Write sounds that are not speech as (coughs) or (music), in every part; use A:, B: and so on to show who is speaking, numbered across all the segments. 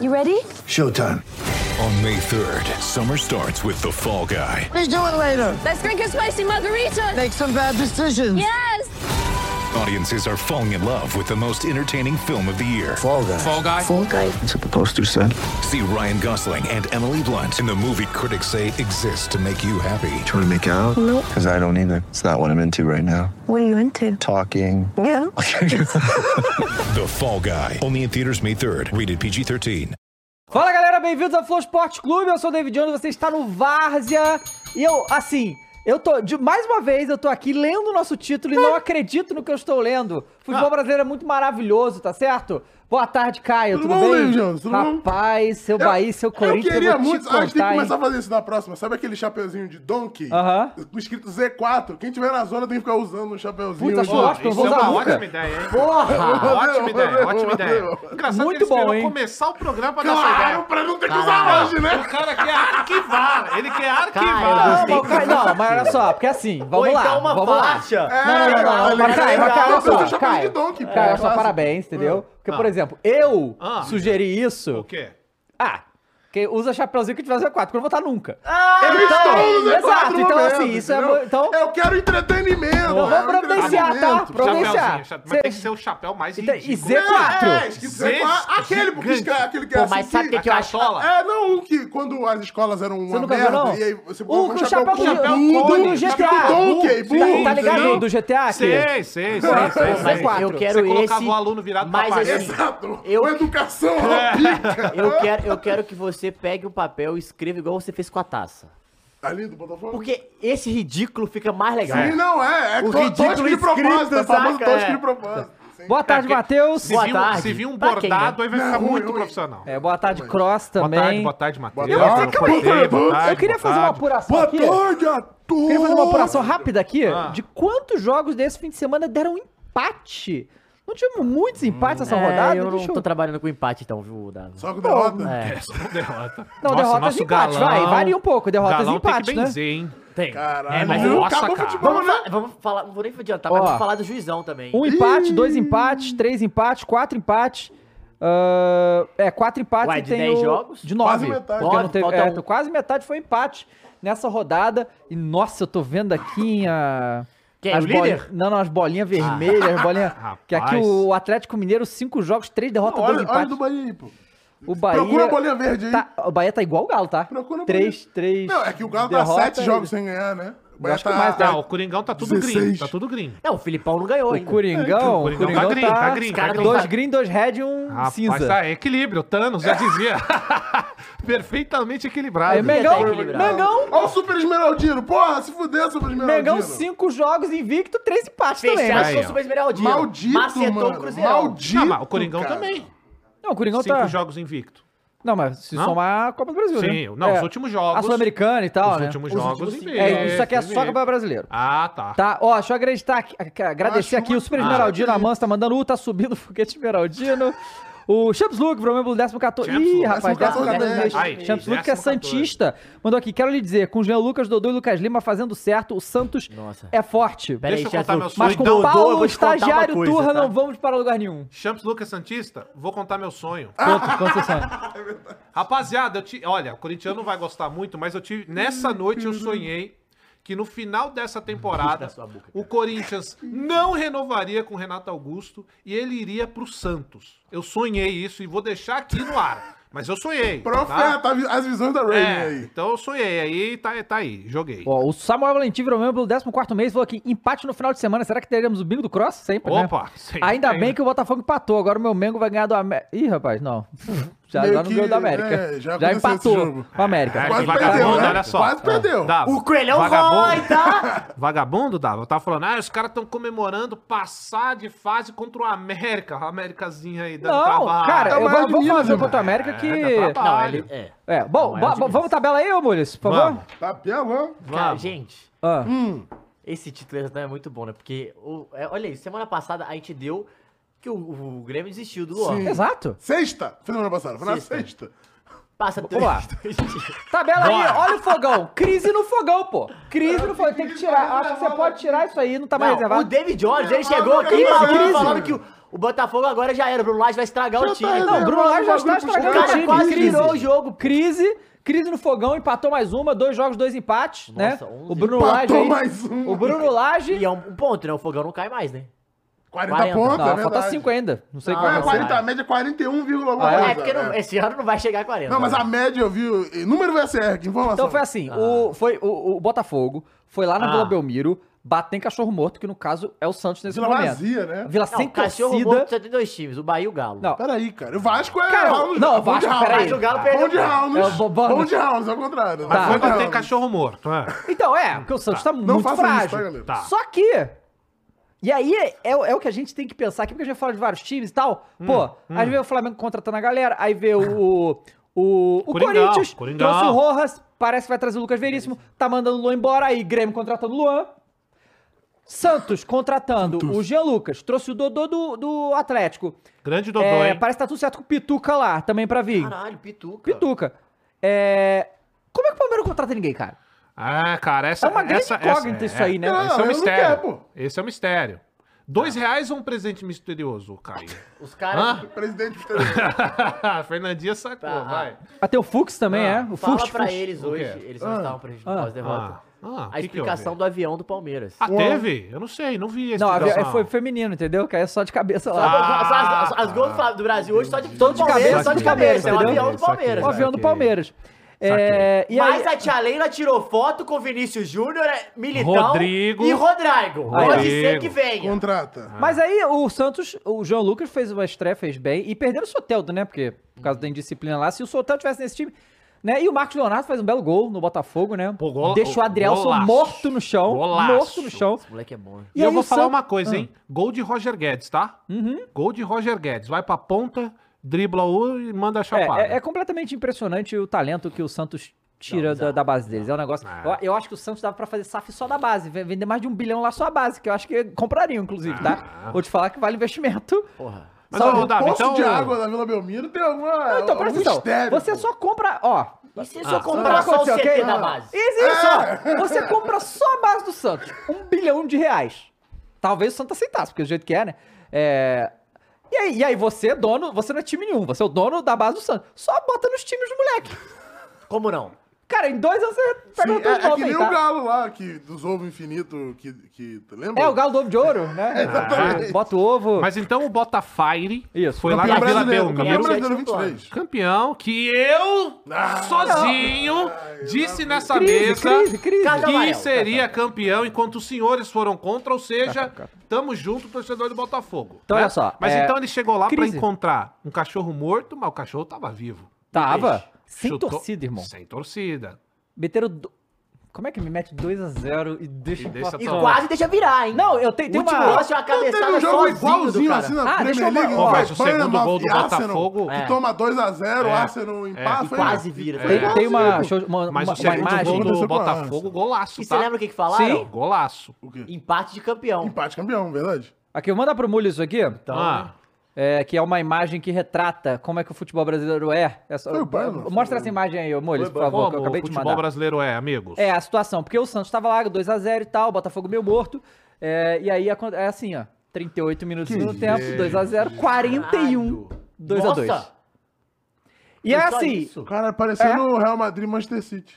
A: Ready?
B: Showtime.
C: On May 3rd, summer starts with The Fall Guy.
D: Let's do it later.
A: Let's drink a spicy margarita.
D: Make some bad decisions.
A: Yes.
C: Audiences are falling in love with the most entertaining film of the year.
B: Fall guy.
E: Fall guy.
D: Fall guy.
B: That's what the poster said.
C: See Ryan Gosling and Emily Blunt in the movie critics say exists to make you happy.
B: Trying to make it out? Because I don't either. It's not what I'm into right now.
A: What are you into?
B: Talking.
A: Yeah.
C: (laughs) The Fall Guy. Only in theaters May 3rd. Rated PG-13.
F: Fala galera, bem-vindos ao Flow Sport Clube. Eu sou o David Jones, você está no Várzea. E eu, assim, eu tô. de- mais uma vez, eu tô aqui lendo o nosso título e não acredito no que eu estou lendo.
G: Ah.
F: Futebol brasileiro é muito maravilhoso, tá certo? Boa tarde, Caio. Tudo,
G: Tudo bom,
F: bem?
G: David Jones? Tudo bom?
F: Rapaz, seu Bahia, seu Corinthians.
G: Eu queria
F: vou te
G: muito. a gente tem que
F: contar,
G: começar a
F: hein?
G: fazer isso na próxima. Sabe aquele chapeuzinho de Donkey?
F: Aham.
G: Com escrito Z4. Quem tiver na zona tem que ficar usando um chapeuzinho.
F: Puta,
G: de-
F: acho ótimo, eu
E: Isso
F: vou
E: é
F: usar
E: uma
F: nunca.
E: ótima ideia, hein? Ah,
F: Porra!
E: Ótima ideia, ótima ideia. Engraçado
F: Muito
E: que eles
F: bom,
E: queriam
F: hein?
E: começar o programa pra dar essa
G: Claro,
E: ideia.
G: pra não ter que usar hoje,
E: O
G: né?
E: cara quer arquivar, ele quer
F: Não,
E: arquivar.
F: mas, o Caio- não, mas olha só, porque assim,
E: Ou
F: vamos lá.
E: então uma
F: vamos lá.
E: faixa.
F: Não,
G: É,
F: não, não, não,
G: ele
F: mas
G: quer
F: Caio, mas
G: usar
F: Caio, olha
G: o seu
F: só,
G: chapéu de
F: Caio,
G: Donkey, pô,
F: Caio, olha
G: é
F: só,
G: clássico.
F: parabéns, entendeu? Porque, por
E: Ah.
F: exemplo, eu
E: Ah.
F: sugeri isso.
E: O quê?
F: Ah, quem usa chapeuzinho que tiver Z4, porque eu não vou estar nunca.
E: Ah,
G: Eles
F: então,
G: estão no Z4
F: exato,
G: no
F: então
G: momento,
F: assim, isso é
G: entendeu?
F: mo- então-
G: Eu quero entretenimento.
F: Então
G: é um
F: vamos providenciar, tá?
G: entretenimento.
F: Pro- Vou deixar.
E: Chapéuzinho, chape-
F: Cê-
E: mas tem que ser o chapéu mais
F: Então, e
E: ridículo.
F: Z- quatro.
G: É, escrito Z4. Aquele,
E: Gigante.
G: porque escreve- aquele que é
H: Pô,
G: assim.
H: mas sabe o que, que eu acho?
E: Cartola.
G: É, não, um que quando as escolas eram uma
F: nunca viu,
G: merda,
F: não?
G: e aí você
H: Um
F: O-
G: colocava
F: o chapéu
G: com
F: com-
G: tudo,
E: o do
G: tipo
F: GTA.
G: Donkey,
F: Tá,
G: Boom,
F: tá ligado
G: entendeu?
F: do GTA aqui?
E: Sei, sei, sei, sei,
H: Pô, mas
E: sei.
F: quatro.
H: eu quero
E: Você colocava
H: esse,
E: o aluno virado pra
H: mas
E: parede.
H: assim,
G: Exato.
H: Eu- É.
G: Eu... Educação, ela pica.
H: eu quero, eu quero que você pegue um papel e escreva igual você fez com a taça.
G: Tá lindo, Botafogo?
H: Porque esse ridículo fica mais legal.
G: Sim, não, é. É
H: O
G: to-
H: ridículo
G: tosco de
H: escrito,
G: propósito, é famoso
H: saca? É.
G: tosco de propósito. sim.
F: Boa tarde,
E: Porque
F: Matheus.
E: Se
H: Boa
E: vir,
H: tarde.
E: se vir um
H: Pra quem,
E: bordado,
H: né?
E: aí vai ficar
G: Não, ruim,
E: muito
G: ruim.
E: profissional.
F: É, boa tarde, Cross
E: Boa
F: também.
E: tarde, boa tarde, Matheus.
G: Boa
E: Boa
G: tarde,
E: tarde,
G: boa tarde.
E: boa tarde,
F: Eu queria
E: boa
F: fazer uma
E: tarde.
F: apuração
G: Boa
F: aqui.
G: tarde a todos.
F: Queria fazer uma apuração rápida aqui
E: Ah.
F: de quantos jogos desse fim de semana deram empate. Não tivemos muitos empates nessa
H: É,
F: rodada?
H: eu não
F: Deixa eu-
H: tô trabalhando com empate então, viu, Davi?
G: Só com derrota.
H: É,
E: Derrota.
F: Não, derrotas e empates, vai. Varia um pouco, derrotas
E: galão
F: e empates,
E: tem que
F: né?
E: benzer, hein?
H: tem.
G: Caralho,
E: É, mas
G: viu?
E: nossa,
G: acabou o
E: cara.
G: futebol,
H: Vamos,
G: né?
H: fa- vamos falar, não vou nem adiantar,
F: Ó.
H: mas vamos falar do juizão também.
F: Um empate, dois empates, três empates, quatro empates. ah, é, quatro empates
H: Uai,
F: e
H: de
F: tem
H: dez
F: o-
H: jogos?
F: De nove.
G: Quase metade.
F: Porque
H: Nove,
F: não teve-
H: falta
F: é,
H: um.
F: Quase metade foi empate nessa rodada. E, nossa, eu tô vendo aqui a...
H: Quem, é,
F: as
H: o líder? Ah.
F: boli- Não, não, as bolinhas vermelhas,
H: (laughs)
F: as bolinhas... que aqui
E: Rapaz.
F: o Atlético Mineiro, cinco jogos, três derrotas,
G: Olha,
F: dois
G: olha
F: empates.
G: do Bahia aí, pô.
F: O Bahia...
G: Procura a bolinha verde aí.
F: tá- O Bahia tá igual o Galo, tá?
G: Procura a
F: três, três...
G: Não, é que o Galo tá
F: derrotas
G: sete
F: e-
G: jogos sem ganhar, né? O Bahia
F: acho que
G: tá-
F: mais,
E: Não, o Coringão tá tudo
G: 16.
E: green, tá tudo green.
H: Não, o Filipão não ganhou
F: O
H: ainda.
G: É,
H: então,
F: Coringão, o Coringão tá...
E: green, tá green,
H: os caras
E: tá
H: não
F: Dois
H: tá-
F: green, dois red e um
E: Rapaz,
F: cinza.
E: tá equilíbrio, Thanos já dizia. (laughs) Perfeitamente equilibrado.
F: É, Mengão,
H: tá equilibrado.
F: Mengão,
G: Olha o Super Esmeraldino. Porra, se fuder, Super Esmeraldino.
F: Mengão, cinco jogos invicto, três empates também.
E: Fechado.
F: né?
H: Fechado
E: Aí,
H: com o
E: ó.
H: Super Esmeraldino.
G: Maldito,
H: Macetou o
G: mano.
H: Cruzeiro.
G: Maldito,
E: Não, mas o Coringão
G: cara.
E: também.
F: Não, o Coringão
E: Cinco
F: tá...
E: jogos invicto.
F: Não, mas se
E: Não?
F: somar a Copa do Brasil, né?
E: Sim, não, os últimos jogos-
F: A Sul-Americana e tal,
E: Os
F: né?
E: últimos
H: Os
E: jogos
H: últimos cinco.
E: invictos.
F: É, isso aqui é só
E: invicto.
F: Campeonato Brasileiro.
E: Ah, tá.
F: Tá, ó, deixa eu agradecer aqui, agradecer
G: Acho
F: aqui o Super
G: uma-
F: Esmeraldino,
G: Ah,
F: a Mans tá mandando, uh, tá subindo o foguete esmeraldino. O Champs Luke, Bromembo, 14.
E: Champs
F: Ih,
E: Luke,
F: rapaz,
G: 14,
F: 14
G: né?
F: vez.
E: Aí,
F: Champs Luke que é
E: 14.
F: Santista. Mandou aqui, quero lhe dizer, com o Jean Lucas, Dodô e Lucas Lima fazendo certo, o Santos
H: Nossa.
F: é forte.
H: Pera aí,
E: Deixa eu contar
H: Jesus.
E: meu sonho.
F: Mas com
E: Dodô,
F: o
E: eu
F: Paulo,
H: vou te contar uma
F: estagiário,
H: coisa,
F: turra,
H: tá?
F: não vamos para lugar nenhum.
E: Champs Lucas Santista, vou contar meu sonho.
F: Ah! Conta, conta
E: (laughs)
F: seu sonho.
G: É
E: Rapaziada, eu te... olha, o corintiano não vai gostar muito, mas eu tive. Nessa noite eu sonhei que no final dessa temporada o Corinthians não renovaria com o Renato Augusto e ele iria pro Santos. Eu sonhei isso e vou deixar aqui no ar. Mas eu sonhei. tá?
G: (laughs) Profeta, as visões da Raven
E: É,
G: aí.
E: então eu sonhei aí, tá, tá aí, joguei.
F: Ó, o Samuel Valentim virou membro pelo 14 mês, falou aqui, empate no final de semana, será que teremos o bingo do Cross? Sempre, né?
E: Opa, sim,
F: Ainda
E: tem,
F: bem
E: né?
F: que o Botafogo empatou, agora o meu Mengo vai ganhar do América. Ih, rapaz, não. Já,
G: Meio
F: já não
G: que,
F: ganhou do América.
G: é, já
F: já
G: aconteceu
F: empatou
G: esse jogo.
F: com o América.
E: É,
G: Quase
E: que vagabundo,
G: perdeu, né?
E: olha só. É.
G: Quase perdeu.
E: Dava.
H: O Coelhão
E: Vagabundo.
H: vai, tá?
E: Vagabundo, Dava, eu tava falando, ah, os caras estão comemorando passar de fase contra o América, a Américazinha aí dando
F: Não,
E: trabalho.
F: cara,
G: Tá
F: eu vou,
G: mais de
F: vou
G: Minas,
F: fazer
G: irmão.
F: contra o América que...
E: dá trabalho.
H: Não, ele... É.
F: É, bom,
H: Não, é de
F: bo- bo-
H: Minas.
F: vamos tabela aí, ô Mules, por favor?
E: Vamos.
G: Tá pelão.
H: Cara,
E: Vamos.
H: gente...
F: Ah,
H: Esse título também é muito bom, né? Porque, o, é, olha aí, semana passada a gente deu que o, o Grêmio desistiu do Luan.
G: Sim.
F: Exato.
G: Sexta. Foi semana passada. Foi na
H: Sexta.
G: sexta.
H: Passa três,
F: lá.
H: (laughs) dois dias.
F: Tabela aí, olha o fogão. Crise no fogão, pô. Crise no fogão, tem que tirar. Acho que você pode tirar isso aí, não tá mais
H: Não, o
F: reservado.
H: David Jones, ele
G: Reservado,
H: chegou aqui
G: reservado.
H: falando, falando que o, O Botafogo agora já era. O Bruno Lage vai estragar o
G: Já
H: time. um
G: tá
F: Não, o Bruno Lage já está
G: Bagulho pro
F: estragando o
H: cara
F: time.
H: quase virou
F: o
H: o
F: jogo. é, Crise, crise no fogão, empatou mais uma, dois jogos, dois empates, né?
H: Nossa, 11.
F: O Bruno
G: Empatou
F: Lage aí-
G: mais um. uma.
F: O Bruno Lage...
H: E é um, um ponto, né? O fogão não cai mais, né? Ah,
G: 40,
H: 40.
G: pontos,
F: Não,
G: é
F: falta
G: verdade.
F: 5 ainda. Não sei
H: Não,
F: qual
G: É,
F: vai ser.
G: 40, a média é 41, alguma
F: Ah, é?
G: coisa.
H: é, porque não-
G: né?
H: esse ano não vai chegar a 40.
G: Não, mas a
H: né?
G: média eu vi. o- Número VSR, que informação.
F: Então foi assim, o, foi, o, o Botafogo foi lá na
H: Ah.
F: Vila Belmiro, bater em cachorro morto, que no caso é o Santos nesse
G: Vila
F: momento.
G: vazia, né?
F: Vila
H: Não,
F: sem
H: o cachorro
F: torcida.
H: morto só tem dois times, o Bahia e o Galo.
F: Não.
G: Peraí, cara. O Vasco é.
F: Cara,
G: Raunos-
F: não,
G: bom de
F: Vasco,
G: Raunos.
F: peraí.
H: Mas o Galo
G: Bom
H: perdeu.
G: de Raunos.
F: É, o Bobão-
G: Bom de Raunos, é o contrário.
F: Tá.
E: Foi
G: Bom de
E: bater
G: Raunos.
E: cachorro morto, é.
F: Então, é, porque o Santos tá,
G: Não
F: muito
G: faça
F: frágil.
G: isso, tá, galera?
E: Tá.
F: Só que. E aí é, é o que a gente tem que pensar aqui, porque a gente fala de vários times e tal.
E: Hum,
F: Pô, aí vê o Flamengo contratando a galera, aí vê o. O, o
E: (laughs) Coringão,
F: Corinthians
E: Coringão.
F: trouxe o Rojas, parece que vai trazer o Lucas Veríssimo, tá mandando o Luan embora, aí Grêmio contratando o Luan. Santos contratando o Jean Lucas, trouxe o Dodô do, do Atlético.
E: Grande Dodô,
F: É,
E: hein?
F: parece que tá tudo certo com o Pituca lá, também pra vir.
H: Caralho, pituca.
F: Pituca. É, como é que o Palmeiras não contrata ninguém, cara?
E: Ah, cara, essa
F: É uma grande
E: essa,
F: incógnita isso aí, né?
E: Não, esse é
G: Não,
E: um
G: eu não
E: mistério.
G: quero, pô.
E: Esse é um mistério. Dois reais ou um presente misterioso, Caio?
H: Os caras.
G: Presidente.
E: (laughs) Fernandinha sacou,
H: Tá.
E: vai.
F: Ah, tem o Fux também, é? O
H: Fala
F: Fux,
H: pra
F: Fux.
H: eles
E: O
H: hoje,
E: quê?
H: eles não estavam prejudicados
F: ah,
H: após
E: Ah,
H: derrota.
E: ah,
H: a
E: que que
H: explicação
E: houve?
H: do avião do Palmeiras.
E: Ah, teve? Eu não sei, não vi esse
F: Um Não,
E: negócio,
F: é, foi feminino, entendeu? Que aí é só de cabeça lá.
E: Ah,
H: Só as, as- as gols do Fla- do Brasil hoje só de,
F: Todo de
H: Palmeiras,
F: cabeça,
H: só de
F: de
H: cabeça.
F: cabeça,
H: É o
F: entendeu?
H: avião do Palmeiras.
F: o avião do
E: saquei.
F: Palmeiras. É, e aí,
H: Mas a Tia Leila tirou foto com o Vinícius Júnior, é, Militão
E: Rodrigo.
H: e Rodrigo. Pode ser
E: Rodrigo.
H: que venha.
G: Contrata.
F: Ah. mas aí o Santos, o João Lucas fez uma estreia, fez bem, e perderam o Soteldo, né? Porque por causa da indisciplina lá, se o Soteldo tivesse nesse time. Né? E o Marcos Leonardo faz um belo gol no Botafogo, né?
E: Pô, gola-
F: Deixa o Adrielson
E: golaço.
F: morto no chão.
E: Golaço.
F: Morto no chão.
H: Esse moleque é bom.
E: E, eu
F: aí Uhum.
E: vou
F: o
E: falar
F: San-
E: uma coisa,
F: Ah.
E: hein? Gol de Roger Guedes, tá? Gol de Roger Guedes. Vai pra ponta, dribla o e manda a
F: É,
G: (laughs)
E: chapada.
F: É, é completamente impressionante o talento que o Santos tira da, da base deles. É um negócio.
E: Ah.
F: Eu, eu acho que o Santos dava pra fazer SAF só da base. ve- Vender mais de um bilhão lá só a base, que eu acho que comprariam, inclusive, tá? Vou te falar que vale investimento.
H: Porra.
E: Mas, ô, Davi,
G: Poço
E: então...
G: de água da Vila Belmiro tem alguma.
F: então, presta
G: algum
F: atenção.
G: É um mistério,
F: Você
G: pô.
F: só compra. Ó.
H: E se só
F: sabe
H: comprar
F: o que
H: só o CT
F: Ah, tá. aconteceu, ok?
H: da base?
F: Isso, isso,
E: É.
G: É.
F: ó. Você compra só a base do Santos. Um bilhão de reais. Talvez o Santos aceitasse, porque do jeito que é, né? É. E aí, e aí você é dono, você não é time nenhum, você é o dono da base do Santos. Só bota nos times do moleque.
H: Como não?
F: Cara, em dois anos você pega tudo
G: Sim,
F: de
G: é, é
F: volta
G: que
F: aí,
G: nem
F: tá?
G: o galo lá, que dos ovos infinito, que, que tu lembra?
F: É, o galo do ovo de ouro,
G: (laughs)
F: né?
G: exatamente.
F: É, Bota o ovo.
E: Mas então o Botafire
F: Isso.
E: foi lá
G: Campeão
E: na Vila
G: é brasileiro,
E: Belmiro.
G: Campeão brasileiro Ah.
H: Campeão
G: 23.
E: Campeão que eu,
H: Ah.
E: sozinho, disse nessa
F: Crise,
E: mesa
F: crise, crise.
H: Cada-
E: que
H: amarelo,
E: seria campeão enquanto os senhores foram contra, ou seja, tamo junto, torcedor do Botafogo.
F: Então, olha só,
E: Mas
F: é,
E: então ele chegou lá pra
F: crise.
E: encontrar um cachorro morto, mas o cachorro tava vivo.
F: Tava. Sem
E: Chutou-
F: torcida, irmão.
E: Sem torcida.
F: Meteram. do- Como é que me mete 2x0 e deixa.
E: E deixa
H: E
E: Não.
H: quase deixa virar, hein?
F: Não, eu tenho, tenho
H: Último
F: uma.
H: lance, uma
G: Não teve
H: cabeçada
G: um jogo
H: sozinho do
G: igualzinho
H: cara.
G: assim na
F: Ah, deixa eu
G: Premier League?
F: falar.
G: vai
E: Mas o segundo
G: Burnham
E: gol do
G: e Arsenal,
E: Botafogo-
G: Que
H: É.
G: toma 2x0,
E: É.
G: o Arsenal empata.
H: E
G: foi-
H: quase vira. tá
E: É.
F: Tem,
H: ligado?
F: tem uma, deixa eu- uma,
E: Mas
F: uma,
E: o
F: uma
E: segundo
F: imagem.
E: gol do
G: Aconteceu com a
E: Botafogo,
G: Arsenal.
E: golaço,
H: E
E: tá?
H: você lembra o que, que falaram?
F: Sim.
E: Golaço.
G: O quê?
H: Empate de campeão. Então,
G: Empate campeão, verdade?
F: Aqui, eu vou mandar pro Mulho isso aqui.
H: né?
E: Ah,
F: É, que é uma imagem que retrata como é que o futebol brasileiro é. É só-
G: Foi bom,
F: mostra
G: foi
F: essa imagem aí, ô, Mules, por favor, que eu
E: como
F: acabei
E: o
F: de
E: futebol
F: mandar.
E: brasileiro é, amigos?
F: É, a situação, porque o Santos tava lá, 2x0 e tal, o Botafogo meio morto. é, e aí acon- é assim, ó. 38 minutos no tempo, 2x0, 41,
H: Caralho.
F: 2x2.
H: Nossa,
F: E é
H: foi só
F: assim,
H: isso?
G: O cara parecendo o Real Madrid e Manchester City.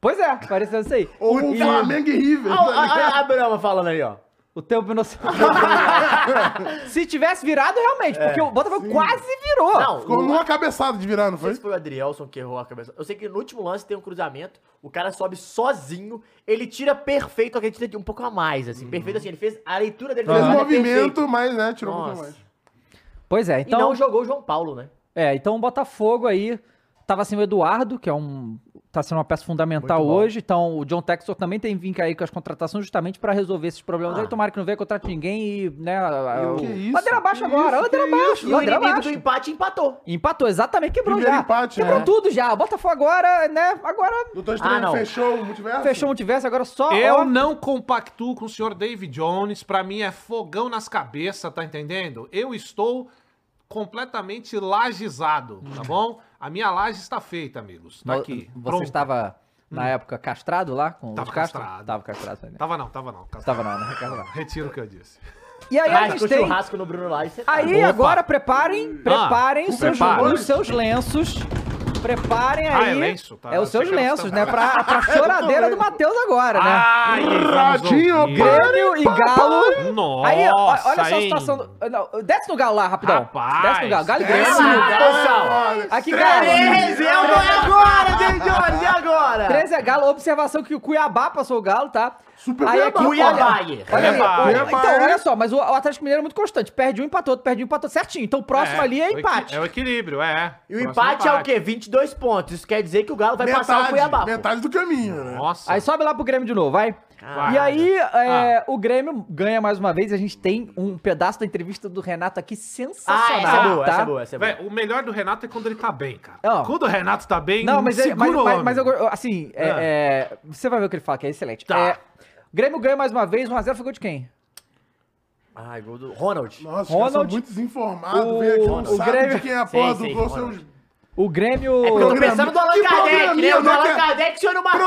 F: pois é, parecendo isso aí.
G: (laughs) Ou
F: o,
G: o
F: e-
G: Flamengo e River.
H: Olha
G: tá ligado?
H: a Brahma ah, falando aí, ó.
F: o tempo não (laughs) Se tivesse virado, realmente,
H: É.
F: porque o Botafogo quase virou.
H: Não,
G: Ficou
H: o-
G: numa cabeçada de virar, não
H: Não sei
G: foi?
H: se foi o Adrielson que errou a cabeça. Eu sei que no último lance tem um cruzamento, o cara sobe sozinho, ele tira perfeito, acredita que um pouco a mais, assim. Perfeito assim, ele fez a leitura dele. do
G: Uhum. Fez um
H: lance é
G: movimento,
H: perfeito.
G: mas né, tirou um
H: Nossa.
G: pouquinho mais.
F: Pois é,
H: E
F: então.
H: não jogou o João Paulo, né?
F: É, então o Botafogo aí tava sem o Eduardo, que é um tá sendo uma peça fundamental
H: Muito bom.
F: hoje. Então o John Textor também tem que vir aí com as contratações justamente pra resolver esses problemas.
H: Ah.
F: Aí tomara que não venha contrato ninguém e, né, a- a-
G: Que
F: o
G: isso,
F: ladeira abaixo
G: que
F: agora,
G: isso,
F: ladeira
G: que
F: abaixo,
H: E o
F: ladeira
H: inimigo
F: abaixo.
H: do empate empatou.
F: Empatou exatamente, quebrou
G: Primeiro
F: já.
G: empate,
F: quebrou
G: né?
F: tudo já. O Botafogo agora, né, agora
G: Doutor
H: Ah,
G: Estranho
H: não.
G: fechou o multiverso?
F: fechou o multiverso, agora só ó,
E: Eu não compactuo com o senhor David Jones. Pra mim é fogão nas cabeças, tá entendendo? Eu estou completamente lajizado, tá bom? A minha laje está feita, amigos. Tá
F: Vo-
E: aqui.
F: Você
E: pronta.
F: estava na época castrado lá com
E: Tava
F: o Castro?
E: castrado.
F: Tava castrado, né?
E: Tava não, tava não. Castro.
F: Tava não, né? Castrado.
E: Retiro o que eu disse.
F: E aí a
H: Traz
F: gente
H: com
F: tem.
H: churrasco no Bruno Lage. você tá.
F: Aí
E: Opa.
F: agora preparem,
G: Ah,
F: preparem os, seus,
E: prepara.
F: os seus lenços. Preparem
E: Ah,
F: aí.
E: é lenço, tá?
F: É os seus
E: Eu achei que era
F: lenços, né? Pra,
E: (laughs)
F: pra choradeira do Matheus agora, né?
E: Ai, vamos
G: Radinho,
E: ouvir.
F: Grêmio e Galo.
E: Nossa,
F: Aí, ó, olha só a
E: hein?
F: situação. do- não, desce no Galo lá, rapidão.
E: Rapaz.
F: desce no Galo. Galo e
G: Esse
F: Grêmio.
G: lugar, olha,
F: Aqui, Galo.
H: Três, e agora, David Jones, e agora?
F: 13 é Galo. Observação que o Cuiabá passou o Galo, tá?
G: Super
F: aqui,
G: Cuiabá.
H: Cuiabá.
F: olha- Olha aí,
E: Cuiabá.
F: o-
G: Cuiabá,
F: Então,
G: hein?
F: olha só, mas o, o Atlético Mineiro é muito constante. Perde um, empatou outro, perde um, empatou certinho. Então o próximo ali é
E: o equi-
F: empate.
E: É o equilíbrio, é.
H: E o
E: Próximo
H: empate é o quê? 22 pontos. Isso quer dizer que o Galo vai passar o Cuiabá.
G: Metade, metade do caminho, né?
E: Nossa.
F: Aí sobe lá pro Grêmio de novo, vai.
E: Caralho.
F: E aí, é,
H: Ah.
F: o Grêmio ganha mais uma vez. A gente tem um pedaço da entrevista do Renato aqui
H: Ah, essa
F: sensacional.
H: é boa,
F: tá?
H: essa é boa, essa é boa.
E: Véi, o melhor do Renato é quando ele tá bem, cara.
F: Não.
E: Quando o Renato tá bem,
F: Não, mas, é,
E: segura
F: mas,
E: o
F: mas,
E: homem.
F: mas eu go- assim, é,
E: Ah.
F: é, você vai ver o que ele fala, que é excelente.
E: Tá.
F: É, Grêmio ganha mais uma vez, 1x0 foi gol de quem?
H: Ai, gol do Ronald.
G: Nossa, os caras são
F: Ronald,
G: muito desinformados,
F: o-
G: veio aqui, não
F: o
G: sabe
F: Grêmio-
G: de quem é a porra
H: Sim,
G: do
H: sim,
G: gol,
H: Ronald.
G: seus
F: O Grêmio.
H: É porque eu tô pensando no Allan
G: Que
H: Kardec, né?
G: programinha,
H: O do Allan
G: né, cara?
H: Kardec o senhor não matou,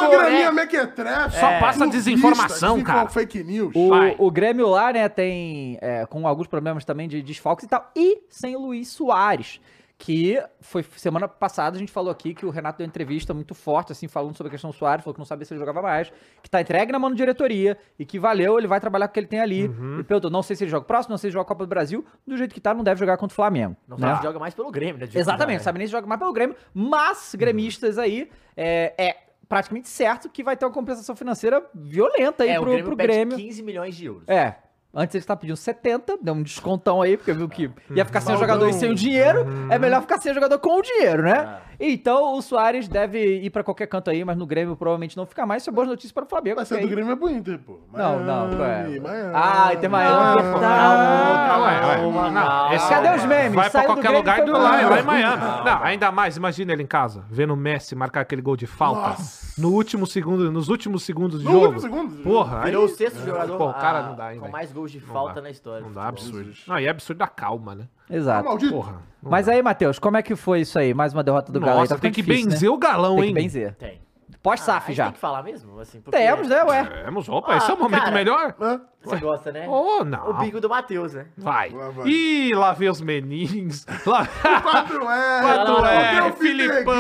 H: né?
G: Programinha mequetrefe.
E: Só passa
G: É. clubista,
E: desinformação,
G: que ficam
E: cara.
G: fake news.
E: Vai.
F: O, o Grêmio lá, né, tem é, com alguns problemas também de desfalques e tal. E sem o Luiz Soares, que foi semana passada a gente falou aqui que o Renato deu uma entrevista muito forte, assim, falando sobre a questão do Soares, falou que não sabia se ele jogava mais, que tá entregue na mão da diretoria e que valeu, ele vai trabalhar com o que ele tem ali.
H: Uhum.
F: E perguntou, não sei se ele joga o próximo, não sei se joga a Copa do Brasil, do jeito que tá, não deve jogar contra o Flamengo.
H: Não
F: né?
H: sabe se joga mais pelo Grêmio, né? de- Uhum.
F: Exatamente, sabe nem se joga mais pelo Grêmio, mas gremistas aí é, é praticamente certo que vai ter uma compensação financeira violenta tá aí
H: É,
F: pro
H: o Grêmio,
F: pro
H: pede
F: Grêmio.
H: 15 milhões de euros.
F: É. Antes ele estavam pedindo 70, deu um descontão aí, porque viu que ia ficar
E: Uhum.
F: sem o
G: Maldão.
F: jogador e sem o dinheiro. É melhor ficar sem o jogador com o dinheiro, né?
E: É.
F: Então o Soares deve ir pra qualquer canto aí, mas no Grêmio provavelmente não fica mais. Isso é boas notícias para o Flamengo.
G: Mas
F: porque
G: ser do
F: aí-
G: Grêmio é pro Inter, pô.
F: Não, não, qual é?
G: Miami,
F: Ah, e tem Miami.
G: Miami.
E: Não,
F: Tá.
E: não, é, é.
H: Calma,
E: Não,
H: calma.
E: esse- é,
F: Cadê os memes?
E: Vai pra
F: Saiu do
E: qualquer
F: Grêmio,
E: lugar
F: foi
E: e do
F: pra
E: lá, é
F: Miami.
E: lá em Miami. Não, ainda mais, imagina ele em casa, vendo o Messi marcar aquele gol de falta
G: Nossa.
E: no último segundo, nos últimos segundos de
G: No
E: jogo.
G: último segundo?
E: Porra, aí-
H: Virou o sexto
F: é,
H: jogador
E: Pô, o cara não dá,
H: a-
E: hein,
H: com
E: velho.
H: mais gols de
E: dá.
H: falta na história.
E: Não
H: do
E: dá,
H: futebol.
E: absurdo. Não, e é absurdo da calma, né?
F: Exato.
G: Ah, Maldito.
E: Porra. não
F: Mas
E: dá.
F: aí, Matheus, como é que foi isso aí? Mais uma derrota do Galo aí.
E: Nossa,
F: Tá
E: tem
F: ficando
E: que
F: difícil, né?
E: benzer o galão,
F: Tem
E: hein?
F: que benzer.
H: Tem. Ah, a
F: Pós-SAF
H: gente
F: já.
H: Tem que falar mesmo? Assim, porque
F: Temos, né, ué?
E: Temos, opa, esse é o
H: Ah,
E: momento
H: cara.
E: melhor.
G: Hã?
H: Você gosta, né?
E: Oh, não.
H: O bico do Matheus, né?
E: Vai.
G: Lá vai.
E: Ih, lá vem os meninos. (laughs) Lá...
G: 4R.
H: não, não.
E: é,
G: Tem o
E: Filipão,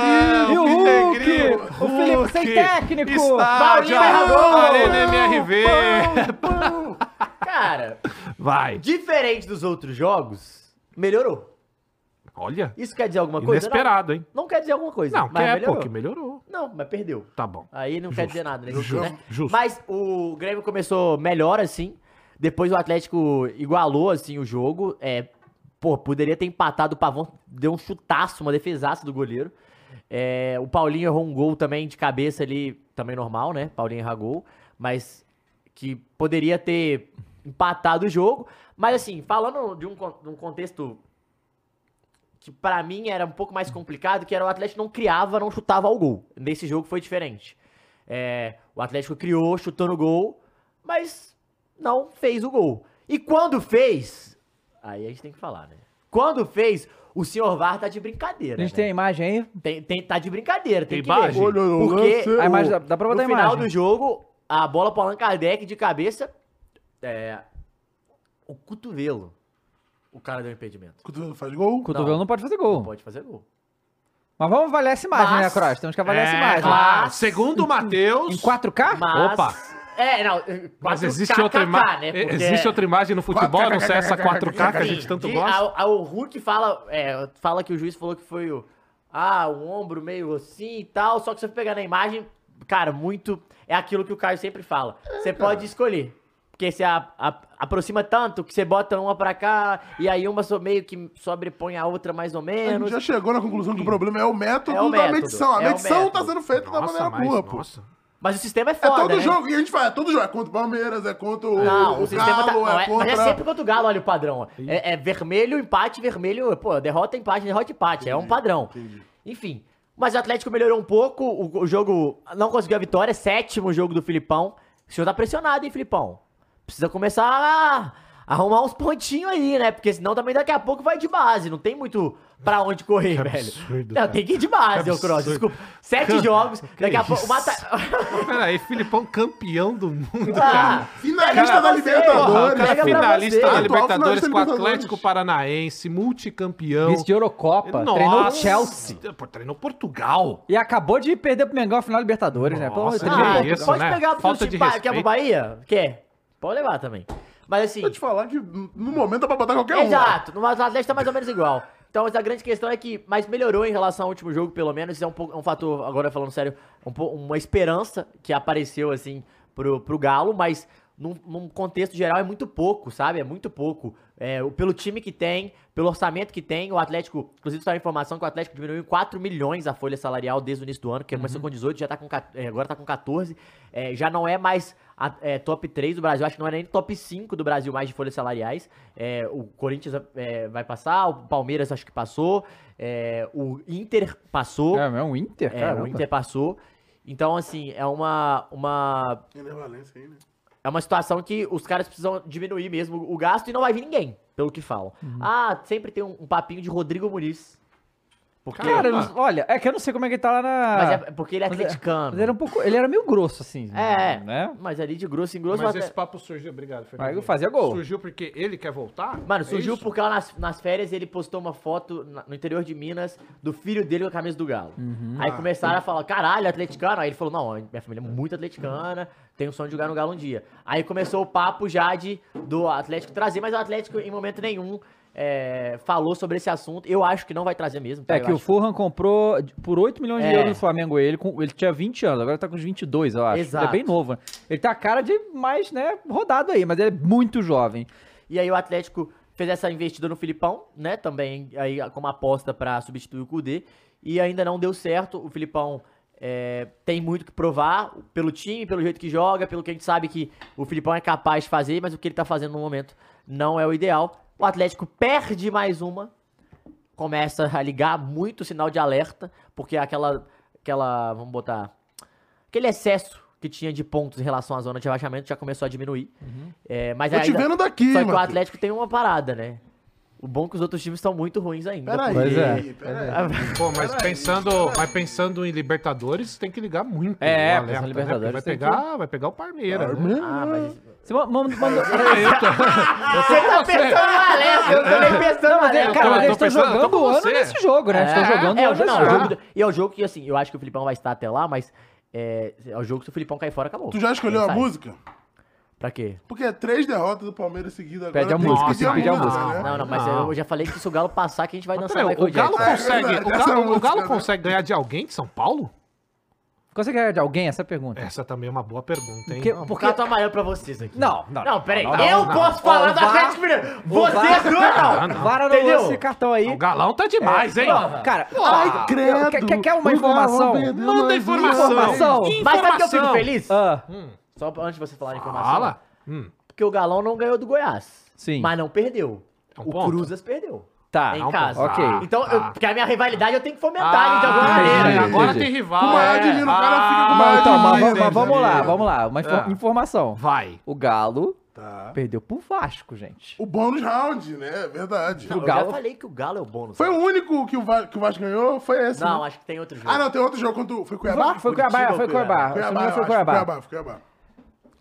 F: E o Hulk,
E: Montenegro,
F: o Felipe sem
E: Hulk,
F: técnico,
E: estádio,
H: Barrigol,
E: Arena MRV.
H: Cara,
E: Vai.
H: diferente dos outros jogos, melhorou.
E: Olha,
H: Isso quer dizer alguma coisa?
E: inesperado, hein?
H: Não, não quer dizer alguma coisa.
E: Não, que
H: mas
E: é,
H: melhorou.
E: pô, que melhorou.
H: Não, mas perdeu.
E: Tá bom.
H: Aí não quer dizer nada, né?
E: Justo,
H: né?
E: justo.
H: Mas o Grêmio começou melhor, assim. Depois o Atlético igualou, assim, o jogo. É, pô, poderia ter empatado. O Pavão deu um chutaço, uma defesaça do goleiro. É, o Paulinho errou um gol também de cabeça ali, também normal, né? Paulinho erra gol. Mas que poderia ter empatado o jogo. Mas, assim, falando de um, con- de um contexto que pra mim era um pouco mais complicado, que era o Atlético não criava, não chutava ao gol. Nesse jogo foi diferente. É, o Atlético criou, chutou no gol, mas não fez o gol. E quando fez, aí a gente tem que falar, né? Quando fez, o senhor VAR tá de brincadeira.
F: A gente
H: né?
F: tem a imagem aí.
H: Tem, tem- tá de brincadeira, tem,
E: Tem
H: que ver.
E: imagem?
G: Olha, o
H: Porque
G: lance-
F: A imagem, dá, dá pra
H: No
F: botar a
H: final
F: imagem.
H: do jogo, a bola pro Allan Kardec de cabeça, é, o cotovelo, o cara deu um impedimento.
G: Cotovelo faz gol.
F: O cotovelo não, pode fazer gol.
H: Pode fazer gol.
F: Mas vamos avaliar essa imagem,
H: Mas-
F: né, Cross? Temos que avaliar essa
E: É,
F: imagem.
E: claro. Segundo o
F: Em
E: Matheus...
F: 4K?
H: Mas...
E: Opa.
H: É, não.
E: Mas
H: 4K,
E: existe outra
H: né?
E: imagem.
H: Porque-
E: Existe outra imagem no futebol, não sei essa 4K que a gente
H: Sim,
E: tanto
H: de-
E: gosta.
H: a- a- o Hulk fala, é, fala que o juiz falou que foi o. Ah, o ombro meio assim e tal. Só que se você pegar na imagem, cara, muito. É aquilo que o Caio sempre fala.
G: É,
H: Você pode escolher. Porque você a- a- aproxima tanto que você bota uma pra cá e aí uma só meio que sobrepõe a outra mais ou
G: A gente
H: menos.
G: já chegou na conclusão que o problema é o método
H: É o
G: da
H: método,
G: medição. A
H: é o
G: medição tá
H: método.
G: sendo feita da maneira burra, pô.
E: nossa.
H: Mas o sistema é
G: É
H: foda,
G: todo
H: né?
G: jogo. E a gente fala, é todo jogo. É contra o Palmeiras, é contra o,
H: Não, o,
G: o
H: sistema tá.
G: Galo,
H: não,
G: é
H: é, mas é
G: contra...
H: sempre contra o Galo, olha o padrão. ó. É, é vermelho, empate, vermelho, pô, derrota, empate, derrota, empate. é um padrão. Enfim. Mas o Atlético melhorou um pouco, o, o jogo não conseguiu a vitória, sétimo jogo do Filipão. O senhor tá pressionado, hein, Filipão? Precisa começar a, arrumar uns pontinhos aí, né? Porque senão também daqui a pouco vai de base. Não tem muito pra
E: (laughs)
H: onde correr, velho.
E: absurdo,
H: não,
E: cara.
H: tem que ir de base,
E: Que
H: ô Cross.
E: absurdo.
H: Desculpa.
E: (laughs)
H: Sete jogos, daqui a pouco. Mata...
E: Peraí, Filipão campeão do mundo,
H: Ah,
E: cara.
G: Finalista
H: Pega
E: Porra,
H: você,
G: da
E: o
G: Libertadores.
H: Pega
E: cara é
H: pra
E: finalista
H: você.
E: da
H: Atual
E: Libertadores
G: finalista da
E: com o
G: Libertadores.
E: Atlético Paranaense, multicampeão.
F: Vice de Eurocopa, treinou o Chelsea.
E: é, Pô, treinou Portugal.
F: E acabou de perder pro Mengão a final da Libertadores, né? Pelo amor de
E: Nossa,
F: Deus.
E: que
H: Ah,
E: isso,
H: pode
E: né?
H: pegar pro
E: Falta
H: seu
E: de
H: time, pa- quer pro
E: respeito.
H: Bahia? Quer? Pode levar também. Mas assim.
G: Vou te falar que no momento dá pra botar qualquer um.
H: Exato, no Atlético tá mais ou menos igual. Então, a grande questão é que, mas melhorou em relação ao último jogo, pelo menos. Isso é um, pouco, é um fator, agora falando sério, um po- uma esperança que apareceu, assim, pro, pro Galo, mas num, num contexto geral é muito pouco, sabe? É muito pouco. É, o- pelo time que tem, pelo orçamento que tem, o Atlético, inclusive, está a informação que o Atlético diminuiu em 4 milhões a folha salarial desde o início do ano, que começou com 18, já tá com, ca- é, agora tá com 14. É, já não é mais a- é, top 3 do Brasil, acho que não é nem top 5 do Brasil mais de folhas salariais. É, o Corinthians é, vai passar, o Palmeiras acho que passou, é, o Inter passou, é,
F: É, é um Inter, cara.
H: o Inter passou. Então, assim, é uma, uma
G: Valência aí, né?
H: é uma situação que os caras precisam diminuir mesmo o gasto e não vai vir ninguém, pelo que falam.
F: Uhum.
H: Ah, sempre tem um, um papinho de Rodrigo Muniz. Porque,
F: Cara, eu não- olha, é que eu não sei como é que ele tá lá na.
H: mas é porque ele é
F: mas é-
H: atleticano.
F: Mas era um pouco. Ele era meio grosso, assim.
H: É,
F: Né?
H: mas ali de grosso em grosso.
E: Mas
H: até-
E: esse papo surgiu, obrigado, Fernando.
F: Mas eu fazia gol.
E: Surgiu porque ele quer voltar?
H: Mano,
E: É
H: surgiu
E: isso?
H: porque lá nas, nas férias ele postou uma foto na- no interior de Minas do filho dele com a camisa do Galo.
E: Uhum.
F: Ah,
H: Aí começaram a falar, caralho, é atleticano. Aí ele falou, não, minha família é muito atleticana, tenho sonho de jogar no Galo um dia. Aí começou o papo já de, do Atlético trazer, mas o Atlético em momento nenhum é, falou sobre esse assunto. Eu acho que não vai trazer mesmo. tá?
F: É
H: Eu
F: que o
H: acho-
F: Fulham comprou de- por 8 milhões de
H: É.
F: euros do Flamengo ele. com- ele tinha 20 anos, agora tá com uns 22, eu acho.
H: Exato.
F: Ele é bem novo. né? Ele tá a cara de mais, né, rodado aí, mas ele é muito jovem.
H: E aí o Atlético fez essa investida no Filipão, né? Também aí como aposta pra substituir o Kudê. E ainda não deu certo. O Filipão é, tem muito que provar pelo time, pelo jeito que joga, pelo que a gente sabe que o Filipão é capaz de fazer, mas o que ele tá fazendo no momento não é o ideal. O Atlético perde mais uma, começa a ligar muito o sinal de alerta, porque é aquela, aquela, vamos botar, aquele excesso que tinha de pontos em relação à zona de rebaixamento já começou a diminuir. É, mas
G: Tô te
H: ainda-
G: vendo daqui,
H: Só que o
G: Matheus.
H: Atlético tem uma parada, né? O bom é que os outros times estão muito ruins ainda.
F: Pois é.
G: Peraí, peraí.
E: Pô, mas
H: (laughs)
E: pensando, mas pensando em Libertadores, tem que ligar muito.
F: É,
E: o
F: é, pensando em
E: Porque né,
F: Libertadores,
E: Vai
F: tem que-
E: pegar, vai pegar o Palmeiras. né?
H: Ah, mas...
F: Você ma- manda- manda-
E: Ah, (laughs) eu tô- eu tô com você.
H: tá no Alessio, eu também pensando
F: Não, mas, é, cara,
E: tô-
F: mas
E: eu
F: eles
E: tô pensando,
F: estão
E: eu tô
F: jogando
E: com
F: o ano
E: você.
F: nesse jogo, né? Eles estão jogando
H: é,
F: o
H: o
F: ano
H: jogo, não,
F: nesse
H: é o jogo
F: jogo.
H: do- E é o jogo que, assim, eu acho que o Filipão vai estar até lá, mas é, é o jogo que se o Filipão cair fora, acabou.
G: Tu já escolheu
H: Ele
G: a
H: sai.
G: música?
H: Pra quê?
G: Porque é três derrotas do Palmeiras seguidas agora.
F: Pede a
G: tem que
F: música,
G: pedir
F: tem que pedir a música.
G: né?
H: Não, não, mas
E: Não.
H: eu já falei que se o Galo passar, que a gente vai dançar
E: Peraí,
H: Michael
E: o Galo
H: Jackson.
E: consegue,
G: verdade,
E: o
G: essa
E: Galo, o
G: música,
E: Galo
G: né?
E: consegue ganhar de alguém de São Paulo?
F: Consegue ganhar de alguém essa pergunta?
E: Essa também é uma boa pergunta, hein? tá-
F: Porque,
H: Por
F: porque...
H: que eu tô amarelo pra vocês aqui?
F: Não, não.
H: Não, peraí.
F: não,
H: eu
F: não.
H: posso
F: Ó,
H: falar
F: o
H: do
F: VAR-
H: Atlético Mineiro.
F: o
H: Vocês
F: VAR-
H: dois é não.
F: Vara não
H: Entendeu? É,
F: lança esse cartão aí.
E: O Galão tá demais, hein?
F: Não, cara,
G: Ai, credo.
F: quer, quer- quer uma
G: O Galo
F: informação?
G: perdeu mais
E: Manda
G: um.
E: informação.
F: Informação.
H: Mas sabe que eu fico feliz? Hum.
F: Ah,
H: Só pra- antes de você falar a informação.
E: Fala. Hum,
H: Porque o Galão não ganhou do Goiás.
F: Sim.
H: Mas não perdeu.
E: É um
H: o
E: ponto.
H: Cruzas perdeu.
F: tá.
H: em
E: é um
H: casa.
F: ponto. Ok.
H: Então, eu-
E: Tá.
H: porque a minha rivalidade eu tenho que fomentar ali de alguma
E: Ah,
H: maneira.
E: entendi, agora
F: entendi.
E: tem rival.
G: O maior
E: é.
G: divino, o cara fica com o
E: Ah,
G: maior
F: Então, mas,
G: divino.
F: mas- mas vamos lá, vamos lá. Uma infor-
E: Ah.
F: informação.
E: Vai.
F: O Galo
G: Tá.
F: perdeu pro Vasco, gente.
G: O bônus round, né? É Verdade.
H: Não,
F: O Galo-
H: Eu já falei que o Galo é o bônus.
G: Foi o único que o, Va- que o Vasco ganhou? Foi esse,
H: Não,
G: né?
H: acho que tem outro jogo.
G: Ah, não, tem outro jogo contra o... Foi Cuiabá?
F: Foi, foi Cuiabá,
H: Curitiba
F: foi
H: ou
F: Cuiabá. Se não me engano,
G: eu
F: foi
G: acho.
F: Cuiabá.
G: Cuiabá, foi Cuiabá.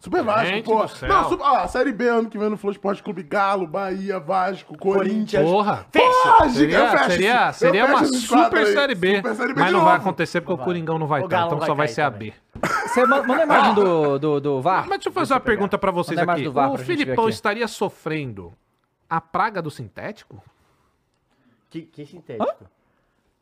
G: Super Vasco,
E: Gente
G: pô.
E: do céu.
G: Não, su- ó, a Série B ano que vem no Flow Esporte Clube, Galo, Bahia, Vasco, Corinthians.
E: Porra.
G: Porra,
E: Seria,
G: Ah, eu fecho
E: seria,
G: esses-
E: seria
G: eu fecho
E: uma
G: esses quatro
E: super
G: aí.
E: série, B,
G: Super Série B
E: Mas
G: de
E: não vai
G: novo.
E: acontecer porque o Coringão não vai
H: O
E: estar.
H: Galo
E: Então
H: vai
E: só vai
H: cair
E: ser a
H: também.
E: B. Ah,
F: Você ma- manda a imagem do, do, do VAR.
E: Mas deixa eu fazer uma pergunta pra vocês
F: Manda a imagem
E: aqui.
F: do VAR
E: O
F: pra gente ver
E: Filipão
F: aqui.
E: estaria sofrendo a praga do sintético?
H: Que, que sintético.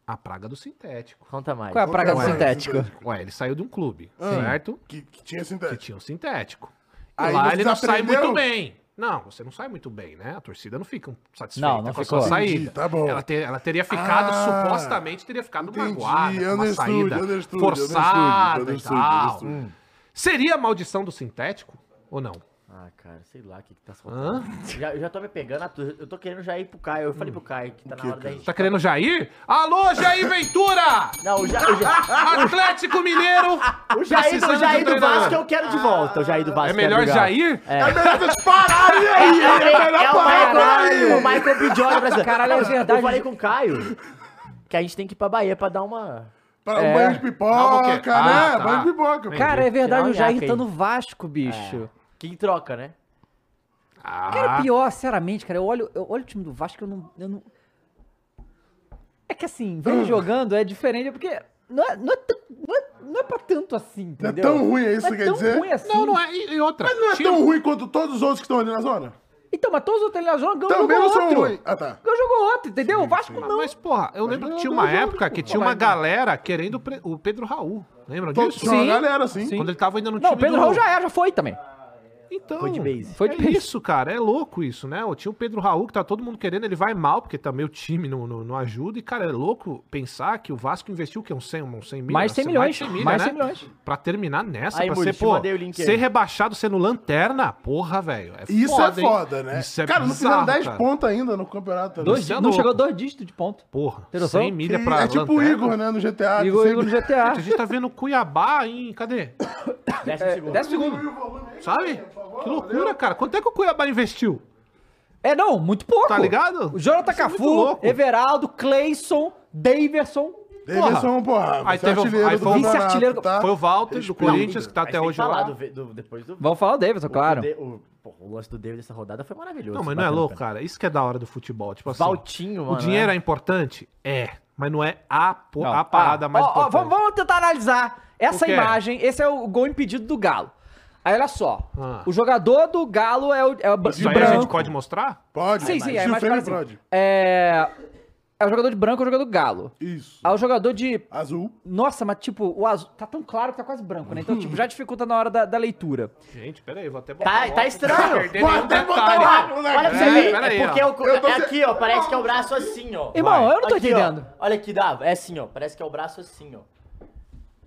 E: A praga do sintético.
H: Conta mais.
F: Qual é a praga do
G: Ué.
F: sintético?
E: Ué, ele saiu de um clube, certo?
G: Ah, Que, que tinha
E: Que
G: sintético.
E: tinha um sintético. E
G: Aí
E: lá
G: você
E: ele não sai
G: aprendeu?
E: muito bem. Não, você não sai muito bem, né? A torcida não fica satisfeita
F: Não, não
E: com a
F: ficou.
E: sua saída.
G: Entendi, tá bom.
E: Ela, te- ela teria ficado,
G: Ah,
E: supostamente, teria ficado
G: entendi.
E: magoada, com uma
G: Understood,
E: saída
G: understood,
E: forçada
G: understood,
E: e tal.
F: Hum.
G: understood, understood.
E: Seria a maldição do sintético ou não?
H: Ah, cara, sei lá o que, que tá faltando. Já, eu já tô me pegando, a tu- eu tô querendo já ir pro Caio. Eu falei
G: Hum.
H: pro Caio que tá na hora
G: é?
H: da gente.
E: Tá querendo Jair? Alô, Jair
F: (laughs)
E: Ventura!
H: Não, o, ja,
E: (laughs)
H: o, ja,
E: Atlético Mineiro!
H: o Jair, do,
E: Precisando
H: o Jair
E: de um
H: do Vasco
F: é
E: treinador.
H: eu quero de volta. O Jair do Vasco
E: É
H: eu quero
E: melhor
H: de volta.
E: Jair?
G: É melhor vocês pararem aí!
H: É,
G: É melhor
H: o
G: parar
H: Michael, o
G: aí!
H: Michael B. Jordan brasileiro.
F: Caralho, é verdade.
H: Eu falei com o Caio que a gente tem que ir pra Bahia pra dar uma... É.
G: Para um banho de
E: Não,
G: pipoca,
E: porque- Ah,
G: né?
E: tá.
G: Banho de pipoca. pô.
F: Cara, é verdade,
H: Tirar
F: o
H: uma
F: Jair
H: nhaca
F: tá
H: aí. É.
F: no Vasco, bicho.
H: Que em troca, né?
F: Cara,
E: Ah,
F: pior, sinceramente, cara, eu olho, eu olho o time do Vasco, eu não, eu não... É que assim, ver
G: Ah.
F: ele jogando é diferente, porque não é, não é, tan- não é, não é pra tanto assim,
G: Não é
F: entendeu?
G: tão ruim é isso,
F: Não
G: que
F: é
G: quer
F: tão
G: dizer?
F: ruim assim.
E: não, não é. E e outra.
G: Mas não é
E: tinha-
G: tão ruim quanto todos os outros que estão ali na zona?
F: Então, mas todos os outros lá jogam, ganham
G: Também
F: jogou
G: não são
F: outro.
G: ruins. Ah, tá.
F: Ganhou jogou outro, entendeu? o Vasco não.
E: Mas, porra, eu lembro que tinha uma época que tinha uma galera querendo o Pre- o Pedro Raul. Lembra
G: Tô,
E: disso?
G: Sim. Uma galera, assim.
E: Quando ele tava ainda no
F: Não,
E: time
F: o Pedro
E: do-
F: Raul já era, já foi também.
E: Então,
H: Foi de base.
F: Foi de
E: é
F: base.
E: isso, cara. É louco isso, né? Eu tinha o Pedro Raul, que tá todo mundo querendo, ele vai mal, porque também o time não, não, não ajuda. E, cara, é louco pensar que é um o Vasco investiu o quê? Uns 100, uns 100 mil?
F: Mais 100 milhões,
E: milha,
F: mais
E: né?
F: 100 milhões.
E: Pra terminar nessa,
H: Aí,
E: pra
H: Muri,
E: ser,
H: te
E: pô,
H: mandei o link aí.
E: ser rebaixado sendo lanterna, porra, velho. é
G: Isso é
E: hein?
G: foda, né?
E: Isso é
G: cara, não
E: bizarro,
G: fizeram 10
E: cara.
G: pontos ainda no campeonato. né?
F: Dois,
E: Isso é
F: dí- não
E: louco.
F: chegou a dois dígitos de ponto.
E: Porra,
F: Tem noção?
E: 100 milha
G: Que
E: pra
G: é tipo o
E: lanterna.
G: Igor, né? No GTA. que
F: Igor,
G: sempre-
F: Igor no GTA.
E: A gente tá vendo Cuiabá em... Cadê?
H: Décimo
G: É,
H: segundo.
F: (coughs) Décimo segundo.
E: Sabe? Que loucura, cara. Quanto é que o Cuiabá investiu?
F: É, não, muito pouco.
E: Tá ligado?
F: O Jonathan
E: Isso é muito
F: Cafu,
E: louco.
F: Everaldo, Cleison, Daverson.
G: Davidson, porra.
E: Aí
G: você é
E: teve o-
G: artilheiro
E: aí
G: do
E: foi o-
G: campeonato,
F: vice-artilheiro- Ah,
G: tá?
E: Foi o Walter do
G: Respeito.
E: Corinthians, que tá
H: Mas
E: até
H: tem que
E: hoje
H: falar
E: lá.
H: do, do- depois do...
F: Vamos falar o Daverson, claro.
H: O, de- o- porra, o lance do David dessa rodada foi maravilhoso.
E: Não, mas não é
H: Batendo
E: louco,
H: pênalti.
E: cara. Isso que é da hora do futebol. Tipo assim,
H: Valtinho, mano.
E: o dinheiro
H: né?
E: é importante? É. Mas não é a, po-
F: Não,
E: a parada
F: ó,
E: mais
F: ó,
E: importante.
F: vamos, vamos tentar analisar essa
E: O quê?
F: imagem. Esse é o gol impedido do Galo. Aí olha só.
E: Ah.
F: O jogador do Galo é o, é o br- de
E: Isso aí a gente
F: branco.
E: pode mostrar?
G: Pode.
F: Sim, sim, é,
G: Gil
F: mas
G: Frame
F: fala assim,
G: Prod.
F: é, é o jogador de branco, é o jogador do Galo.
G: Isso.
F: Aí o jogador de
G: Azul.
F: Nossa, mas tipo, o azul tá tão claro que tá quase branco, né? Então, tipo, já dificulta na hora da, da leitura.
E: Gente, peraí, vou até o
H: Tá- tá
E: óculos,
H: estranho.
E: não perder
G: Vou
E: nenhum
G: até botar
E: detalhe.
G: o óculos.
H: um Olha pra você
E: É,
H: ver,
E: pera aí,
H: é porque
E: ó.
H: é o co- é aqui, ó, parece que é o braço assim, ó.
F: Irmão, eu não tô
H: Aqui,
F: entendendo.
H: ó. Olha aqui, dá, é assim, ó, parece que é o braço assim, ó.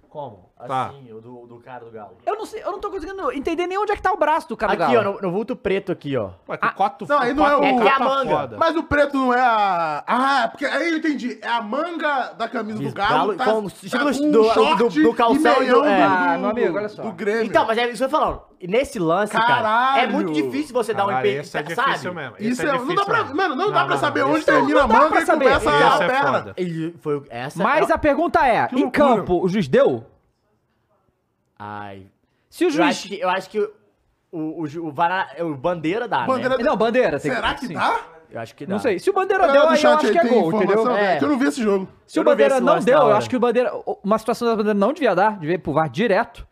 E: Como? Tá.
H: Assim, o do, do cara do galo.
F: Eu não sei, eu não tô conseguindo entender nem onde é que tá o braço do cara do
H: Aqui, ó,
F: Galo. Ah,
H: no, no vulto preto aqui, ó.
E: Ué, que quatro,
G: Não, aí não é
E: quatro-
G: o-
E: quatro
H: É que é a manga.
E: foda.
G: Mas o preto não é a. Ah, porque aí eu entendi. É a manga da camisa do
H: Isso,
G: Galo.
H: Galo
G: Tá,
H: com-
G: tá
H: chega então, no-
E: um
H: do- do- do calção
G: e meião
H: e do- é.
F: Ah, meu amigo, olha só.
G: do Grêmio.
H: Então, mas é isso que eu tô falando. E nesse lance, cara, é
G: Caralho!
H: muito difícil você dar um
E: Caralho,
H: empenho,
E: esse é
H: sabe?
E: difícil mesmo. esse
G: isso é, não
E: difícil
G: dá pra,
E: mesmo.
G: mano, não,
E: Não,
G: dá pra
E: não,
G: saber
E: não,
G: onde
E: esse- é
G: termina a
F: não dá
G: manga
F: pra
G: e
F: saber.
G: começa
E: Esse
G: a
E: é
G: perna.
E: foda.
H: E foi essa...
F: Mas a pergunta é, em
G: loucura.
F: campo, o juiz deu?
H: Ai...
F: Se o
H: Eu acho
F: juiz...
H: que, eu acho que o, o, ju- o, vara- é o Bandeira dá,
G: Bandeira
H: né?
F: Não, bandeira. tem
G: Será que
F: sim.
G: dá?
H: Eu acho que dá.
F: Não sei. Se o bandeira
G: Galera
F: deu,
G: do
F: aí eu
G: chat
F: acho que é
G: tem
F: gol,
G: informação,
F: entendeu?
G: velho,
H: É.
G: que Eu não vi esse jogo.
F: Se o
H: Eu não vi
F: bandeira
H: esse
F: não
H: lance na
F: deu, eu
H: hora.
F: acho que o bandeira... Uma situação da bandeira não devia dar, devia ir pro VAR direto.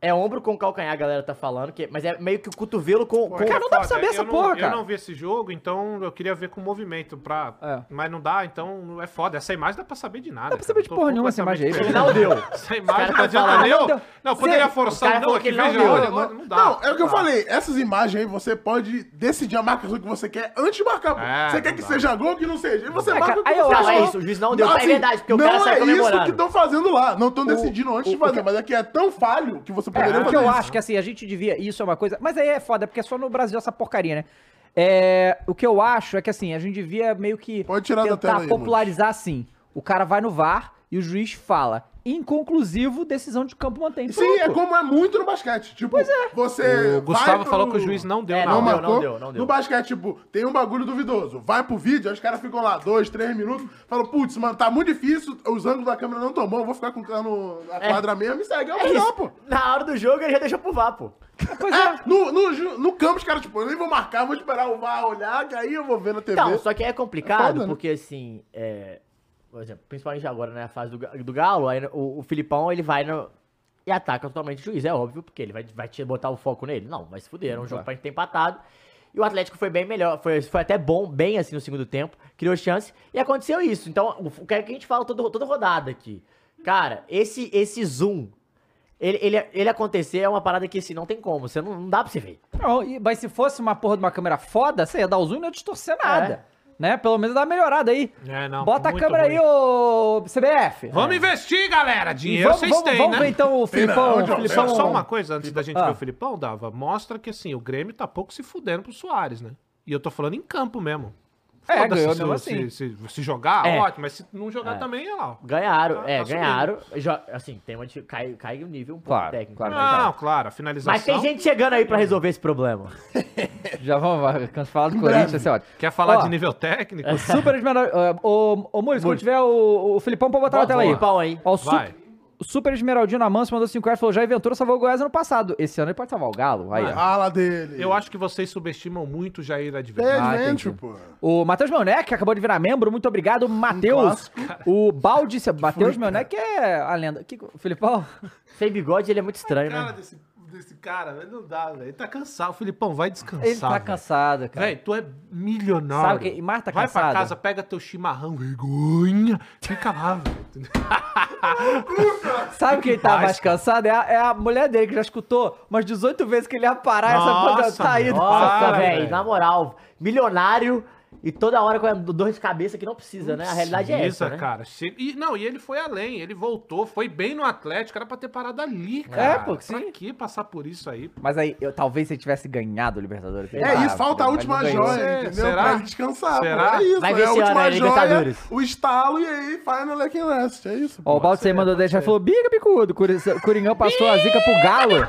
H: É ombro com calcanhar, a galera tá falando, que, mas é meio que o cotovelo com... com...
F: Cara, não dá pra
E: Foda,
F: saber
E: eu
F: essa
E: não-
F: porra, cara.
E: Eu não vi esse jogo, então eu queria ver com movimento pra...
F: É.
E: Mas não dá, então é foda. Essa imagem dá pra saber de nada. Dá
F: pra saber de porra nenhuma essa imagem aí, velho.
H: Não deu.
E: Essa
H: caras
E: imagem não
H: tão
E: adianta
H: falando,
E: nem eu-
F: não deu.
E: Não, eu poderia
F: Sério,
H: os
E: forçar, um
H: caras
E: não,
H: falou
E: aqui,
H: que não
E: veja,
H: deu.
E: olha, não, não dá.
G: Não, é o que eu
E: Tá.
G: falei. Essas imagens aí, você pode decidir a marcação que você quer antes de marcar. pô.
E: É,
G: você quer
E: não
G: que
E: dá.
G: seja gol ou que não seja. E você
F: É,
G: marca
F: cara,
G: o que
F: aí
G: você
F: eu
G: quer.
F: acho-
H: Não, é isso, o juiz não deu. É verdade, porque o cara
G: não
H: sai
G: é isso
H: comemorando.
G: que estão fazendo lá. Não estão decidindo antes de fazer, mas é que é tão falho que você poderia
F: É, o
G: fazer
F: que eu
G: isso.
F: acho que assim, a gente devia. Isso é uma coisa. Mas aí é foda, porque é só no Brasil essa porcaria, né? É, o que eu acho é que assim, a gente devia meio que
G: Pode tirar da
F: tentar
G: tela aí, Mude.
F: popularizar assim. O cara vai no VAR e o juiz fala. Inconclusivo, decisão de campo mantém.
G: Sim, é
F: Pronto.
G: como é muito no basquete. Tipo, pois é. você.
E: O Gustavo
G: vai pro-
E: falou que o juiz não deu
H: É,
E: na
G: Não,
E: hora.
H: deu,
G: marcou.
H: não deu, não deu.
G: No basquete, tipo, tem um bagulho duvidoso. Vai pro vídeo, aí os caras ficam lá dois, três minutos, falam, putz, mano, tá muito difícil, os ângulos da câmera não tomou, vou ficar com o cara no, na quadra mesmo e segue. É o
H: É
G: melhor,
H: isso.
G: pô.
H: Na hora do jogo ele já deixou pro VAR, pô.
F: Pois é.
G: É, no, no, ju- no campo, os caras, tipo, eu nem vou marcar, vou esperar o VAR olhar, que aí eu vou ver na TV.
H: Então, só que é complicado,
G: foda, né?
H: porque assim, é, por exemplo, principalmente agora, né, a fase do, Ga- do Galo, aí o, o Filipão, ele vai no- e ataca totalmente o juiz, é óbvio, porque ele vai, vai te botar o foco nele. Não, vai se fuder, é um jogo pra gente ter empatado. E o Atlético foi bem melhor, foi, foi até bom, bem assim no segundo tempo, criou chance, e aconteceu isso. Então, o, o que é que a gente fala toda, toda rodada aqui? Cara, esse, esse zoom, ele, ele, ele acontecer é uma parada que, assim, não tem como, você não, não dá pra você ver.
F: Não, e- mas se fosse uma porra de uma câmera foda, você ia dar o zoom e não ia distorcer nada. né? Pelo menos dá uma melhorada aí.
E: É, não,
F: Bota a
E: muito
F: câmera aí,
E: ruim.
F: ô CBF.
E: Vamos investir, galera! Dinheiro
F: É. vamos,
E: vocês
F: vamos,
E: têm,
F: vamos ver
E: né?
F: então o Filipão.
G: não, João,
E: Só,
F: Filipão
E: só uma coisa antes da gente
F: Ah.
E: ver o Filipão, Dava. Mostra que assim, o Grêmio tá pouco se fudendo pro Soares, né? E eu tô falando em campo mesmo.
F: É,
E: Foda-se
F: ganhou
E: se,
F: mesmo
E: se-
F: assim.
E: se- se jogar,
H: É.
E: ótimo. Mas se não jogar também, é lá. ó.
H: Ganharam,
E: Tá-
H: é,
E: tá subindo.
H: ganharam. Jo- assim, tem uma, dif- cai, cai o nível um pouco
F: Claro,
H: técnico.
F: claro.
H: né, cara?
E: Não, claro, a finalização.
H: Mas tem gente chegando aí pra resolver esse problema.
F: (laughs) Já vamos vamos falar do Corinthians, isso é ótimo.
E: Quer falar
F: Ó,
E: de nível (laughs) técnico?
F: Super de menor. (laughs) ó, Ô, ô Muris, quando tiver o, o Filipão pra botar na
H: Bota
F: tela
H: o
F: aí.
H: Filipão aí.
F: Ó, o
E: Vai.
F: super, o super Esmeraldino Amanso mandou 5 reais falou: já inventou, salvou o Goiás ano passado. Esse ano ele pode salvar o Galo. Aí,
E: Ah.
F: ó.
G: Fala dele.
E: Eu acho que vocês subestimam muito o Jair Adverso.
F: Ah,
G: Felizmente,
F: entendi.
G: pô.
F: O Matheus Melnec, que acabou de virar membro, muito
E: Um
F: obrigado, Matheus. o Balde, Matheus Melnec é a lenda. Que, Filipão?
H: Sem bigode ele é muito estranho,
E: Cara
H: né?
E: desse, desse cara, velho, não dá, velho. Ele tá cansado. Filipão, vai descansar.
F: Ele tá
E: velho.
F: cansado, cara.
E: Véi, tu é milionário.
F: Sabe o que- e Marta
E: Vai pra
F: cansada.
E: casa, pega teu chimarrão, vergonha, fica lá, velho. entendeu?
F: Sabe quem tá
E: Faz,
F: mais cansado? É a, é a mulher dele que já escutou umas 18 vezes que ele ia parar
E: Nossa,
F: essa
H: tá
F: saída.
E: meu.
H: Nossa,
E: Para,
H: velho,
E: velho.
H: na moral, milionário e toda hora com dor de cabeça que não precisa, né? A realidade é
E: Precisa,
H: essa, né?
E: cara. Chega- E, não, e ele foi além, ele voltou, foi bem no Atlético, era pra ter parado ali, cara.
F: É, pô, sim.
E: Pra que passar por isso aí?
F: Mas aí, eu, talvez se ele tivesse ganhado o Libertadores.
G: É isso, falta a última joia, entendeu?
E: Será?
G: Pra ele descansar.
E: Será?
G: Será? É isso,
H: Vai ver
G: é a
H: esse ano
G: última
H: aí,
G: joia,
H: Libertadores.
G: o estalo e aí final Lucky Last. É isso.
F: Ó, o Baltzer mandou 10 reais e falou: Biga, bicudo. Curi- Coringão passou a zica pro Galo.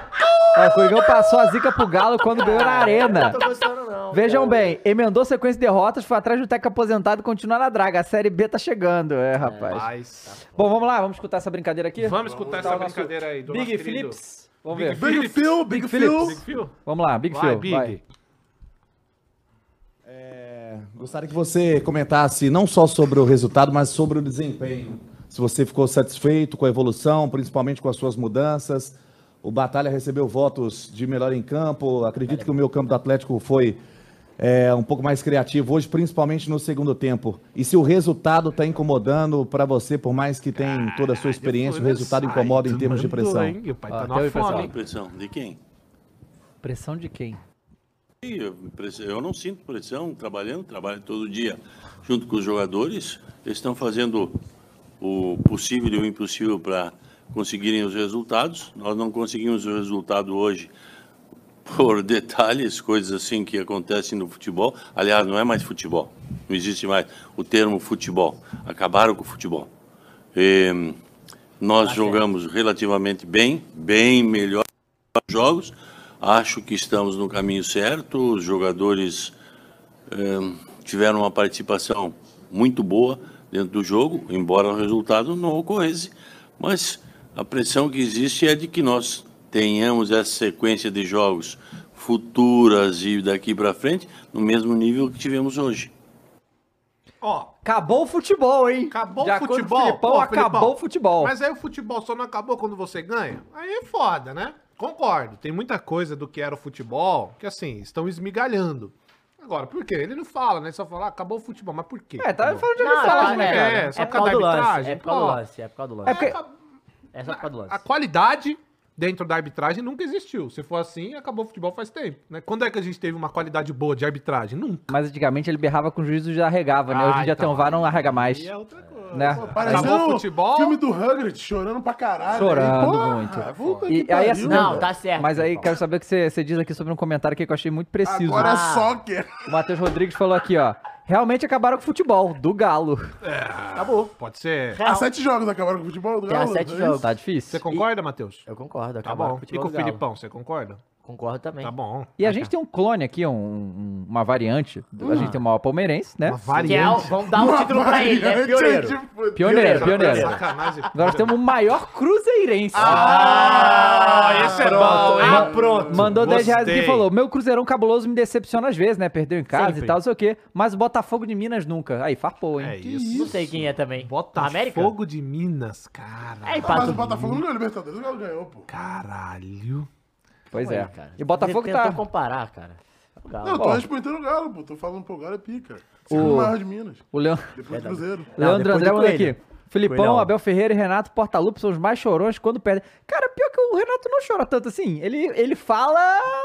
F: Ó, o Coringão passou a zica pro Galo quando ganhou na Arena.
H: Não tô gostando, não.
F: Vejam bem, emendou sequência de derrotas, foi atrás do Teca aposentado e continua na draga. A Série B tá chegando, é, rapaz.
E: Mas...
F: Bom, vamos lá, vamos escutar essa brincadeira aqui?
E: Vamos escutar essa brincadeira aí do
F: Big
E: nosso querido
F: Philips. Vamos
E: Big
F: ver.
E: Phil.
G: Big Phil, Big
F: Big Phil.
G: Phil.
E: Big Phil.
F: Vamos lá, Big
E: Vai,
F: Phil.
E: Big.
F: vai.
I: É, Gostaria que você comentasse não só sobre o resultado, mas sobre o desempenho. Se você ficou satisfeito com a evolução, principalmente com as suas mudanças. O Batalha recebeu votos de melhor em campo. Acredito que o meu campo do Atlético foi é, um pouco mais criativo hoje, principalmente no segundo tempo. E se o resultado está incomodando para você, por mais que tenha toda a sua experiência, o resultado incomoda em termos de pressão?
E: O pai
F: Ó,
E: tá
F: Ah, até
E: na
F: eu, pessoal.
E: fome. hein?
J: Pressão de quem?
F: Pressão de quem?
J: Eu, press- eu não sinto pressão trabalhando, trabalho todo dia junto com os jogadores. Eles estão fazendo o possível e o impossível para conseguirem os resultados. Nós não conseguimos o resultado hoje por (laughs) detalhes, coisas assim que acontecem no futebol. Aliás, não é mais futebol, não existe mais o termo futebol. Acabaram com o futebol. Eh,
F: Tá
J: nós jogamos relativamente bem, bem melhor jogos. Acho que estamos no caminho certo. Os jogadores eh, tiveram uma participação muito boa dentro do jogo, embora o resultado não ocorresse. Mas a pressão que existe é de que nós tenhamos essa sequência de jogos futuras e daqui para frente no mesmo nível que tivemos hoje.
E: Ó,
F: Acabou o futebol, hein?
E: acabou
F: De
E: o
F: acordo com
E: futebol.
F: Filipão,
E: Pô,
F: acabou
E: Filipão,
F: o futebol.
E: Mas aí o futebol só não acabou quando você ganha? Aí é foda, né? Concordo. Tem muita coisa do que era o futebol que, assim, estão esmigalhando. Agora, por quê? Ele não fala, né? Só fala, ah, acabou o futebol. Mas por quê?
F: É, tá
E: Acabou.
F: falando de
H: Não,
F: amizade, né,
H: é,
F: cara?
E: É,
H: é,
E: só
H: é
E: por
H: por
E: causa
H: causa do
E: da
H: lance,
E: arbitragem,
H: é por causa do
E: pô.
H: lance, é por causa do
F: É
H: lance.
F: porque
H: É só por causa do
E: A
H: lance.
E: qualidade dentro da arbitragem nunca existiu. Se for assim, acabou o futebol faz tempo, né? Quando é que a gente teve uma qualidade boa de arbitragem? Nunca.
F: Mas antigamente ele berrava com o juiz e já arregava, né? Hoje em
E: Ah,
F: dia
E: então.
F: tem um VAR, não arrega mais.
E: E é outra coisa.
F: Né?
E: Acabou o
G: Parecendo o
E: futebol?
G: um filme do Hagrid, chorando pra caralho. né?
F: Chorando
G: Porra,
F: muito.
G: puta que
F: E aí,
G: pariu.
F: assim,
H: Não, tá certo,
F: Mas aí
H: Filipão.
F: quero saber o que você, você diz aqui sobre um comentário aqui que eu achei muito preciso.
G: Agora é
H: Ah.
G: soccer.
F: O Matheus Rodrigues falou aqui, ó. Realmente acabaram com o futebol, do Galo.
H: Acabou.
E: Pode ser.
G: Há sete jogos acabaram com o futebol do
H: Tem
G: Galo.
H: as sete
G: é
H: jogos.
F: Tá
E: Você
F: difícil.
E: concorda, Matheus?
H: Eu concordo,
E: Tá
H: acabou.
E: bom. E com o Filipão, você concorda?
H: Concordo também.
E: Tá bom.
F: E a gente tem um clone aqui, um- um- uma variante. A
E: Ah.
F: gente tem o maior palmeirense, né?
E: Uma
H: Que é, o-
E: variante.
H: vamos
F: um
H: dar o título pra ele, né? Pioneiro.
G: Variante, tipo,
F: Pioneiro, pioneiro.
E: Sacanagem.
F: Agora temos o maior cruzeirense.
E: Ah, esse é bom, hein?
H: Ah, pronto.
F: Mandou 10 reais aqui e
E: Gostei.
F: falou: Meu Cruzeirão cabuloso me decepciona às vezes, né? Perdeu em casa
H: Sempre.
F: e tal, não sei o quê. Mas o Botafogo de Minas nunca. Aí, farpou, hein?
E: É
H: Não
E: isso.
H: sei quem é também.
E: Bota
H: América?
E: fogo de Minas, cara.
H: É,
G: Ah, mas
H: empate.
G: o Botafogo não ganhou a Libertadores, o Galo ganhou, pô.
E: Caralho.
F: Pois
H: Pô,
F: é.
H: aí, cara.
F: E o Botafogo
H: Você
F: tá.
H: tentou comparar, cara. É O Galo.
G: Não, eu
F: Bom.
G: tô respeitando o Galo, pô. Tô falando, pô, o Galo é pica. Segundo maior de Minas.
F: O Leon...
G: Depois do Cruzeiro.
F: Leandro
H: É, depois
F: André
H: do
F: mandou
H: Coelho.
F: aqui. Filipão,
H: Coelhão.
F: Abel Ferreira e Renato Portaluppi são os mais chorões quando perdem. Cara, pior que eu o Renato não chora tanto assim. Ele, ele fala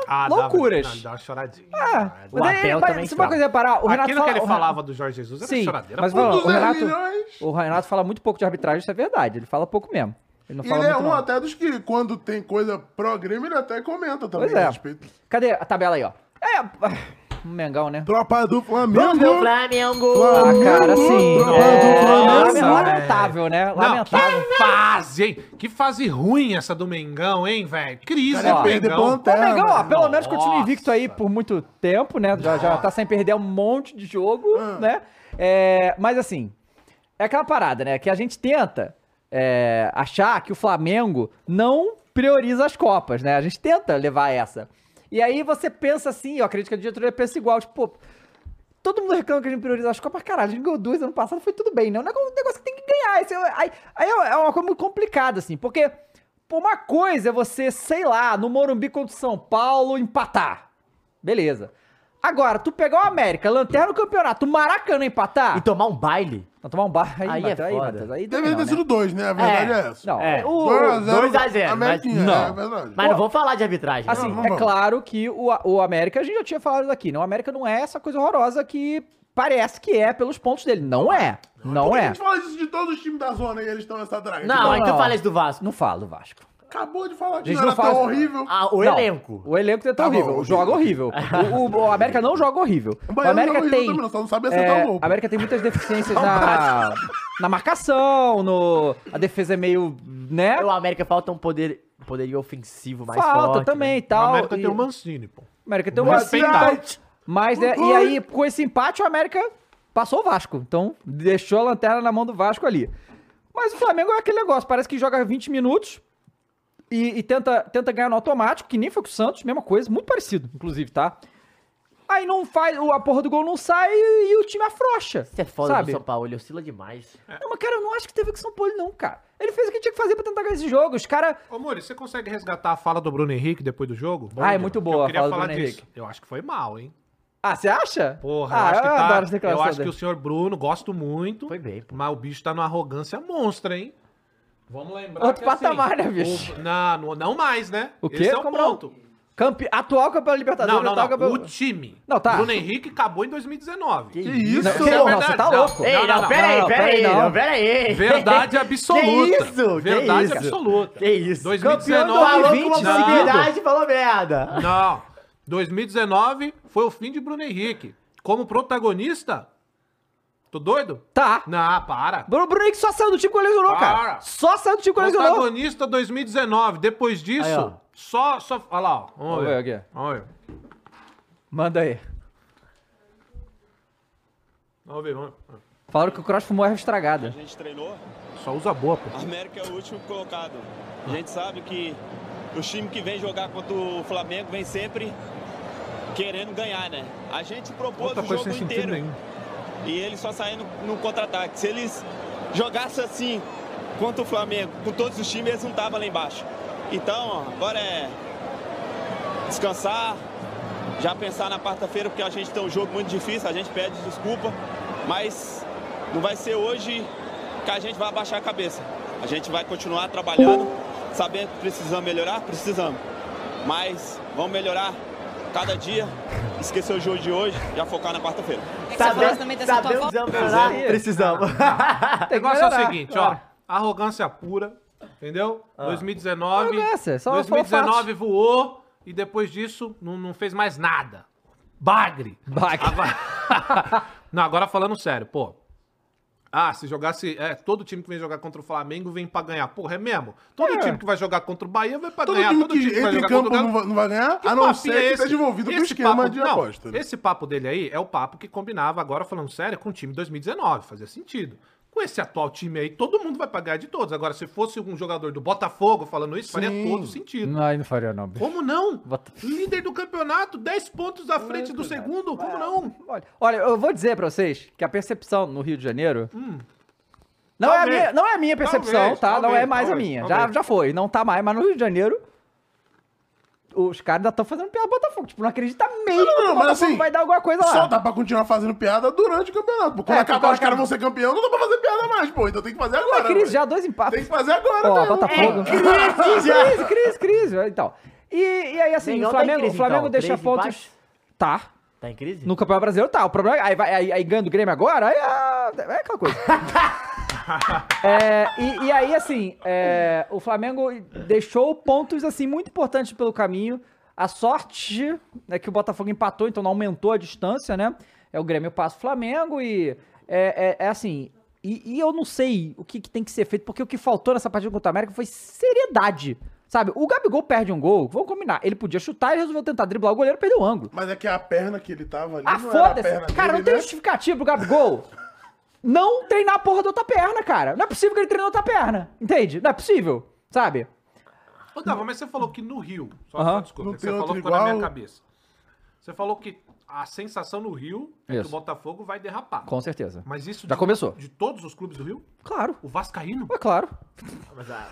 E: Ah, dá- é.
F: loucuras.
E: Dá, dá uma choradinha.
F: Ah,
H: O
F: mas ele-
H: Abel
F: mas
H: também
F: se uma
H: fala.
F: coisa reparar, o Renato
E: Aquilo
F: fala,
E: que ele
F: o Renato-
E: falava do Jorge Jesus era
F: Sim,
E: choradeira.
F: mas
E: pura.
F: vamos lá, o
G: dos
F: Renato,
G: milhões.
F: o Renato fala muito pouco de arbitragem, isso é verdade. Ele fala pouco mesmo. Ele não
G: E
F: fala
G: ele é um
F: muito, não.
G: até dos que, quando tem coisa pró-grêmio, ele até comenta também.
F: Pois é.
G: a respeito.
F: Cadê a tabela aí, ó? É, ah, Mengão, né?
G: Tropa do
H: Vamos ver o
G: Flamengo.
H: Flamengo!
F: Ah, cara,
G: Flamengo,
F: assim.
G: Tropa
F: É,
G: do Flamengo.
E: Nossa,
F: lamentável, né?
E: Não,
F: Lamentável.
E: que fase, hein? Que fase ruim essa do Mengão, hein, velho? Crise
G: Cara,
E: do
F: é
G: ia perder
E: Mengão.
F: Ô, Mengão, ó,
G: Lanterna.
F: pelo menos continua
E: Nossa.
F: invicto aí por muito tempo, né? Já, já tá sem perder um monte de jogo,
G: Ah.
F: né? É, mas assim, é aquela parada, né? Que a gente tenta é, achar que o Flamengo não prioriza as Copas, né? A gente tenta levar essa. E aí você pensa assim, ó, a crítica de diretoria pensa igual, tipo, pô, Todo mundo reclama que a gente prioriza as Copas, caralho, a gente ganhou duas ano passado, foi tudo bem, né? É um negócio um negócio que tem que ganhar. Isso é, aí, aí é uma coisa muito complicada, assim, porque pô, uma coisa é você, sei lá, no Morumbi contra o São Paulo, empatar. Beleza. Agora, tu pegar o América, lanterna do campeonato, o Maracanã empatar,
H: E tomar um baile?
F: não, tomar um bar aí,
H: Aí é
F: Matheus, aí,
H: foda.
F: Matheus, aí também
G: Deve ter
F: não, né?
G: sido dois, né? A verdade é, essa.
F: Não,
H: É.
F: o-
H: 2 a 0,
G: Ameriquinha,
H: mas- não.
G: é verdade.
H: Mas não vamos falar de arbitragem.
F: Assim,
G: não
F: é
G: vamos.
F: claro que o, o América, a gente já tinha falado aqui, né? O América não é essa coisa horrorosa que parece que é pelos pontos dele. Não é. Não
G: Por que A
F: é.
G: gente fala isso de todos os times da zona e eles estão nessa draga. Tipo,
H: não,
F: não,
H: aí tu
F: não.
H: fala isso do Vasco.
F: Não falo, Vasco.
G: Acabou de falar que
F: Gente,
G: não era
F: não fala-
G: tão tá horrível.
H: Ah, o
F: Não,
H: elenco.
F: O elenco tá,
G: Tá bom,
F: horrível. Joga horrível. o, o- o América não joga horrível. O,
G: Bahia não
F: América
G: joga horrível
F: tem.
G: também, não, só não sabe acertar
F: é,
G: o gol. Um
F: a América tem muitas
G: (laughs)
F: deficiências na, na marcação, no, a defesa é meio. né?
H: O América falta um poder, poderio ofensivo mais
F: Falta
H: forte.
F: também
H: né?
F: e
E: O
F: tal.
E: América
F: e-
E: tem o Mancini, pô.
F: América tem uma.
E: Respeitar.
F: Mas, é,
H: Uhum.
F: e aí, com esse empate, o América passou o Vasco. Então, deixou a lanterna na mão do Vasco ali. Mas o Flamengo é aquele negócio, parece que joga 20 minutos e, e tenta, tenta ganhar no automático, que nem foi com o Santos, mesma coisa, muito parecido, inclusive, tá? Aí não faz, o- a porra do gol não sai e, e o time afrouxa.
H: Isso é foda
F: sabe?
H: do São Paulo, ele oscila demais.
E: É.
F: Não, mas cara, eu não acho que teve que São Paulo, não, cara. Ele fez o que tinha que fazer pra tentar ganhar esse jogo. Os caras.
E: Ô, Muri, você consegue resgatar a fala do Bruno Henrique depois do jogo?
F: Ah, é muito boa
E: Eu
F: a
E: queria
F: fala do
E: falar
F: Bruno
E: disso.
F: Henrique.
E: Eu acho que foi mal, hein?
F: Ah, você acha?
E: Porra,
F: ah,
E: eu acho que tá.
F: adoro as
E: eu
F: declarações
E: acho que
F: dele.
E: o senhor Bruno, gosto muito.
H: Foi bem, pô.
E: Mas o bicho tá numa arrogância monstra, hein? Vamos lembrar.
F: Outro
E: que, assim,
F: patamar, né, bicho?
E: o- Não, não, não mais, né?
F: O quê?
E: Esse é o
F: Como não?
E: ponto.
F: Campe... Atual campeão Libertadores,
E: Não, não,
F: atual
E: não.
F: campeão.
E: O time.
F: Não, tá.
E: Bruno Henrique acabou em 2019.
G: Que isso?
F: Não,
E: Isso é
F: porra,
E: verdade.
F: você tá
E: Não,
F: louco.
E: não,
H: Ei, não,
E: não,
H: pera aí,
F: não,
H: pera aí,
F: não.
H: não, pera aí. (laughs)
E: Verdade absoluta.
H: Que isso? Que
E: Verdade
H: isso?
E: absoluta.
H: Que isso?
E: 2019.
H: Falou com
F: 20,
H: uma
F: não.
H: possibilidade, falou merda.
E: Não. 2019 foi o fim de Bruno Henrique. Como protagonista? Tô doido?
F: Tá.
E: Não, para.
F: Bruno Bruno Henrique só saiu do time quando lesionou, cara.
E: Para.
F: Só saiu do time quando lesionou.
E: Protagonista 2019. Depois disso,
F: Aí, ó.
E: só, só. Olha lá, ó. Vamos
F: Vamos
E: ver.
F: ver aqui.
E: Vamos ver.
F: Manda aí.
E: Vamos ver, vamos ver.
F: Falaram que o Cross fumou erva estragada.
K: A gente treinou,
E: Só usa boa, pô.
K: a América é o último colocado. A gente sabe que o time que vem jogar contra o Flamengo vem sempre querendo ganhar, né? A gente propôs
E: Outra
K: o
E: coisa
K: jogo
E: sem sentido
K: inteiro
E: nenhum.
K: e eles só saem no, no contra-ataque. Se eles jogassem assim contra o Flamengo, com todos os times, eles não estavam lá embaixo. Então, ó, agora é descansar, já pensar na quarta-feira, porque a gente tem um jogo muito difícil, a gente pede desculpa, mas não vai ser hoje que a gente vai abaixar a cabeça. A gente vai continuar trabalhando, sabendo que precisamos melhorar, precisamos. Mas vamos melhorar cada dia, esquecer o jogo de hoje, já focar na quarta-feira.
H: Sabemos, sabemos melhorar,
F: Mas é-
H: precisamos.
E: O
F: Tem
E: negócio
F: que
E: é o
F: melhorar.
E: seguinte, ó. Arrogância pura, entendeu?
G: Ah.
E: 2019.
F: Arrogância, é assim, só- só
E: 2019 voou e depois disso não, não fez mais nada. Bagre.
F: Baca. (laughs)
E: Não, agora falando sério, pô. Ah, se jogasse. É, todo time que vem jogar contra o Flamengo vem pra ganhar. Porra, é mesmo? Todo time que vai jogar contra o Bahia vai pra
G: Todo
E: ganhar.
G: time que
E: time
G: entra em campo não
E: Galo-
G: vai, não vai ganhar,
E: Que
G: a não
E: papinho é
G: ser que seja envolvido com o
E: Esse
G: esquema
E: papo-
G: de
E: não,
G: aposta. né?
E: Esse papo dele aí é o papo que combinava, agora falando sério, com o time 2019. Fazia sentido. Com esse atual time aí, todo mundo vai pagar de todos. Agora, se fosse um jogador do Botafogo falando isso, faria todo sentido.
F: Não, não faria não. bicho.
E: Como não?
F: Bota- É
E: Líder do campeonato, 10 pontos à frente do segundo. Como não?
F: Olha, olha, eu vou dizer pra vocês que a percepção no Rio de Janeiro...
G: Hum.
F: não, é a
E: Talvez.
F: minha, não é a minha percepção,
E: Talvez,
F: tá? não
E: talvez,
F: é mais a
E: talvez,
F: minha. Já,
E: talvez.
F: já foi, não tá mais, mas no Rio de Janeiro... os caras ainda estão fazendo piada do Botafogo. Tipo, não acredita mesmo que
G: Não, não,
F: o
G: não, mas
F: Botafogo
G: assim,
F: vai dar alguma coisa lá.
G: Só dá pra continuar fazendo piada durante o campeonato. pô. Quando
F: É,
G: acabar,
F: quando
G: os caras vão ser campeão, não dá pra fazer piada mais, pô. Então tem que fazer
F: Uma
G: agora.
F: crise
G: velho.
F: já, dois empates.
G: Tem que fazer agora,
F: Ó,
G: velho.
F: Botafogo. (laughs)
G: É
F: crise, crise, crise, crise. Então. E, e aí, assim,
H: Mengão
F: o
H: tá em
F: Flamengo,
H: crise,
F: o Flamengo
H: então.
F: deixa
H: Três
F: pontos.
H: empates?
F: Tá.
H: Tá em crise?
F: No Campeonato Brasileiro tá. O problema é. Aí, vai- aí, aí ganha do Grêmio agora, aí ah, é aquela coisa. (laughs) É, e, e aí, assim, é, o Flamengo deixou pontos assim muito importantes pelo caminho. A sorte é que o Botafogo empatou, então não aumentou a distância, né? É o Grêmio passa o Flamengo e é, é- é assim. E, e eu não sei o que, que tem que ser feito, porque o que faltou nessa partida contra o América foi seriedade. Sabe, o Gabigol perde um gol, vamos combinar. Ele podia chutar e resolveu tentar driblar o goleiro, perdeu o ângulo.
G: Mas é que a perna que ele tava ali
F: Ah,
G: não era a
F: foda-se!
G: perna
F: Cara,
G: dele,
F: não tem
G: né?
F: justificativa pro Gabigol não treinar a porra da outra perna, cara. Não é possível que ele treinou outra perna. Entende? Não é possível, sabe?
E: Ô, Dava, mas você falou que no Rio. Só,
F: Aham.
E: só desculpa,
G: Não
E: que você
G: tem
E: falou que
G: outro
E: ficou na minha
G: igual.
E: cabeça. Você falou que a sensação no Rio é que
F: Isso.
E: o Botafogo vai derrapar.
F: Com certeza.
E: Mas isso
F: Já
E: de-
F: começou.
E: de todos os clubes do Rio?
F: Claro.
E: O Vascaíno?
F: É claro.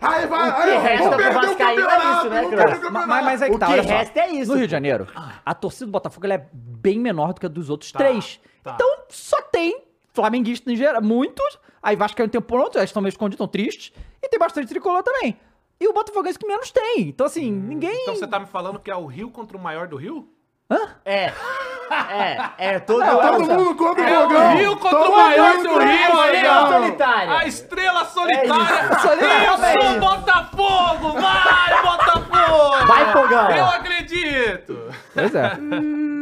G: Aí vai, aí, ó,
H: resta
G: vou
H: pro
G: perder o
H: Vascaíno é
G: campeonato,
H: isso, né, Cross?
G: vou perder o
F: Mas,
G: campeonato.
F: mas aí que
H: O
F: tá,
H: que
F: olha só.
H: resta é isso,
F: No Rio
H: pô.
F: de Janeiro, a torcida do Botafogo ela é bem menor do que a dos outros
E: Tá,
F: três.
E: tá.
F: Então só tem flamenguista em geral, muitos. Aí Vascaíno tem um ponto, eles estão meio escondidos, estão tristes. E tem bastante tricolor também. E o Botafoguense que menos tem. Então assim,
G: Hum,
F: ninguém...
E: Então você tá me falando que é o Rio contra o maior do Rio?
H: É. É, é todo
G: Todo mundo contra o Bogão.
E: Rio contra
G: Todo
E: É o maior
G: mundo
E: do
G: contra o
E: Rio, é
G: Bogão.
E: aí,
G: É
H: Estrela
E: ó.
H: solitária.
E: A estrela solitária!
F: Solitária,
E: Eu
F: é
E: sou
F: isso.
E: Botafogo! Vai, Botafogo!
H: Vai, Fogão.
E: Eu acredito!
F: (laughs) Pois
G: (laughs)
F: é.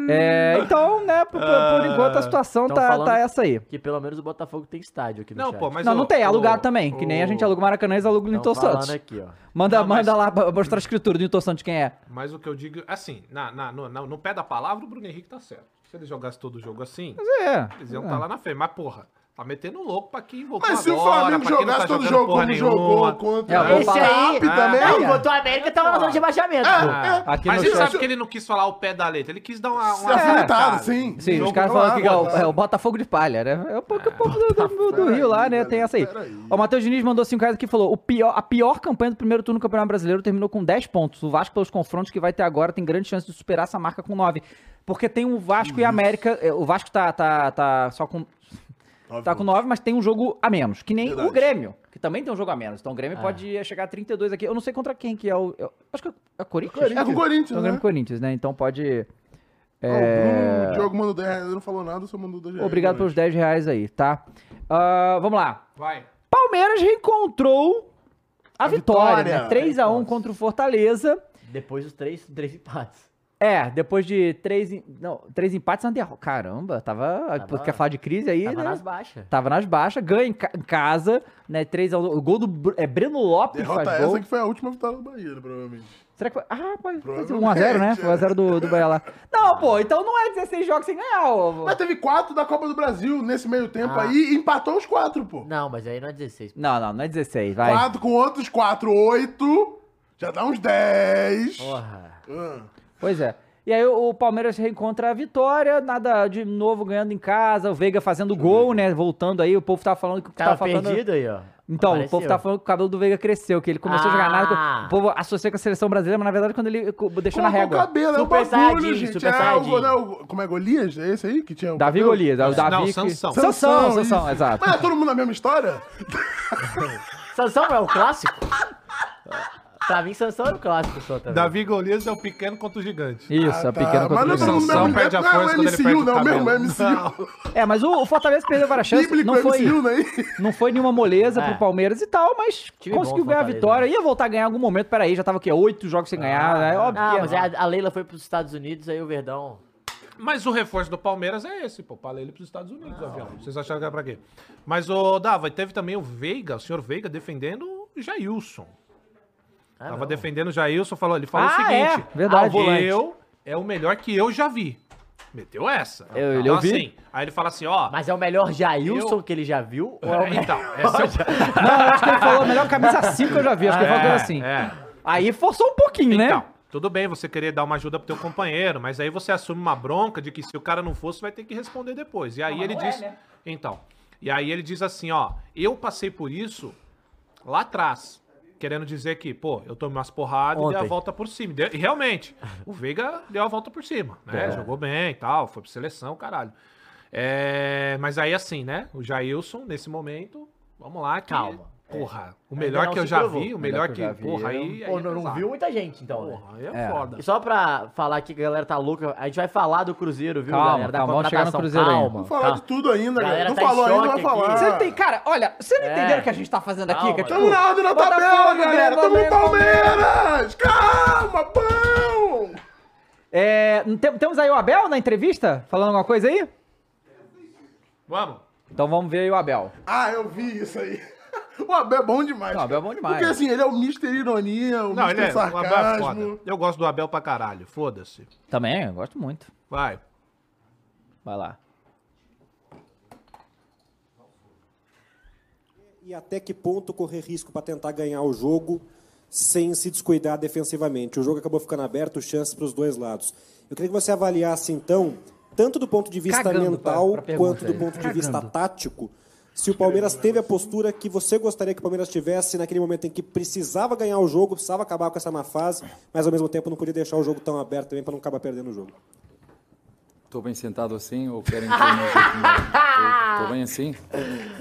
F: É, então, né, por, por-
G: Ah,
F: por enquanto a situação
H: Tão
F: tá,
H: falando-
F: tá essa aí.
H: Que pelo menos o Botafogo tem estádio aqui no
E: Não,
H: chat.
E: pô, mas.
F: não,
E: o- Ah,
F: não tem, é
E: o-
F: alugado também, que nem a gente aluga o Maracanã, eles alugam o
H: Tão
F: Nitor
H: falando
F: Santos.
H: aqui, ó.
F: Manda,
E: Não, mas-
F: manda lá pra- mostrar a escritura do Nitor Santos quem é.
E: Mas o que eu digo, assim, na, na- no, na- no pé da palavra, o Bruno Henrique tá certo. Se ele jogasse todo o jogo assim,
F: É.
E: eles iam estar lá na frente. Mas, porra, tá metendo louco pra quem voltou
G: Mas se o
E: agora,
G: Flamengo
E: pra quem não
G: jogasse
E: tá
G: todo
E: jogando
G: jogo
E: porra
G: como
E: nenhuma.
G: jogou
F: É,
G: contra
F: vou
G: o
H: Esse
G: Zap
H: aí-
G: também,
H: Não,
E: É.
H: botou o América tava na zona de rebaixamento, pô.
E: Ah,
F: Aqui
E: mas
F: no
E: ele
F: chat-
E: sabe que ele não quis falar o pé da letra, ele quis dar uma. uma
G: se
E: alfinetada.
G: afetado, sim.
F: Sim, os
G: Jogo
F: caras
G: lá,
F: falam que é o,
G: bota-
F: é o Botafogo de palha, né? É um pouco, um pouco do, do- do Rio lá, né? Tem essa aí. Ó, O Matheus Diniz mandou 5 reais aqui e falou: o pior, a pior campanha do primeiro turno do Campeonato Brasileiro terminou com 10 pontos. O Vasco, pelos confrontos que vai ter agora, tem grande chance de superar essa marca com 9. Porque tem o Vasco e a América. é, O Vasco tá, tá, tá só com. Tá com 9, mas tem um jogo a menos. Que nem o Grêmio, que também tem um jogo a menos. Então o
G: É.
F: Grêmio pode chegar a 32 aqui. Eu não sei contra quem que é o. eu- acho que é o Corinthians.
G: É com o
F: Então,
G: Corinthians,
F: o
G: né?
F: Grêmio e Corinthians, né? Então pode.
G: Ó, O Bruno, o Diogo mandou 10 reais, ele não falou nada, só mandou 10 reais.
F: É, Obrigado pelos 10 reais aí, tá? Ah, vamos lá.
E: Vai.
F: Palmeiras reencontrou a, vitória,
G: vitória.
F: né? 3x1 contra o Fortaleza.
H: Depois dos três, três empates.
F: É, depois de três, em- não, três empates, uma derrota. Caramba, tava,
H: Tava-
F: Quer falar de crise aí,
H: Tava
F: né?
H: nas baixas.
F: Tava nas baixas, ganha em, ca- em casa, né? 3 a 1 O gol do Br- é, Breno Lopes
G: Derrota
F: faz
G: essa
F: gol.
G: que foi a última vitória do Bahia, né, provavelmente.
F: Será que foi? Ah, pode foi
G: Provavelmente,
F: 1x0, né? Foi 1x0 do, do Bahia lá. Não, pô, então não é 16 jogos sem ganhar, ô.
G: Mas teve quatro da Copa do Brasil nesse meio tempo
H: Ah.
G: aí e empatou os quatro, pô.
H: Não, mas aí não é 16.
F: Não, não, não é 16, vai.
G: Quatro com outros quatro, oito. Já dá uns dez.
H: Porra.
G: Ah.
F: Pois é. E aí o o Palmeiras reencontra a vitória, nada de novo ganhando em casa, o Veiga fazendo gol, né? Voltando aí, o povo tava falando que o que
H: Tava
F: tava faltando.
H: perdido aí, ó.
F: Então, o
H: Apareceu.
F: povo tá falando que o cabelo do Veiga cresceu, que ele começou a jogar
H: Ah.
F: nada. O povo associa com a seleção brasileira, mas na verdade quando ele co- deixou na
G: Colocou o
F: régua.
G: cabelo, é o
H: Super
G: bagulho,
H: Saiyajin,
G: gente.
H: Super
G: é, o,
H: Saiyajin.
G: né, o- como é Golias? É esse aí que tinha o
F: Davi
G: cabelo?
F: Golias, é o Davi.
E: Não,
F: que-
E: Sansão.
F: Sansão, Sansão,
G: isso.
F: exato.
G: Mas é todo mundo na mesma história?
H: Sansão é o clássico? pra mim, Sansão é o clássico só também.
E: Davi Golias é o pequeno contra o gigante.
F: Isso, a pequena
G: Mas não é todo
F: contribuição.
G: mundo na
E: Sansão
G: mesma
E: perde a
G: não, é o
E: força quando ele
G: MCU,
E: perde o
G: não, é o
E: cabelo.
G: mesmo MCU.
F: É, mas o, o Fortaleza perdeu várias chances.
G: Bíblico
F: não foi,
G: MCU, né?
F: Não foi nenhuma moleza
H: É.
F: pro Palmeiras e tal, mas
H: Time bom,
F: conseguiu ganhar a
H: Fortaleza. né?
F: vitória. Ia voltar a ganhar em algum momento, peraí, já tava o quê? Oito jogos sem ganhar,
E: é
F: né? Óbvio que
H: Ah,
F: ia-
H: mas aí a a Leila foi pros Estados Unidos, aí o Verdão.
E: Mas o reforço do Palmeiras é esse, pô. Palei ele pros Estados Unidos, o avião. Vocês acharam que era pra quê? Mas, ô, Dava, e teve também o Veiga, o senhor Veiga, defendendo o Jailson.
H: Ah,
E: Tava
H: não.
E: defendendo o Jailson, falou, ele falou
F: Ah,
E: o seguinte:
F: é, verdade.
E: "Ah, o volante.
F: Eu-
E: eu é o melhor que eu já vi. Meteu essa.
F: Eu- eu vi.
E: assim, aí ele fala assim, ó.
H: Mas é o melhor Jailson que ele já viu?
E: (laughs)
F: (laughs)
H: Ou é o melhor?
E: Então, essa é o...
H: (laughs)
F: Não, acho que ele falou a melhor camisa 5 que eu já vi. Acho que ele falou uma coisa assim.
E: É.
F: Aí forçou um pouquinho,
E: Então,
F: né?
E: tudo bem você querer dar uma ajuda pro teu companheiro, mas aí você assume uma bronca de que se o cara não fosse, vai ter que responder depois. E aí ele diz. Então. E aí ele diz assim, ó, eu passei por isso lá atrás. querendo dizer que, pô, eu tomei umas porradas e dei a
H: Ontem.
E: volta por cima. E deu- E realmente, o Veiga deu a volta por cima, né?
H: É.
E: Jogou bem e tal, foi pra seleção, caralho. É, mas aí assim, né? O Jailson, nesse momento, vamos lá que...
H: Calma. É.
E: Porra, o
H: Ainda
E: melhor
H: não
E: que eu
H: se
E: já
H: provou.
E: vi, o melhor
F: Melhor que
E: que...
F: eu já vi,
E: Porra, aí...
H: um
E: aí
H: Pô,
E: é
H: não, não
E: pesado.
H: viu muita gente, então. né?
E: Porra, aí é,
F: É.
E: foda.
H: E só pra falar aqui que a galera tá louca, a gente vai falar do Cruzeiro, viu,
F: Calma,
H: galera? Da
F: calma, vamos chegar no
H: contratação.
F: Cruzeiro ainda.
H: calma,
G: Vamos falar de
H: calma.
G: tudo ainda,
H: Galera
G: galera. Não
H: tá em
G: falou ainda, vai
H: choque
G: falar.
H: aqui.
F: Você é não tem, cara, olha, você não
H: É.
F: entenderam o que a gente tá fazendo aqui?
H: Calma,
F: Que é tipo,
G: Tamo nada na
F: Botafogo,
G: tabela, galera.
F: Grêmio,
G: Tamo
F: Flamengo,
G: Palmeiras.
F: Ah,
G: Calma, pão.
F: É, não tem- temos aí o Abel na entrevista? Falando alguma coisa aí?
E: Vamos.
F: Então vamos ver aí o Abel.
G: Ah, eu vi isso aí. (laughs) O Abel é bom demais.
F: Não, o Abel é
G: cara.
F: bom demais.
G: Porque assim, ele é o Mr. Ironia, o
E: Não, ele
G: Mr.
E: é, o Abel é
G: Sarcasmo.
E: foda. Eu gosto do Abel pra caralho, foda-se.
F: Também, eu gosto muito.
E: Vai.
F: Vai lá.
L: E até que ponto correr risco para tentar ganhar o jogo sem se descuidar defensivamente? O jogo acabou ficando aberto, chances para os dois lados. Eu queria que você avaliasse, então, tanto do ponto de vista
F: Cagando pra-
L: mental
F: pra pergunta
L: quanto do
F: aí.
L: ponto de vista
F: Cagando. é
L: tático, se o Palmeiras teve
F: né?
L: a postura que você gostaria que o Palmeiras tivesse naquele momento em que precisava ganhar o jogo, precisava acabar com essa má fase, mas ao mesmo tempo não podia deixar o jogo tão aberto também para não acabar perdendo o jogo.
M: Estou bem sentado assim ou querem que eu me
L: (laughs)
M: Estou bem assim?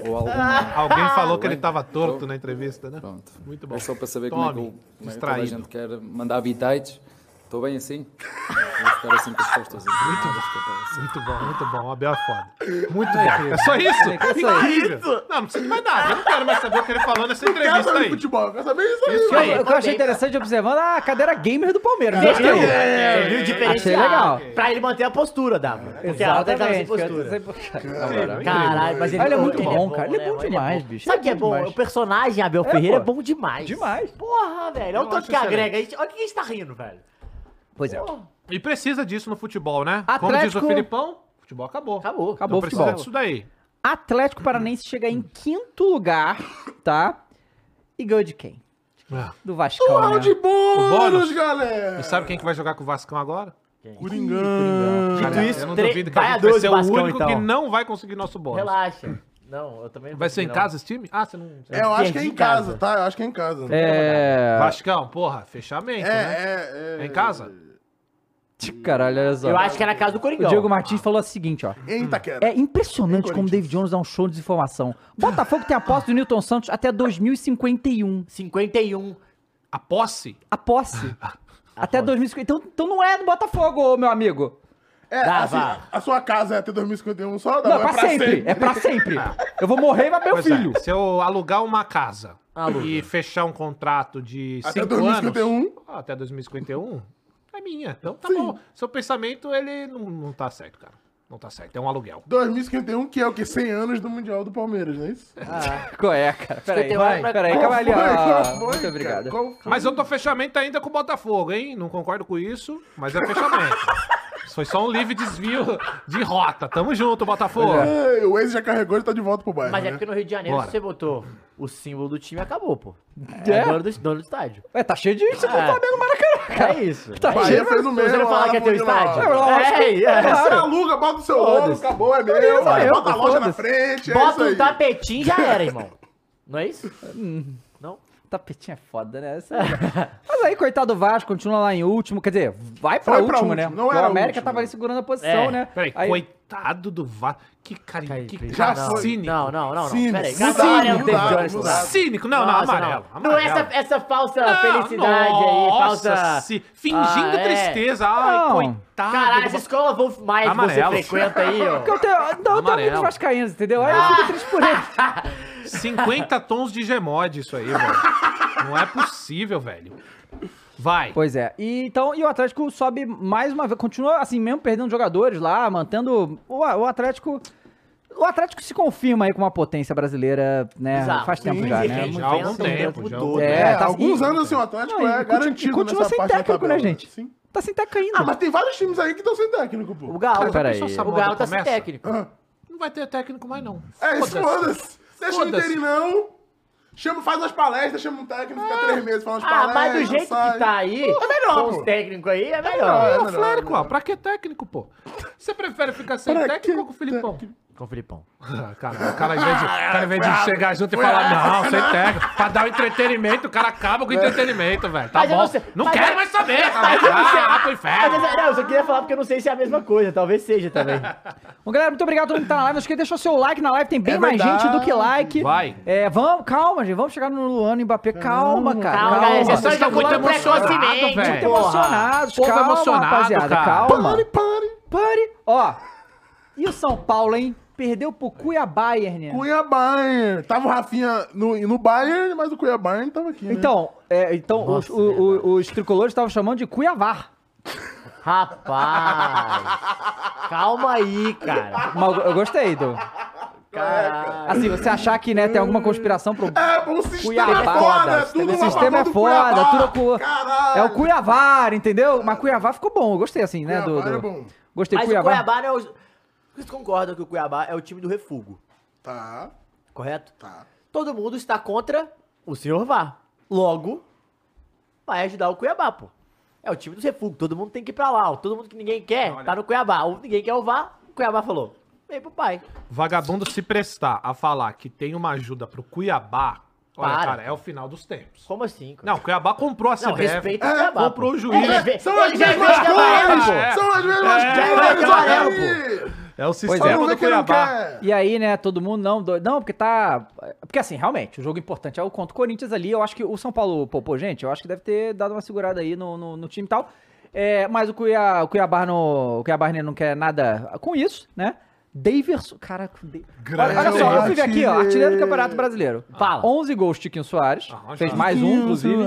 M: Ou alguma...
E: Alguém falou que
M: Tudo
E: ele
M: bem?
E: tava torto
M: Tô-
E: na entrevista, né?
M: Pronto.
E: Muito bom.
M: É só para saber
E: Tome,
M: como é que, o, como é que toda a
E: distraído.
M: gente quer mandar habitats. Estou bem assim? Vou ficar assim com as costas. assim.
E: Muito bom, muito bom. O Abel é foda. Muito bom. É só isso?
G: É
E: Incrível. Não, não precisa de mais nada. Eu não quero mais saber o que ele falou nessa
G: Quero
E: entrevista
G: saber
E: aí.
G: futebol, eu quero saber isso aí.
F: O que
E: Isso
F: eu,
E: aí.
F: o que eu achei interessante observando ah, a cadeira gamer do Palmeiras.
H: Você
F: Gostei.
H: viu? Você viu o
F: Achei
H: diferencial?
F: legal.
H: Pra ele manter a postura, Dava. Porque tá a outra tava sem postura. Caralho, mas ele,
F: Olha, ele é muito
H: ele
F: bom, cara. Ele é
H: né,
F: bom
H: mano?
F: demais, bicho.
H: Sabe o
F: Ele
H: que é bom?
F: demais.
H: O personagem Abel Ferreira é bom demais.
F: Demais.
H: Porra, velho. Olha o tanto
E: acho
H: que
E: excelente.
H: agrega. A gente- Olha o que a gente tá rindo, velho.
F: Pois é.
E: E precisa disso no futebol, né? Como diz o
F: Atlético-
E: Filipão, futebol acabou.
H: Acabou.
E: Então
F: Acabou o
E: precisa
F: futebol.
E: disso daí.
F: Atlético Paranaense chega em quinto lugar, tá? E ganhou de quem?
G: É.
E: Ah.
F: Do Vascão, né?
G: De bônus,
E: bônus?
G: galera.
E: E sabe quem que vai jogar com o Vascão agora?
H: Dito
E: Cara,
H: isso,
E: eu não
H: tre-
E: duvido que
H: vai
E: a
H: a
E: gente vai
H: 12
E: ser o
H: Vascão,
E: único que
H: então.
E: não vai conseguir nosso bônus.
H: Relaxa. Não, eu também não
E: Vai ser em
H: não.
E: casa esse time? Ah, você não...
G: É, eu acho que é
H: Perdi
G: em
H: em
G: casa,
H: casa.
G: tá? Eu acho que é em casa.
F: É...
E: Vascão, porra, fechamento,
G: É,
E: né?
G: é,
E: É em casa?
F: Caralho, olha só.
H: Eu acho que era a casa do
F: O
H: Coringão.
F: Diego Martins falou o seguinte, ó.
H: Hum.
G: Em Itaquera.
F: É impressionante como David Jones dá um show de desinformação. Botafogo tem a posse do Newton Santos até 2051.
H: 51.
E: A posse?
F: A posse. até
H: posse.
F: 2051. Então, então não é do Botafogo, ô, meu amigo.
G: É,
H: Dá,
G: assim,
H: vá.
G: a sua casa é até 2051 só?
F: Não, é
G: é
F: pra sempre. É pra sempre. (laughs) Eu vou morrer e vai meu
E: Pois é,
F: filho.
E: se eu alugar uma casa
F: Ah,
E: e fechar um contrato de
G: Até
E: 5 anos...
G: 2051.
E: Ah, até 2051? É minha. Então tá bom. Seu pensamento, ele não, não tá certo, cara. Não tá certo. É um aluguel.
G: 2051, que é o quê? 100 anos do Mundial do Palmeiras, não é isso?
E: Ah.
F: Qual é, cara? Peraí,
H: 51
F: vai,
H: pra-
F: peraí.
H: Qual
F: Calma ali, ó.
G: Qual foi,
F: Muito
G: cara?
F: obrigado.
G: Qual foi?
E: Mas eu tô fechamento ainda com o Botafogo, hein? Não concordo com isso, mas é
F: (laughs)
E: fechamento. Isso Foi só um livre desvio de rota. Tamo junto, Botafogo.
F: é.
G: Ei, o Waze já carregou e tá de volta pro bairro.
H: Mas é
G: né?
H: porque no Rio de Janeiro,
E: Bora.
H: se você botou o símbolo do time, acabou, pô.
F: É?
H: É, dono, do, dono do estádio.
F: Ué, tá cheio de gente do
H: É.
F: Flamengo Maracanã.
H: É isso.
F: Tá
H: é
G: Bahia
H: isso.
G: fez o
H: Se você
G: mesmo
H: não falar
G: lá,
H: que é teu
G: Mourinho lá.
H: estádio,
F: Eu acho
H: é,
F: que-
H: é,
G: Você aluga, bota o seu ovo, acabou, é meu.
F: Foda-se.
G: Bota a loja na
F: Foda-se.
G: frente, é isso
H: Bota
G: aí.
H: um tapetinho e já era, irmão. Não é isso?
F: Tapetinho é foda, né? Essa- (laughs) Mas aí, coitado do Vasco, continua lá em último. Quer dizer, vai pra,
G: Foi
F: último,
G: pra
F: né?
G: último, não é
F: Porque
G: era
F: o América
G: último.
F: tava ali segurando a posição,
H: É.
F: né?
E: Peraí,
F: Aí-
E: coitado do Vasco. Que carinho,
H: Cai,
E: que
H: clínica.
G: já
E: cara
H: não,
G: foi.
E: cínico.
H: Não, não, não, não.
G: Cínico.
H: Pera aí.
G: Cínico,
H: Cada hora é um
G: mudado,
H: David Jones,
G: mudado.
H: cara.
E: Cínico, não,
H: Nossa,
E: não, amarelo.
H: Não,
E: amarelo.
H: essa, é essa falsa
E: Ah,
H: felicidade aí,
E: nossa,
H: falsa...
E: se- fingindo
H: Ah, é.
E: tristeza. Ai,
F: Não.
E: coitado.
H: Caralho,
E: do
H: essa
E: Ba-
H: escola Wolf mais que você
E: Amarelo.
H: frequenta aí,
F: tá Porque
H: ó.
F: eu tenho, não, eu tenho
E: Amarelo. Ah.
F: amigos vascaínos, entendeu? Aí eu fico triste por eles.
E: 50 tons de gemode isso aí, velho. Não é possível, velho. Vai.
F: Pois é. E, então, e o Atlético sobe mais uma vez. Continua assim, mesmo perdendo jogadores lá, mantendo. O, o Atlético. O Atlético se confirma aí com uma potência brasileira, né?
H: Exato.
F: Faz tempo
H: Sim,
F: já,
H: sim,
F: né?
H: sim,
E: Já
F: Muito
E: há algum
H: Vem
E: tempo,
H: sendo
E: já há
H: o
E: algum
H: todo.
E: tempo.
F: É, tá-
G: alguns
F: e-
G: anos assim, o Atlético
F: Não, e
G: é
F: conti-
G: garantido.
F: e continua
G: nessa
F: sem
G: parte da
F: técnico, né,
G: tabela.
F: gente?
G: Sim.
F: Tá sem técnico ainda.
G: Ah, mas tem vários times aí que estão sem técnico, pô. Ah.
H: O Galo,
E: Cara,
F: peraí.
E: pensou essa
H: o
E: moda
H: Galo tá sem
E: começa?
H: técnico.
E: Não vai ter técnico mais, não.
G: É isso, foda-se. Deixa o
E: Foda-se.
G: inteirinão. Chama, faz umas palestras, chama um técnico, fica três meses falando umas
H: Ah,
G: palestras.
H: mas do jeito
G: sai.
H: que tá aí, é
G: melhor,
H: com
G: pô.
H: os técnicos aí, é
E: Não,
H: melhor.
E: é
G: não,
E: o Flérico,
G: não.
E: ó. Pra que técnico, pô? Você prefere ficar sem
G: Pra
E: técnico
G: que
E: ou com o Filipão?
H: com o Filipão.
E: Cara, (laughs) o cara, ao invés de, o cara, ao invés de chegar junto e falar, não, você pega. Pra dar o entretenimento, o cara acaba com o entretenimento, velho. Tá
H: Mas eu
E: bom.
H: não sei-
E: Não
H: mas
E: quero
H: eu-
E: mais saber.
H: Mas eu não sei.
E: Ah, vai pro inferno.
H: Mas, não, eu só queria falar porque eu não sei se é a mesma coisa. Talvez seja (laughs) também.
F: Bom, galera, muito obrigado a todo mundo que tá na live. Não esqueça de deixar o seu like na live. Tem bem
H: É
F: mais
H: verdade.
F: gente do que like.
H: Vai.
F: É, vamos, calma, gente. Vamos chegar no Luano e Mbappé. Calma, cara. Calma,
H: galera, vocês estão
F: Vocês estão
H: calculando precocemente,
F: Muito
H: porra.
F: emocionados.
H: Povo
F: Calma,
H: emocionado,
F: rapaziada.
H: cara.
F: Calma. Pare, pare. Pare. Ó. E o São Paulo, hein? Perdeu pro Cuiabá, né?
G: Cunha Bayern. né? Tava o Rafinha no, no Bayern, mas o Cunha Bayern tava aqui. né?
F: Então, é, então os, o- o- os tricolores estavam chamando de Cuiavar.
H: Rapaz. Calma aí, cara.
F: Mas eu- eu gostei, do.
H: Caralho.
F: Assim, você
G: (laughs)
F: achar que né, tem alguma conspiração pro. É,
G: o sistema
H: é foda, tudo
F: O
H: na
F: sistema é
H: favor do
F: foda,
H: Cuiabá.
F: tudo cu... É o Cuiavar, entendeu? Mas Cuiabá ficou bom, eu gostei assim, né? Do, do... Gostei
H: Mas
F: Cuiabá.
H: o Cuiabá não é o... Vocês concordam que o Cuiabá é o time do refugo?
G: Tá.
H: Correto?
G: Tá.
H: Todo mundo está contra o senhor Vá. Logo, vai ajudar o Cuiabá, pô. É o time dos refugos. Todo mundo tem que ir pra lá. ó. Todo mundo que ninguém quer tá no Cuiabá. Ou ninguém quer o Vá, o Cuiabá falou. Vem pro pai.
E: Vagabundo se prestar a falar que tem uma ajuda pro Cuiabá. Olha,
H: Para.
E: cara, é o final dos tempos.
H: Como assim?
E: Não, o Cuiabá comprou a CBF.
H: Não, respeita o
E: É,
H: Cuiabá,
E: Comprou
H: pô.
E: o juiz.
H: Ele vê-
G: São as
H: ele já
G: mesmas
H: vê que é amarelo,
G: cores!
H: pô.
G: São as mesmas
H: É,
G: cores!
H: é amarelo,
G: aí!
E: É o
F: Pois
E: sistema do Cuiabá.
F: E aí, né, todo mundo não, do- não, porque tá, porque assim, realmente, o jogo importante é o contra o Corinthians ali, eu acho que o São Paulo poupou, gente, eu acho que deve ter dado uma segurada aí no, no, no time e tal, é, mas o, Cuiabá, o Cuiabá no, o Cuiabá né, não quer nada com isso, né, Daverson, caraca, o Dei-
E: Grande
F: olha, olha só, eu fui ver aqui, ó, artilheiro do
E: artilheiro.
F: Campeonato Brasileiro,
H: Fala.
F: 11 gols Tiquinho Soares, fez mais um, inclusive,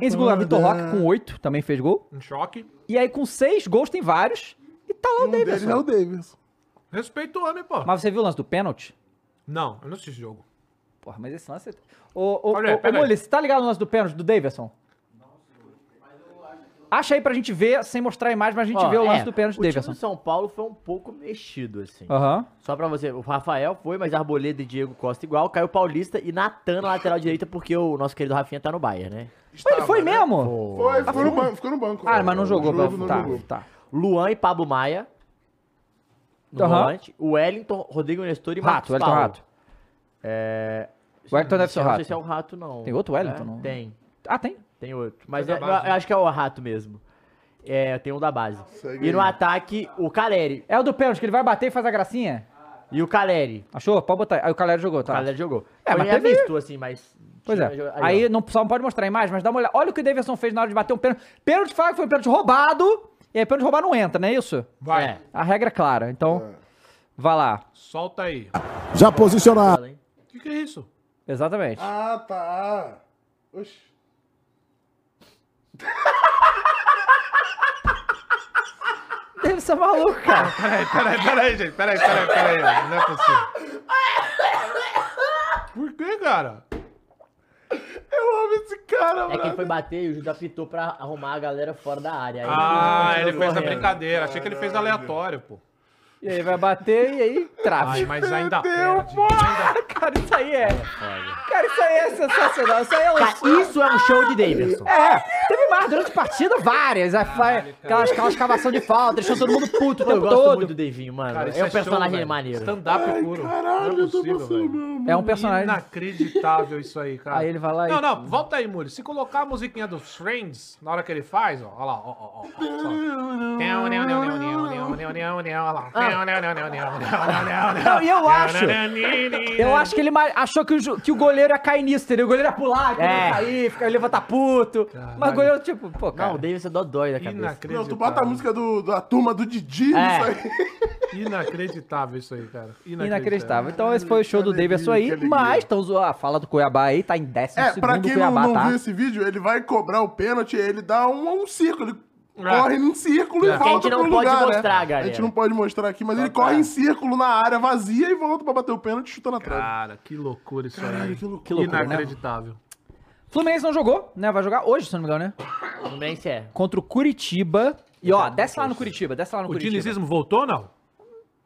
F: em segundo lugar, Vitor Roque com 8, também fez gol,
E: Um choque.
F: e aí com 6 gols tem vários, e tá lá o
G: deles é o
F: Daverson.
G: Davis.
E: Respeita o homem, pô.
F: Mas você viu o lance do pênalti?
E: Não, eu não assisti esse jogo.
F: Porra, mas esse lance. é- Ô, ô,
E: Olha aí,
F: ô, ô
E: pega aí.
F: Molly, você tá ligado no lance do pênalti do Davidson? Acha aí pra gente ver, sem mostrar a imagem, mas a gente
H: Ó,
F: vê o lance
H: é,
F: do pênalti do
H: O time do
F: Davidson.
H: São Paulo foi um pouco mexido, assim.
F: Aham.
H: Só pra você, o Rafael foi, mas Arboleda e Diego Costa igual, Caio Paulista e Natan na lateral direita, porque o nosso querido Rafinha tá no Bayern, né? Tá
F: Ele foi mesmo?
G: Foi, ficou no banco. Ficou no banco.
F: Ah, mas não jogou,
G: jogo
F: Bel-
G: não
F: tá,
G: jogou.
F: tá.
H: Luan e Pablo Maia. No
F: Aham.
H: volante. O Wellington, Rodrigo Nestor e
F: Rato,
H: Marcos
F: Wellington
H: Paulo.
F: Rato.
H: É...
F: O Wellington deve ser o
H: Não sei
F: Rato.
H: se é o Rato, não.
F: Tem outro Wellington,
H: É,
F: não?
H: Tem.
F: Ah, tem?
H: Tem outro. Mas
F: da
H: é- eu,
F: base,
H: eu
E: né?
H: acho que é o Rato mesmo. É, tem um da base.
G: Segue
H: E
G: aí.
H: no ataque, o Caleri.
F: É o do pênalti, que ele vai bater e faz a gracinha?
H: E o Caleri.
F: Achou? Pode botar aí. Aí o Calera jogou, tá?
H: O Caleri jogou.
F: É, mas
H: Foi
F: teve...
H: misto, assim, mas...
F: Pois é.
H: Tinha-
F: Aí
H: ó.
F: não, só não pode mostrar a imagem, mas dá uma olhada. Olha o que o Davidson fez na hora de bater um pênalti. Pênalti fala que foi um pênalti roubado. E aí pênalti roubado não entra, não é isso?
E: Vai.
H: É.
F: A regra é clara. Então, vai lá.
E: Solta aí.
N: Já posicionado.
E: O que, que é isso?
F: Exatamente.
G: Ah, tá. Oxi.
F: Deve ser é maluco, cara.
E: Ah, Peraí, peraí, peraí, gente. Peraí, peraí, peraí. Não é possível. Por que, cara?
G: Eu amo esse cara,
H: É que ele
G: mano.
H: foi bater e o Judas apitou pra arrumar a galera fora da área. Aí
E: Ah, ele
H: saiu
E: fez a
H: correndo.
E: brincadeira. Achei que ele fez aleatório, pô.
F: E aí vai bater e aí
H: (laughs)
F: trava.
E: Ai, mas ainda perde.
F: Cara, isso aí é. Cara, isso aí é sensacional. Isso aí é um
H: Cara, isso é um show de Davidson.
F: É, teve mais durante a partida várias. Aí foi Aquelas, aquelas cavação de falta, deixou todo mundo puto o
H: Eu
F: tempo
H: gosto
F: todo.
H: muito do Davinho, mano.
E: Cara, isso
H: é um
E: é show,
H: personagem
E: velho.
H: maneiro.
E: Stand-up puro. Caralho, não é possível, velho.
F: É um personagem.
E: Inacreditável isso aí, cara.
F: Aí ele vai lá e-
E: Não, não, volta aí, Muri. Se colocar a musiquinha dos Friends na hora que ele faz, ó, olha lá, ó, ó, ó, ó. só. Neo, neo, neo, neo, neo, neo, neo, neo, neo, olha lá. Neo, neo, neo, neo, neo, neo, neo, neo.
F: Não, e eu acho. Eu
E: Eu
F: acho que ele ma- achou que o, ju- que o goleiro ia cair nisso, entendeu? O goleiro ia pular, que
H: É.
F: ia cair, fica, levantar puto. Mas o goleiro, tipo, pô, cara.
H: Não, o Davidson é dodói da cabeça.
G: Não, tu bota a música do, da turma do Didi
H: É.
G: nisso aí. (laughs)
E: Inacreditável isso aí, cara.
F: Inacreditável. Então esse foi o show do Davidson aí, mas então zo- a fala do Cuiabá aí tá em décimo
G: É, pra
F: segundo
G: quem não,
F: Cuiabá,
G: não
F: tá?
G: viu esse vídeo, ele vai cobrar o pênalti, ele dá um, um círculo. Ele
E: É.
G: corre em círculo
H: É.
G: e
H: Que a gente
G: volta
H: não
G: pro
H: pode
G: lugar, né?
H: mostrar,
G: A gente
H: galera.
G: não pode mostrar aqui, mas ele corre em círculo na área vazia e volta pra bater o pênalti chutando atrás.
E: Cara, que loucura isso aí.
G: que loucura.
E: Inacreditável.
F: Fluminense não jogou, né? Vai jogar hoje, se eu não me engano, né?
H: O Fluminense é.
F: Contra o Curitiba. E ó, desce lá no Curitiba, desce lá no
E: O
F: Curitiba.
E: dinizismo voltou, não?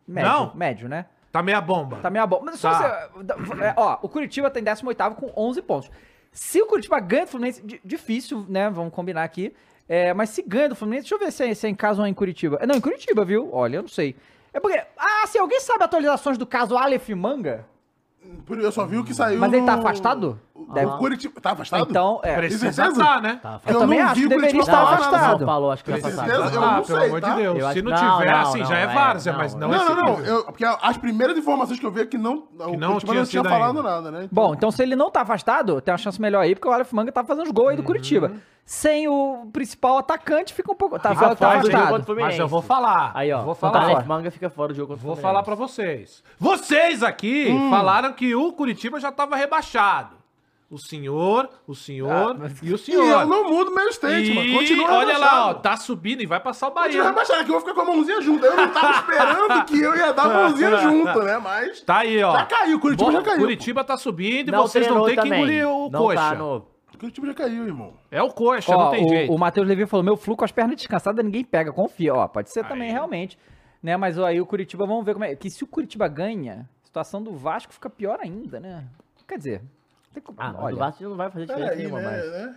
F: médio,
E: não?
F: médio, né?
E: Tá meia bomba.
F: Tá meia bola. Mas só
E: Tá.
F: você. da- é, Ó, o Curitiba tá em 18 com 11 pontos. Se o Curitiba ganha do Fluminense, di- difícil, né? Vamos combinar aqui. É, mas se ganha do Fluminense, deixa eu ver se é, se é em casa ou é em Curitiba. É, Não, em Curitiba, viu? Olha, eu não sei. É porque. Ah, se alguém sabe atualizações do caso Aleph Manga?
G: Eu só vi o que saiu.
F: Mas ele tá
G: no-
F: afastado?
G: O Curitiba. Tá afastado?
F: Então, é.
G: Tem
F: Precisa
G: certeza?
F: tá, né? Tá afastado. Eu também acho que deveria estar
G: falar nada.
F: afastado. São
H: Paulo, acho que tá
G: Tem
H: afastado.
G: certeza? tá Eu
H: Ah,
G: não
H: pelo
G: sei,
H: amor de
G: tá?
H: Deus, Eu se acho- não não, tiver, não, assim, já não, é é, várzea,
E: mas não é
G: Não, não, não.
E: sinistro.
G: eu- porque as primeiras informações que eu vi é que não. o
E: não
G: Curitiba
E: tinha
G: não tinha
E: tido
G: falado
E: ainda.
G: nada, né?
F: Bom, então se ele não tá afastado, tem uma chance melhor aí, porque o Aleph Manga tá fazendo os gols aí do Curitiba. Sem o principal atacante, fica um pouco. Tá,
H: Fica
F: tá
H: fora do jogo
F: afastado.
H: contra o Fluminense.
E: Mas eu vou falar.
H: Aí, ó.
E: Vou
H: O
E: falar.
H: Aleph Manga fica fora do jogo contra o
E: Vou
H: Fluminense.
E: falar pra vocês. Vocês aqui
G: Hum.
E: falaram que o Curitiba já tava rebaixado. O senhor, o senhor e o senhor.
G: Ah, E eu não mudo meu state,
E: E
G: mano. Continua
E: olha lá, ó,
G: rebaixado.
E: tá subindo e vai passar o
G: Continua
E: Bahia.
G: rebaixado, que eu vou ficar com a mãozinha junta. Eu não
E: (laughs)
G: tava esperando que eu ia dar a mãozinha junto, né? Mas.
E: Tá aí, ó.
G: Já caiu, Curitiba já caiu,
E: Curitiba tá subindo e
G: Não
E: vocês não
G: treinou
E: tem que
G: também.
E: engolir o
G: Não
E: coxa.
G: tá no- Curitiba já caiu, irmão.
E: É o coxa,
F: Ó,
E: não tem
F: o,
E: jeito.
F: O Matheus Levi falou: meu flu com as pernas descansadas, ninguém pega, confia. Ó, pode ser também, realmente. Né, mas aí o Curitiba, vamos ver como é. Que se o Curitiba ganha, a situação do Vasco fica pior ainda, né? Quer dizer, tem como.
H: Ah, mas
F: olha,
H: o Vasco não vai fazer diferença
G: Peraí,
H: nenhuma
G: né,
H: mais.
G: né?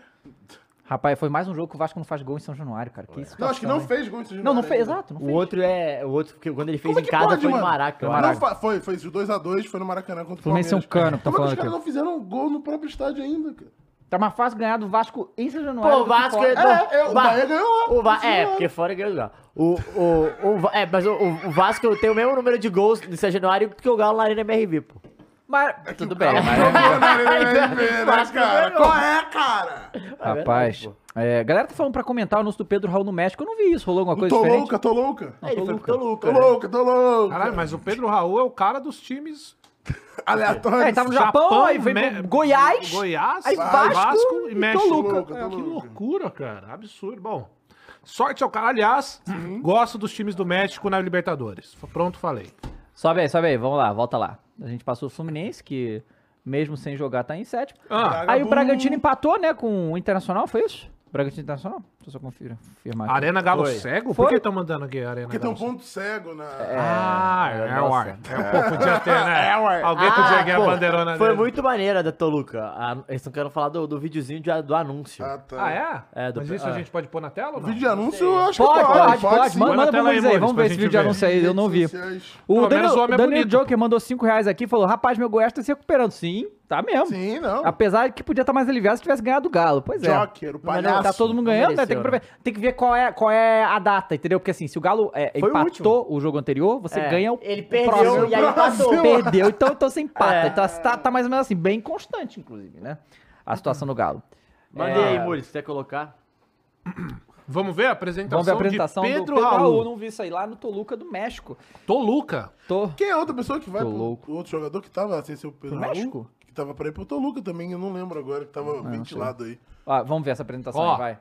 F: Rapaz, foi mais um jogo que o Vasco não faz gol em São Januário, cara. Que situação,
G: Não, acho que não
F: hein?
G: fez gol esse
F: Não, não fez, exato. Não
H: O
F: fez.
H: outro é. O outro, porque quando ele fez
G: Como é
H: em
G: que
H: casa
G: pode,
H: foi
G: mano?
H: em Maraca. eu
G: Não
H: acho.
G: fa- foi, foi, os 2x2, foi no Maracanã contra o
F: Fluminense
G: Palmeiras.
F: é um cano que tá
G: Como é que
F: falando
G: os caras
F: aqui.
G: não fizeram gol no próprio estádio ainda, cara?
F: Tá mais fácil ganhar do Vasco em São Januário.
H: Pô, o
F: do que
H: Vasco
F: fora.
H: é.
G: É, é,
F: (laughs)
G: o
H: Va-
G: Bahia ganhou lá.
H: o Va- É,
G: Ganhou.
H: porque fora ganhou lá. O, o, o, Va- é, mas o, o- o Vasco tem o mesmo número de gols no São Januário que o Galo na Arena MRV, pô.
F: Mas, tudo bem,
H: Galo
F: mas-
H: jogou na
F: (laughs)
H: Arena
G: MRV, né,
H: Vasco
G: cara?
H: ganhou.
G: Qual é, cara?
F: Rapaz, é, galera tá falando pra comentar o anúncio do Pedro Raul no México. Eu não vi isso. Rolou alguma coisa
G: Tô
F: diferente?
G: louca, tô louca.
H: É, ele foi pro Toluca.
G: Tô
H: né?
G: louca, tô louca.
E: Caralho, mas o Pedro Raul é o cara dos
G: (laughs)
E: times
G: Aleatório.
F: É, ele tava no Japão, aí foi
E: Me-
F: pro Goiás.
E: Goiás,
F: aí
E: Vasco,
F: Vasco,
E: e
F: e né?
E: México.
F: Toluca.
E: É, que loucura, cara. Absurdo. Bom, sorte ao cara. Aliás, gosto dos times do México na Libertadores. F- Pronto, falei.
F: Sobe aí, sobe aí. Vamos lá, volta lá. A gente passou o Fluminense, que mesmo sem jogar tá em sétimo.
E: Ah.
F: Aí o Bragantino empatou, né, com o Internacional, foi isso? Bragantino Internacional? Deixa eu só confira- confirmar. aqui.
E: Arena Galo
F: Foi.
E: Cego? Por
F: Foi.
E: que estão mandando aqui Arena
G: Porque tem um
E: Galo Cego?
G: ponto cego na...
E: Ah, é o ar. É, pô, podia ter, né?
G: É, ué.
E: Alguém podia
H: Ah,
E: ganhar
H: pô,
E: a bandeirona
H: Foi
E: dele.
H: muito maneira da Toluca. A- eles estão querendo falar do, do videozinho de- do anúncio.
G: Ah, tá.
E: Ah, é?
H: É, do-
E: Mas isso
H: ah.
E: a gente pode pôr na tela ou não?
G: Vídeo de anúncio, eu acho
F: Pode,
G: que
F: pode, pode. pode.
G: sim.
F: Manda,
E: Põe na
F: manda pro
E: tela aí,
F: Luiz aí,
E: Mores,
F: vamos
E: pra
F: ver esse
E: gente
F: vídeo de
E: ver.
F: anúncio aí, eu não vi.
G: Sociais.
F: O
E: Pelo menos o
F: Danilo,
E: homem é
F: Danilo
E: bonito.
F: Joker mandou 5 reais aqui e falou: Rapaz, meu Goiás tá se recuperando. Sim, tá mesmo.
G: Sim, não.
F: Apesar de que podia estar mais aliviado se tivesse ganhado o Galo. Pois é.
G: Joker, o
F: Mas
G: palhaço.
F: não, tá todo mundo ganhando, né? Tem que,
H: Mereceu,
F: prever- tem que ver qual é, qual é a data, entendeu? Porque assim, se o Galo é,
H: Foi o
F: empatou o, jogo anterior, você
H: É,
F: ganha o.
H: Ele
F: o
H: perdeu
F: próximo.
H: e aí passou.
G: Próximo.
F: Perdeu, então, então você empata.
H: É.
F: Então assim, tá, tá mais ou menos assim, bem constante, inclusive, né? A situação do Galo.
H: Mandei
F: É.
H: aí, Muri, se quer colocar.
E: Vamos ver a apresentação,
F: Vamos ver a apresentação
E: de Pedro,
F: do Pedro Raul.
E: Raul.
F: Não vi isso aí lá no Toluca do México.
E: Toluca.
F: (laughs) Tô.
G: Quem é a outra pessoa que vai
F: Tô
G: pro
F: louco.
G: o outro jogador que tava sem ser o Pedro
F: Pro
G: Raul?
F: México?
G: Que tava pra ir pro Toluca também, eu não lembro agora, que tava ventilado aí.
F: Ó, vamos ver essa apresentação
E: Ó.
F: aí, vai.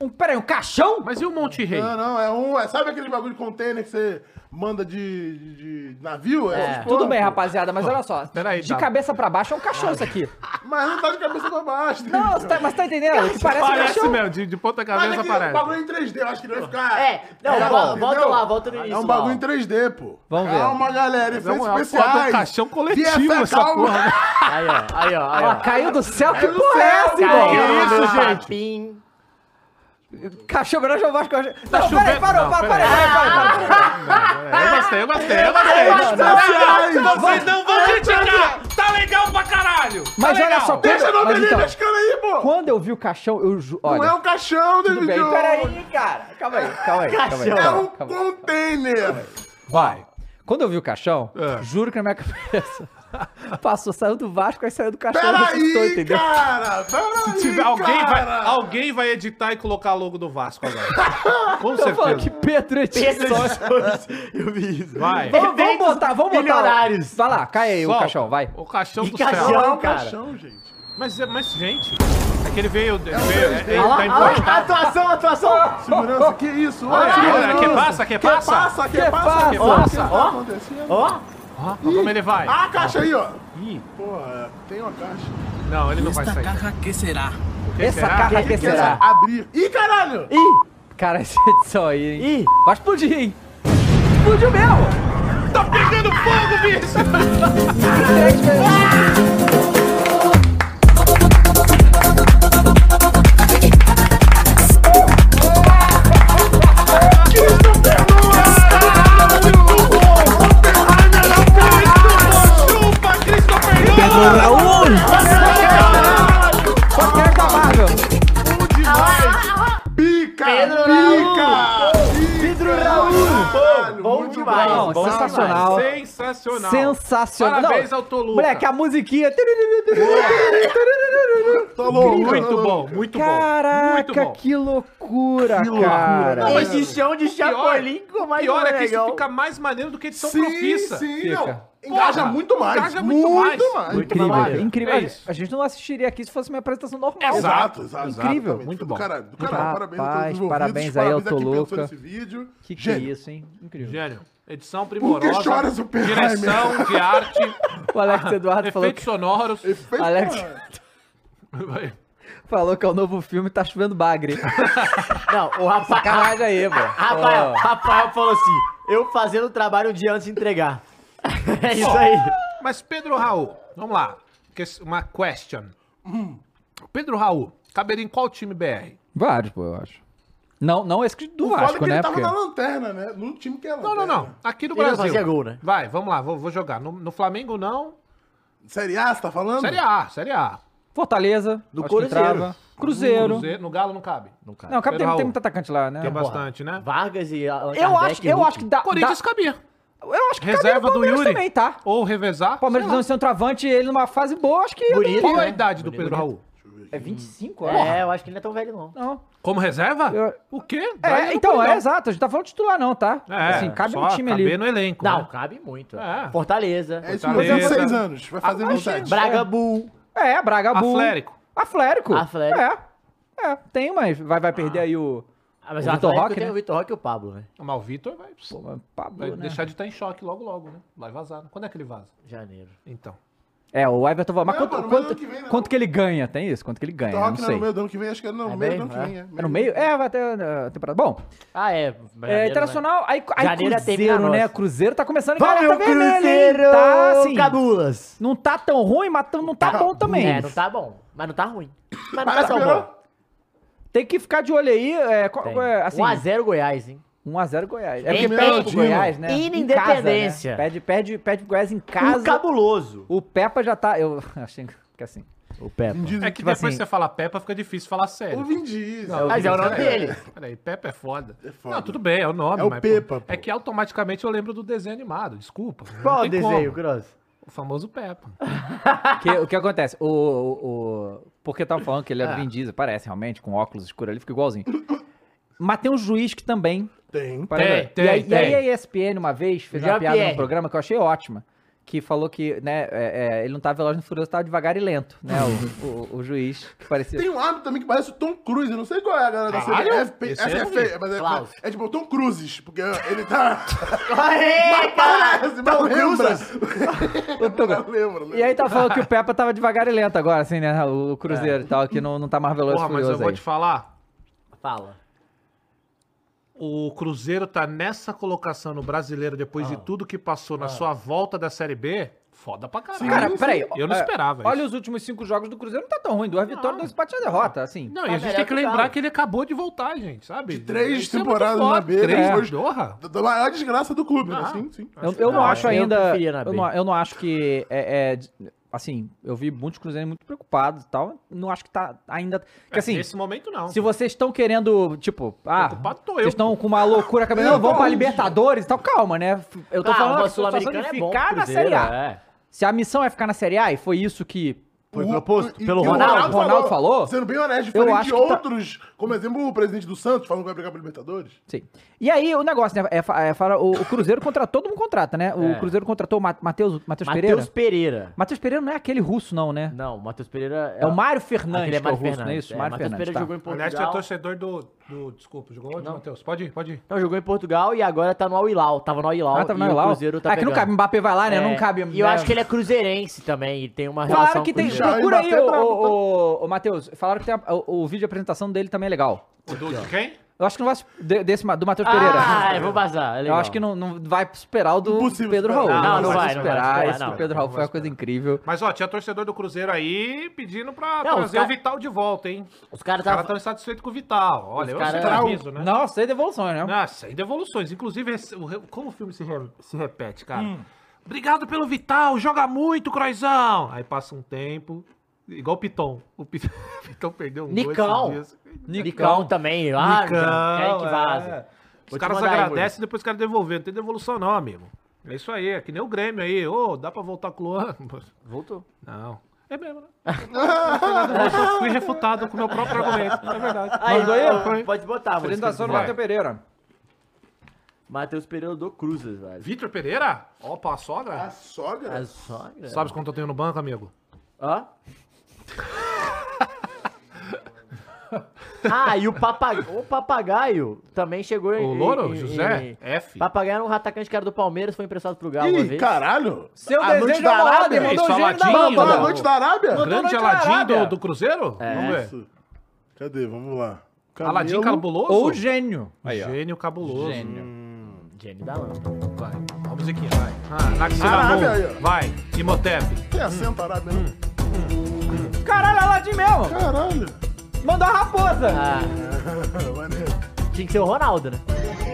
F: Um, peraí, um caixão?
E: Mas e o Monte Rei?
G: Não, não, é um. É, sabe aquele bagulho de container que você manda de, de- de navio? É, essas porra,
F: É, Tudo bem,
G: pô.
F: rapaziada, mas olha só.
E: Peraí,
F: de
E: tá.
F: cabeça pra baixo é um caixão isso aqui.
G: (laughs) Mas não tá de cabeça pra baixo.
F: Não,
G: entendeu?
F: você tá- mas tá entendendo? Que parece, um
E: Parece
F: caixão.
E: mesmo, de, de ponta
G: Mas
E: cabeça
G: aqui, o
E: parece.
G: bagulho é em 3D, eu acho que ele vai ficar.
H: É, não,
G: Calma,
H: volta- volta
G: entendeu?
H: lá, volta no
G: É
H: início
G: um
H: lá,
G: bagulho
H: ó.
G: em 3D, pô.
F: Vamos ver.
G: Calma, galera,
E: Não,
G: efeitos
E: é uma
G: especiais.
E: foto do caixão coletivo
G: VFX,
E: essa
G: calma.
E: porra.
H: Aí, ó, aí, ó. Aí,
F: Ela
H: ó.
F: caiu do céu, que
G: Caiu do
F: porra é
G: céu,
F: essa,
G: cara.
F: irmão?
G: Que isso, gente?
H: Papim.
F: Caixão melhor João Vasco. Não,
E: Tá
F: peraí,
E: chovendo.
F: parou,
E: Não,
F: parou,
E: peraí.
F: parou, parou,
E: É, Eu gostei, eu gostei, eu gostei. Vocês não vão criticar! Tá legal pra caralho!
F: Mas olha só, quando,
G: Tá Deixa a
F: mas
G: novelinha
F: então,
G: mexicana aí, pô.
F: quando eu vi o caixão, eu ju...
G: Não é
F: Olha,
G: um caixão,
F: tudo
G: David
F: bem,
G: Jones.
F: peraí, cara. Calma aí, calma aí, calma aí.
G: É
F: calma
G: um
F: aí, calma aí.
G: container.
F: Vai. Quando eu vi o caixão,
E: É.
F: juro que na minha cabeça (laughs) passou, saiu do Vasco, aí saiu do caixão e ressuscitou,
G: Peraí,
F: entendeu?
G: cara. Peraí,
E: Se tiver- alguém, vai,
G: cara.
E: alguém vai editar e colocar logo do Vasco (laughs) agora. Com
F: Eu falo
E: certeza.
F: que Pedro é
H: é
F: Edson. (laughs)
H: Eu vi isso.
E: Vai.
F: Vamos, vamos botar, vamos botar.
H: Milionários.
F: Vai lá, cai aí o
E: Solta.
F: caixão, vai.
E: O caixão
H: Que
E: do
G: Não
E: céu.
H: caixão?
G: é um
H: cara.
G: caixão, gente.
E: Mas, é- mas, gente, é que ele veio. Ele, veio, ele
G: é
H: Olha lá,
E: tá
H: olha lá,
E: encostado.
H: atuação, atuação.
G: Segurança, que isso? Olha,
E: Olha, olha,
G: segurança.
E: que passa, que passa.
G: que passa,
H: passa.
G: que passa.
H: Ó,
G: O que tá acontecendo?
H: Ó,
E: Ó, Como ele vai?
G: Ah, a caixa aí, ó.
E: Ih,
G: Porra, tem uma caixa.
E: não, ele não vai sair.
F: Essa
E: será?
F: carta aqui é
G: Quer
F: será?
G: abrir. Ih, caralho!
F: Ih! Cara, essa edição aí, hein?
H: Ih.
F: Vai explodir, hein? Explodiu mesmo!
E: Tá pegando fogo, bicho!
F: (laughs)
G: Que isso, Fernando?
H: Pedro Raul! Pedro Raul! Bom demais!
F: Não,
H: bom
F: sensacional.
H: demais.
E: Sensacional.
F: Sensacional.
E: Parabéns
F: Não,
E: ao Toluca.
F: Moleque, a musiquinha.
E: Toluca. Muito
F: Incrível.
E: bom, muito bom. Muito
F: Caraca,
E: bom.
F: que loucura,
E: Que loucura.
F: cara.
E: Não, mas-
G: né?
H: Edição de Chapolin com mais
E: Pior é que
H: legal.
E: isso fica mais maneiro do que edição
G: Sim,
E: profissa.
G: sim,
F: não.
G: Engaja muito mais,
E: Engaja muito,
G: muito
E: mais.
G: mais.
E: Muito
F: Incrível,
E: mais.
F: incrível.
E: É isso.
F: a gente não assistiria aqui se fosse uma apresentação normal.
G: Exato, exato.
F: Incrível.
G: exatamente.
E: muito
G: Do
E: bom.
G: Caralho, do
F: Muito
G: caralho,
F: bom.
G: parabéns a
F: Rapaz,
G: todos os envolvidos,
F: parabéns aí ao
G: a quem pensou
F: Toluca.
G: nesse vídeo.
F: Que que é
G: Gênio.
F: isso, hein? Incrível.
E: Gênio. Edição
G: Por que chora,
E: primorosa.
G: Super
E: Direção
G: Jaime?
E: de arte.
F: (laughs) O Alex Eduardo falou
E: Efeitos
F: que,
E: sonoros.
G: Efeito-
F: Alex-
E: (laughs) Vai.
F: falou que é o novo filme Tá Chovendo Bagre.
H: Não, o rapaz.
F: Sacanagem aí, mano.
H: (laughs) Rafael, Rafael falou assim: eu fazendo o trabalho um dia antes de entregar. É isso aí.
E: Mas Pedro Raul, vamos lá. Que- Uma question. Pedro Raul, caberia em qual time BR?
F: (laughs) Vários, pô, eu acho. Não, não esse que do
G: O foda é
F: Vasco,
G: que ele
F: né?
G: tava
F: Porque...
G: na lanterna, né? No time que é
E: Não,
G: lanterna.
E: não, não. Aqui no
H: Ele não
E: Brasil.
H: fazia gol, né?
E: Vai, vamos lá, vou, vou jogar. No, no Flamengo, não.
G: Série A, você tá falando?
E: Série A, Série A.
F: Fortaleza,
H: Do
F: acho que
H: Cruzeiro.
F: entrava. Cruzeiro.
E: Cruzeiro- No Galo não cabe.
H: Não, cara.
F: Não, cara, tem,
E: Raul.
F: tem muito atacante lá, né?
E: Tem bastante, né?
H: Vargas e Allan
F: Eu
H: Kardec
F: acho,
H: e
F: eu
H: Hulk.
F: acho que é dá.
E: Corinthians
F: dá-
E: cabia.
F: eu acho que cabe no
E: Reserva do
F: Palmeiras
E: Yuri.
F: também, tá?
E: Ou revezar.
F: O Palmeiras
E: sei lá.
F: usando centroavante e ele numa fase boa, acho que. ia
H: Bonito.
F: bem,
E: Qual a
F: né?
E: idade do Pedro Raul?
F: É 25,
H: É, eu acho que ele não é tão velho, não.
F: Não.
E: Como reserva?
F: Eu-
E: O quê? Daí eu
F: É,
E: não
F: então,
E: cuido,
F: é
E: não.
F: exato. A gente tá falando titular, não, tá?
E: É,
F: assim, cabe no
E: só
F: time
E: caber
F: ali.
E: no elenco.
H: Não,
E: né?
H: cabe muito.
E: É.
H: Fortaleza,
G: É isso
E: Fortaleza.
G: mesmo, 16 anos. Vai fazer
E: Ah,
G: 27.
H: Braga Bull.
F: É, Braga Bull.
E: Atlético.
F: Aflérico.
H: Aflérico.
F: É. É, tem, mas vai, vai perder aí o.
H: Ah, mas
F: O
H: o Vitor
F: Vitor Roque,
H: Rock, tem
F: né?
H: o Vitor Roque e o Pablo, né?
E: Mas o Vitor vai,
F: Pô, mas
E: vai
F: Pablo, né?
E: deixar de estar em choque logo, logo, né? Vai vazar. né? Quando é que ele vaza?
H: Janeiro.
E: Então.
F: É, o Everton vai. Mas
G: Não,
F: quanto,
G: mano, mas
F: quanto,
G: ano que vem não.
F: quanto que ele ganha? Tem isso? Quanto que ele ganha? Eu
G: Toque não
F: não
G: é no
F: sei.
G: meio do ano que vem, acho que é no
H: É
G: meio
H: bem,
G: do né? ano que
H: é.
G: vem.
F: É no meio? É, vai ter eh, temporada. Bom,
H: Ah, é.
F: é,
H: Janeiro,
F: internacional. Aí, aí
H: Janeiro é
F: Cruzeiro,
H: terminar
F: né?
H: nossa.
F: Cruzeiro tá começando
H: né?
F: em garota
H: Valeu,
F: vermelha. hein?
H: Cruzeiro!
F: Tá assim.
H: Cabulas.
F: Não tá tão ruim, mas tão- não tá bom também.
H: É, não tá bom. Mas não tá ruim. Mas não tá
G: Parece
H: tão
G: que
H: bom.
F: Tem que ficar de olho aí. É, qual-
H: Tem.
F: é, assim,
H: 1x0 Goiás, hein?
F: 1x0 Goiás. É
H: Em
F: porque
H: Pedro.
F: perde pro Goiás, né?
H: Em
F: Em
H: Independência.
F: casa, né? Perde, perde, perde pro Goiás em casa.
H: O cabuloso.
F: O Peppa já tá. Eu (laughs) achei que assim.
H: O Pepe.
E: É que
F: Tipo
E: depois
F: assim-
E: você fala Peppa, fica difícil falar
G: O
E: sério.
G: Vin Diesel.
H: Mas é o nome dele.
E: Peraí, Peppa é foda.
G: foda.
E: Não, tudo bem, é o nome.
G: É o
E: mas,
G: Peppa, pô.
E: É que automaticamente eu lembro do desenho animado, desculpa. Não
H: Qual o
E: tem como.
H: desenho, Cross?
E: O famoso Peppa.
F: Que- o que acontece? O, o, o- porque tava falando que ele
H: Ah.
F: era do Vin Diesel, parece realmente, com óculos escuros, ele fica igualzinho. Mas tem um juiz que também.
G: Tem.
F: parece-
E: tem,
F: e, aí, e aí
E: tem.
F: a ESPN uma vez fez uma
H: Jean-Pierre.
F: piada no programa que eu achei ótima. Que falou que, né, é, é, ele não tava veloz no furioso, tava devagar e lento, né? O, o- o juiz que parecia.
G: Tem um árbitro também que parece o Tom Cruise. Eu não sei qual é a galera da
E: Caralho,
G: CBF. P-
E: esse aí eu não
G: SFA,
E: vi.
G: mas é,
H: Klaus.
G: é tipo o Tom Cruise, porque ele tá.
H: Aê, cara!
G: parece,
E: um
G: mas lembra.
F: (laughs) Cruise.
G: Não lembra, né?
F: E aí tá falando que o Peppa tava devagar e lento agora, assim, né? O Cruzeiro
H: É.
F: e tal, que não, não tá mais veloz e
E: Porra, mas eu
F: furioso
E: vou
F: aí.
E: te falar.
H: Fala.
E: O Cruzeiro tá nessa colocação no brasileiro depois
H: Ah.
E: de tudo que passou na sua volta da Série B. Foda pra caralho.
F: Cara, peraí.
E: assim, Eu não
F: é,
E: esperava
F: Olha
E: isso.
F: os últimos cinco jogos do Cruzeiro, não tá tão ruim. Duas vitórias, dois empates e uma derrota, assim.
E: Não, e
H: Tá
E: a gente
H: melhor
E: tem que
H: que o
E: lembrar
H: Galo.
E: que ele acabou de voltar, gente, sabe?
G: três
E: Isso é muito
G: temporadas na
E: foda.
G: B,
E: Três,
G: né?
E: é. porra.
G: Da maior desgraça do clube, né?
E: Ah.
G: Sim, sim.
F: Eu, eu não
H: Ah,
F: acho
H: eu
F: ainda.
H: preferia na
F: Eu
H: B.
F: não, eu não acho que. É, é, de- assim, eu vi muitos Cruzeiros muito preocupados e tal. Não acho que tá ainda. Que assim,
E: É, Nesse momento, não.
F: se vocês estão querendo, tipo, ah,
E: Preocupado tô eu.
F: vocês estão com uma loucura
E: (laughs)
F: cabeça, não, vamos pra Libertadores e tal, calma, né? F- Eu tô
H: Ah,
F: falando
H: uma
F: a situação de
H: Sul-Americana é bom pro
F: ficar na
H: Cruzeiro,
F: Série A.
H: é.
F: Se a missão é ficar na Série A e foi isso que.
H: Foi
G: O-
H: proposto
G: e-
H: pelo
G: e o
H: Ronaldo.
F: Ronaldo falou?
G: Sendo bem honesto, diferente
F: acho
G: de
F: que tá-
G: outros, como exemplo o presidente do Santos falando que vai brigar pro Libertadores.
F: Sim. E aí, o negócio, né? É, fa- é, fala- o, o Cruzeiro contratou, todo mundo contrata, né? O
H: É.
F: Cruzeiro contratou o Ma- Matheus Matheus Pereira.
H: Matheus Pereira.
F: Matheus Pereira não é aquele russo, não, né?
H: Não, Matheus Pereira
F: É o Mário
H: Aquele
F: Fernandes,
H: é
F: que é o
H: Mário
F: russo, não é
H: Fernandes.
F: isso?
H: é,
F: Mário
H: Matheus
F: Fernandes.
H: Pereira
F: tá.
H: jogou em
E: Aliás, é
H: Portugal.
E: torcedor do, do- Desculpa, jogou onde, Matheus? Pode ir, pode ir.
H: Não, jogou em Portugal e agora tá no Al Hilal. Tava no Al Hilal
F: Ah, tá
H: e
F: no
H: o
F: Ilau.
H: Cruzeiro tá
F: ah, que não
H: pegando.
F: cabe. Mbappé vai lá, né?
H: É,
F: Não cabe.
H: E eu acho que ele é cruzeirense também, e tem uma relação
F: Falaram
H: com
F: que
H: o
F: tem.
H: Cruzeiro.
F: Procura aí,
G: Mbappé
F: ô,
G: tá-
F: ô, ô, ô, Matheus. Falaram que tem a- o, o vídeo de apresentação dele também é legal.
E: O do de quem?
F: Eu acho que não vai. su- de- desse, ma- do Matheus
H: Ah,
F: Pereira.
H: é, vou bazar. é
F: Eu
H: legal.
F: acho que não, não vai superar o do
G: Impossível
F: Pedro Raul.
G: superar.
E: Não, não vai,
F: superar.
E: não
H: vai superar,
F: Esse
H: não,
F: do Pedro
H: não
F: Raul foi uma coisa incrível.
E: Mas, ó, tinha torcedor do Cruzeiro aí pedindo pra
H: Não, os
E: trazer
H: ca-
E: o Vital de volta, hein? Os
H: Os caras
E: caras
H: tava...
E: estão insatisfeitos com o Vital. Olha, eu
H: cara- é um
E: sempre aviso, né?
F: Nossa, é devolução, né?
E: Nossa, e devoluções. Inclusive, esse- o re- como o filme se, re- se Hum. repete, cara? Obrigado pelo Vital, joga muito, Croizão! Aí passa um tempo, Igual o Piton. O Piton, o (laughs) Piton perdeu um gol
H: Nicão.
E: esses dias.
H: Nicão também. Ah, cara, quer que vaza.
E: é. Os
H: Vou te
E: caras
H: mandar aí,
E: agradecem
H: Murilo.
E: e depois os caras devolvendo. Não tem devolução não, amigo. É isso aí. É que nem o Grêmio aí. Ô, dá pra voltar com o Luan? (laughs)
H: Voltou.
E: Não. É mesmo, né? Não tem nada a ver,
H: (laughs)
E: só Fui refutado com o meu próprio argumento. É verdade.
H: Aí,
E: Mas-
H: doeu? Pode botar, mano.
E: Apresentação do Matheus
F: Pereira.
H: Matheus Pereira do Cruzes, velho.
E: Vitor Pereira? Opa, a sogra? A
G: sogra?
H: A sogra?
E: Sabe quanto eu tenho no banco, amigo?
H: Hã? (laughs) ah, e o papagaio, o papagaio também chegou em.
E: O louro?
H: em- em-
E: José?
H: em-
E: F.
H: Papagaio era um atacante que era do Palmeiras, foi emprestado pro Galo uma vez.
G: caralho!
F: Seu
H: A noite
F: desejo
H: da
F: é uma
H: Arábia,
F: ordem, mandou o
H: isso,
F: gênio da
H: Aladim,
F: lâmpada.
H: mandou. Noite da Arábia?
F: Mandou
E: É. Grande
F: noite da
E: Aladim
F: Arábia.
E: do, do Cruzeiro?
F: É.
E: Vamos ver.
G: Isso. Cadê? Vamos lá.
E: Aladim cabuloso?
F: Ou gênio.
E: Gênio cabuloso.
H: Gênio da lâmpada.
E: Vai. A musiquinha, vai. Ah, Naxinamu.
G: Arábia aí, ó.
E: Vai. Imhotep.
G: Tem acento arábia, né?
F: Caralho, é Aladim mesmo.
G: Caralho.
F: Mandou a raposa.
H: Ah,
G: (laughs) Maneiro.
H: tinha que ser o Ronaldo, né?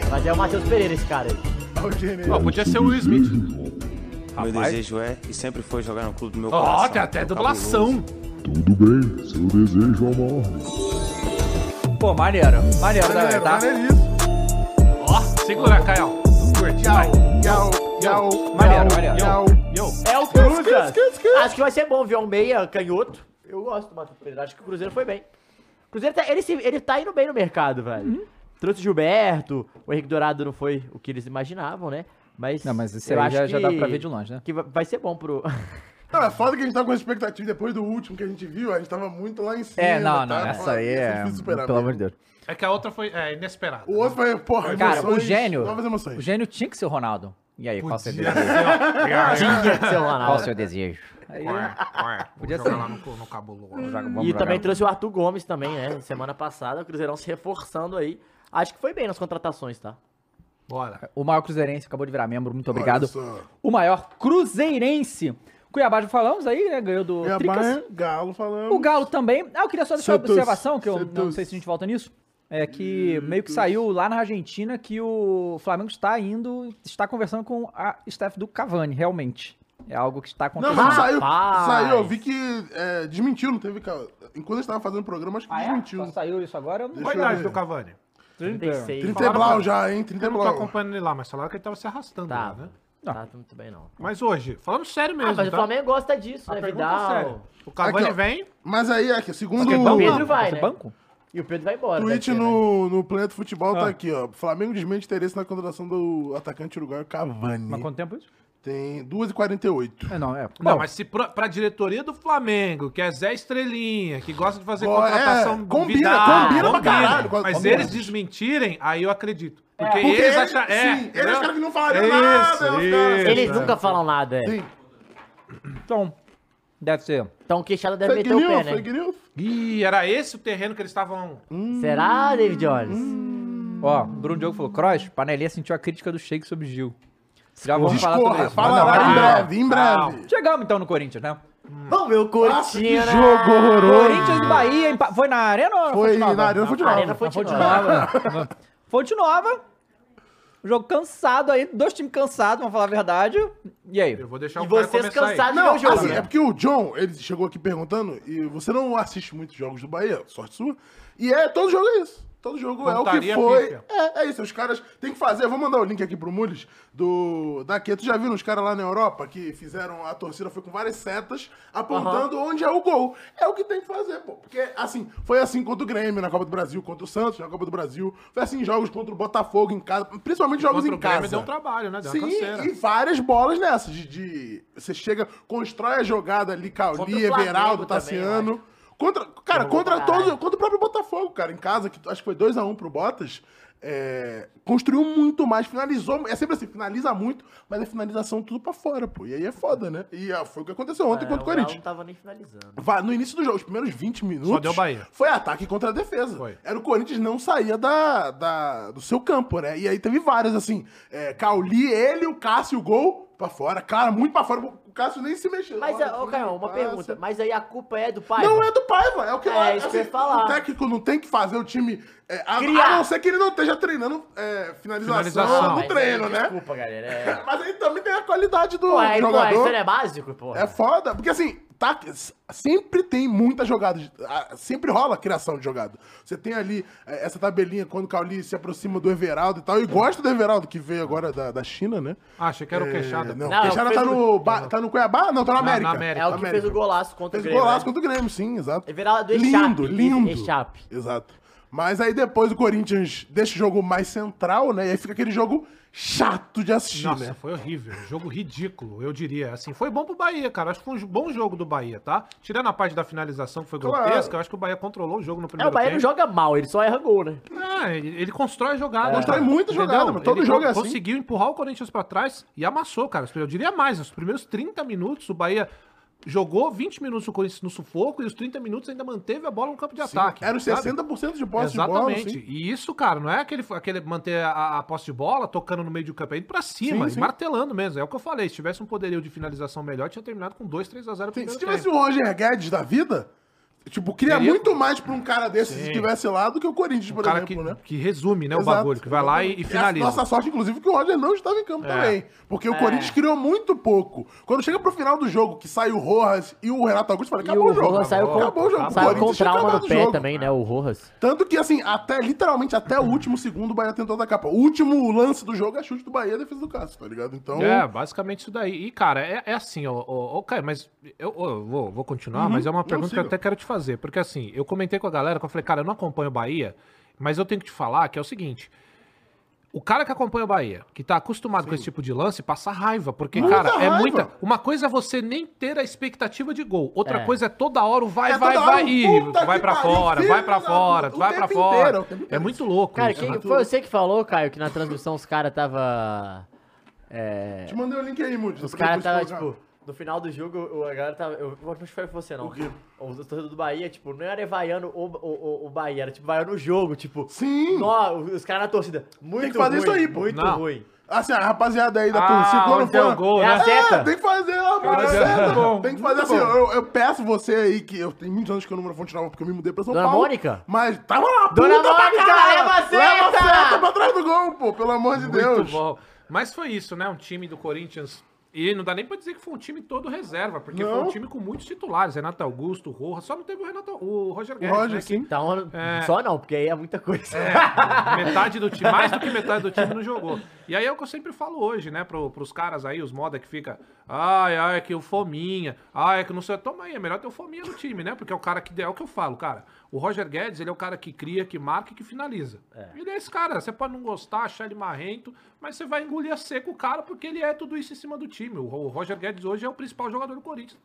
H: Mas é o Matheus Pereira esse cara aí.
G: Olha o gênio aí.
E: Ó, podia ser o Will Smith.
N: Meu desejo é, e sempre foi jogar no clube do meu
E: Ó,
N: coração.
E: tem até
N: Meu
E: dublação.
O: Tudo bem, seu desejo é uma ordem.
F: Pô, maneiro. Maneiro, galera,
G: Maneiro,
F: tá?
G: maneiríssimo.
E: Ó, segura, Caio. Curte, vai.
G: Yau, yau,
F: Maneiro,
G: yau,
F: maneiro.
G: yau.
H: É o Cruzas. Acho que vai ser bom ver um meia canhoto. Eu gosto do Matheus Pereira. Acho que o Cruzeiro foi bem. O Cruzeiro tá, ele, se- ele tá indo bem no mercado, velho.
F: Uhum.
H: Trouxe Gilberto, o Henrique Dourado não foi o que eles imaginavam, né? Mas,
F: Não, mas esse
H: eu
F: aí
H: acho
F: já- já dá
H: que-
F: pra ver de longe, né?
H: Que vai- vai ser bom pro.
G: Não, é foda que a gente tá com expectativa depois do último que a gente viu, a gente tava muito lá em cima.
F: É, não, não.
G: tá?
F: Essa aí
G: Isso
F: é.
G: difícil superar né?
F: Pelo
G: mesmo.
F: amor de Deus.
E: É que a outra foi é, inesperada.
G: O outro foi, porra,
F: Cara, o
G: emoções,
F: gênio.
G: Novas emoções.
F: O gênio tinha que ser o Ronaldo. E aí, qual seu
E: Podia
F: desejo?
H: Tinha que ser o
F: Qual
H: Ronaldo.
F: seu desejo? Aí, (laughs)
H: (laughs)
E: Podia
F: ser.
E: jogar lá no, no cabuloso.
F: joga- vamos
H: E
F: jogar.
H: também trouxe o Arthur Gomes também, né? Semana passada, o Cruzeirão se reforçando aí. Acho que foi bem nas contratações, tá?
E: Bora.
F: O maior cruzeirense acabou de virar membro, muito
G: Olha
F: obrigado.
G: só.
F: O maior cruzeirense. Cuiabá já falamos aí, né? Ganhou do Tricas.
G: Cuiabá, é? Galo falando.
F: O Galo também. Ah, eu queria só deixar uma
G: Santos.
F: observação, que eu não
G: Santos.
F: sei se a gente volta nisso. É que
G: Hum,
F: meio que saiu lá na Argentina que o Flamengo está indo, está conversando com a staff do Cavani, realmente. É algo que está
G: Não,
F: acontecendo.
G: mas não saiu.
H: Rapaz.
G: Saiu, eu vi que é, desmentiu, não teve. ca- Enquanto a gente tava fazendo o programa, acho que
F: Ah, é?
G: desmentiu.
F: Só saiu isso agora? Eu não
E: Qual a
G: Deixa eu
E: idade
G: ver.
E: do Cavani?
H: 36.
G: 30 e
H: Falaram
G: blau
H: pra-
G: já, hein? 30 e
E: Eu não tô
G: blau.
E: acompanhando ele lá, mas falaram que ele tava se arrastando,
H: Tá.
E: lá, né?
H: Tá, tá muito bem, não.
E: Mas hoje, falando sério mesmo,
H: Ah, mas o
E: tá?
H: Flamengo gosta disso,
E: A
H: né?
E: pergunta é
H: Vidal.
E: sério. O Cavani
G: Aqui, ó.
E: vem,
G: Mas aí, aqui, segundo
F: é
H: Porque
G: o
H: o Pedro
G: o
H: vai,
F: Esse
H: né?
F: Hum. banco?
H: E o Pedro vai embora.
G: tweet
H: deve ser, né?
G: no, no Planeta Futebol tá
F: Ah.
G: aqui, ó. Flamengo desmente interesse na contratação do atacante uruguaio
F: Mas
G: Cavani.
F: quanto tempo isso?
G: Tem 2h48.
F: É, não, é.
E: Não,
F: Bom,
E: mas se pra, pra diretoria do Flamengo, que é Zé Estrelinha, que gosta de fazer
G: Ó,
E: contratação
G: é,
E: do
G: combina, combina pra caralho,
E: Mas
G: combina.
E: eles desmentirem, aí eu acredito. Porque,
G: Porque
E: eles
G: eles-
E: acham. É,
G: sim, eles
E: entendeu?
G: acharam que não falaram
E: Isso,
G: nada, é os caras-
E: isso.
H: Eles nunca falam nada, é.
G: Sim.
F: então, deve ser.
H: Então o Queixada deve
G: Fake
H: meter o pé,
G: news,
H: né?
G: fake news. Hum.
E: Ih, era esse o terreno que eles estavam.
H: Será, David Jones?
F: Hum. Ó, Bruno Diogo falou, Cross, panelinha sentiu a crítica do Sheik sobre o Gil. Já vamos falar sobre
G: Discorra,
F: isso.
G: fala
F: Mas não,
G: lá em
F: não.
G: breve, em
E: Não.
G: breve.
F: Chegamos então no Corinthians, né?
H: Vamos ver o Cortina.
G: jogo horroroso.
F: Corinthians e Bahia, empa- foi na Arena ou na né?
G: Foi
F: Fonte Nova? é
G: na Arena Futebol.
H: Arena Fonte
F: Fonte
H: Nova.
F: Nova. (laughs) Fonte Nova. Um Jogo cansado aí, dois times cansados, vamos falar a verdade. E aí?
E: Eu vou deixar
H: E
E: o cara
H: vocês
E: começar aí.
H: cansados de ver
G: Não,
H: o jogo.
G: assim,
H: né?
G: é porque o John, ele chegou aqui perguntando, e você não assiste muitos jogos do Bahia, sorte sua. E é, todo jogo é isso. Todo jogo
E: Pontaria
G: é o que
E: pífia.
G: foi. É, é isso, os caras têm que fazer. Eu vou mandar o link aqui pro Mules do da Q. Tu já viu os caras lá na Europa que fizeram a torcida foi com várias setas apontando onde é o gol. É o que tem que fazer, pô. Porque assim, foi assim contra o Grêmio na Copa do Brasil, contra o Santos na Copa do Brasil, foi assim em jogos contra o Botafogo em casa, principalmente jogos
E: Contra
G: em
E: o Grêmio
G: casa.
E: deu um trabalho, né? Deu uma canseira.
G: Sim, e várias bolas nessas. De, de- você chega, constrói a jogada ali,
H: Contra o
G: Cauli,
H: Flamengo
G: Everaldo,
H: também,
G: Tassiano. contra, cara,
H: Jogou
G: contra,
H: pra
G: todo,
H: caralho.
G: contra o próprio Botafogo, cara, em casa, que acho que foi 2x1 pro Botas. é, construiu muito mais, finalizou. É sempre assim, finaliza muito, mas a finalização tudo pra fora, pô. E aí é foda, né? E ah, foi o que (laughs) aconteceu ontem
H: É,
G: contra o
H: Galo
G: Corinthians.
H: não tava nem finalizando.
G: Vá- No início do jogo, os primeiros 20 minutos.
E: deu Bahia.
G: Foi ataque contra a defesa.
E: Foi.
G: Era o Corinthians não saía da, da- do seu campo, né? E aí teve várias, assim. É, Cauli, ele, o Cássio, o gol pra fora. Cara, muito pra fora. O Cássio nem se mexeu.
H: Mas, é,
G: Olha,
H: ô, Caio, uma
G: passa.
H: pergunta. Mas aí a culpa é do pai?
G: Ah, Não é do Paiva, é o que
H: É,
G: eu acho.
H: isso que eu ia falar.
G: O técnico não tem que fazer o time. é, a,
H: Criar.
G: a não ser que ele não esteja treinando é, finalização,
E: Finalização.
G: no treino, né?
H: Desculpa, galera. É...
G: Mas aí também tem a qualidade do
H: Pô, é aí, pô,
G: jogador.
H: isso não é básico, pô.
G: É foda, porque assim, tá, sempre tem muita jogada. de- ah, Sempre rola a criação de jogada. Você tem ali eh, essa tabelinha quando o Cauli se aproxima do Everaldo e tal. E gosta do Everaldo, que veio agora da, da China, né?
E: É. Ah, achei que era o
G: É,
E: Queixada.
G: Não,
E: Não,
G: Queixada
E: fez
G: tá
E: o-
G: no, ba- tá no Cuiabá? Não, tá no
E: Na- na
G: América.
E: América.
H: É o que
G: América.
H: fez o golaço contra o
G: Fez
H: Grêmio.
G: golaço
H: né?
G: contra o Grêmio, sim, exato.
H: Everaldo é
G: lindo,
H: Echape,
G: lindo.
H: Echape.
G: Exato. Mas aí depois o Corinthians deixa o jogo mais central, né? E aí fica aquele jogo chato de assistir,
E: Nossa,
G: né?
E: foi horrível. Jogo ridículo, eu diria. Assim, foi bom pro Bahia, cara. Acho que foi um bom jogo do Bahia, tá? Tirando a parte da finalização, que foi
H: Claro.
E: grotesca, eu acho que o Bahia controlou o jogo no
H: É,
E: primeiro
H: o Bahia não
E: tempo.
H: joga mal, ele só erra gol, né?
E: Ah, ele, ele constrói jogada.
H: É. Constrói
G: muita
E: entendeu?
G: jogada, mano. Todo
E: Ele
G: jogo
E: con-
G: é assim.
E: Conseguiu empurrar o Corinthians pra trás e amassou, cara. Eu diria mais, nos primeiros 30 minutos o Bahia jogou 20 minutos o Corinthians no sufoco e os 30 minutos ainda manteve a bola no campo de
G: Sim,
E: ataque.
G: Era os
E: sabe?
G: 60% de posse
E: Exatamente.
G: de bola. sim.
E: E isso, cara, não é aquele, aquele manter a, a posse de bola tocando no meio de campo, é indo pra cima,
G: Sim,
E: e
G: sim.
E: martelando mesmo. É o que eu falei. Se tivesse um poderio de finalização melhor, tinha terminado com 2, 3 a 0
G: Sim, Se tivesse o Roger Guedes da vida, tipo, queria
E: Teria-
G: muito mais pra um cara desse se
E: Sim. Um
G: estivesse lá do que o Corinthians, por
E: cara
G: exemplo, né?
E: que resume, né, o
G: Exato.
E: bagulho, que vai lá e, e finaliza.
G: a nossa sorte, inclusive, que o Roger não estava em campo
E: É.
G: também. Porque o
E: É.
G: Corinthians criou muito pouco. Quando chega pro final do jogo, que sai o Rojas e o Renato Augusto, fala,
H: E
G: acabou o,
H: o
G: jogo.
H: Rojas saiu com,
G: acabou o jogo.
H: saiu com
G: Corinthians tinha
H: trauma
G: acabado
H: no
G: o
H: pé
G: jogo.
H: também, né? O Rojas.
G: Tanto que, assim, até, literalmente, até o último segundo, o Bahia tentou dar capa. O último lance do jogo é chute do Bahia, defesa do Cássio, tá ligado? Então...
E: É, basicamente isso daí. E, cara, é, é assim, ó, ó, ó, Caio, mas eu ó, eu vou, vou continuar,
G: Uhum.
E: mas é uma
G: Não,
E: pergunta que eu
G: siga.
E: até quero te fazer. Porque, assim, eu comentei com a galera que eu falei, cara, eu não acompanho o Bahia, mas eu tenho que te falar que é o seguinte. O cara que acompanha o Bahia, que tá acostumado com esse tipo de lance, passa raiva. Porque,
G: Muita
E: cara, é
G: raiva.
E: muita. Uma coisa é você nem ter a expectativa de gol. Outra
G: É.
E: coisa é toda hora o vai,
G: É
E: vai,
G: toda hora
E: vai.
G: o
E: e
G: puta
E: vai
G: que
E: pra
G: pariu,
E: fora, vai pra
G: filho da
E: fora,
G: puta, o
E: vai pra
G: tempo inteiro,
E: fora.
G: o tempo
E: É muito louco.
H: Cara,
E: isso, né?
H: quem, foi você que falou, Caio, que na transmissão os caras tava. É,
G: Te mandei o link aí, Mude.
H: os caras tava, tipo, no final do jogo, o- a galera tava. Eu eu acho que foi você, não.
G: O quê?
H: Os torcedores do Bahia, tipo, não era vaiano o, o, o, o Bahia, era tipo vaiano o jogo, tipo.
G: Sim!
H: Nó, os caras na torcida. Muito
G: Tem que fazer
H: ruim,
G: isso aí, pô.
H: Muito
G: Não.
H: ruim.
G: Assim, a rapaziada aí da
H: Ah,
G: torcida, quando
H: onde é o
G: for...
H: gol, né?
G: É, tem que fazer, ó, mano.
H: Cara,
G: é
H: muito
G: seta.
H: bom,
G: Tem que
H: muito
G: fazer assim,
H: bom.
G: eu, eu peço você aí, que eu tenho muitos anos que eu não moro em Fonte Nova, porque eu me mudei pra São
H: Dona
G: Paulo.
H: Mônica?
G: Mas tava lá,
H: Dona
G: puta pra
H: Mônica,
G: caralho.
H: leva a
G: Leva
H: seta!
G: a seta pra trás do gol, pô, pelo amor de Deus.
E: Muito bom. Mas foi isso, né? Um time do Corinthians. E não dá nem pra dizer que foi um time todo reserva, porque foi
G: Não.
E: um time com muitos titulares. Renato Augusto, Rojas. Só não teve o, Renato, o Roger Guedes.
H: Roger,
E: né? Que
H: Então,
E: É.
H: só não, porque aí é muita coisa.
E: metade do time, mais do que metade do time não jogou. E aí é o que eu sempre falo hoje, né? Pro, pros caras aí, os moda que fica. Ai, ai, é que o Fominha. Ai, que não sei. Toma aí, é melhor ter o Fominha no time, né? Porque é o cara que. É o que eu falo, cara. O Roger Guedes, ele é o cara que cria, que marca e que finaliza. Ele é esse cara. Você pode não gostar, achar ele marrento, mas você vai engolir a seco o cara porque ele é tudo isso em cima do time. O, o Roger Guedes hoje é o principal jogador do Corinthians.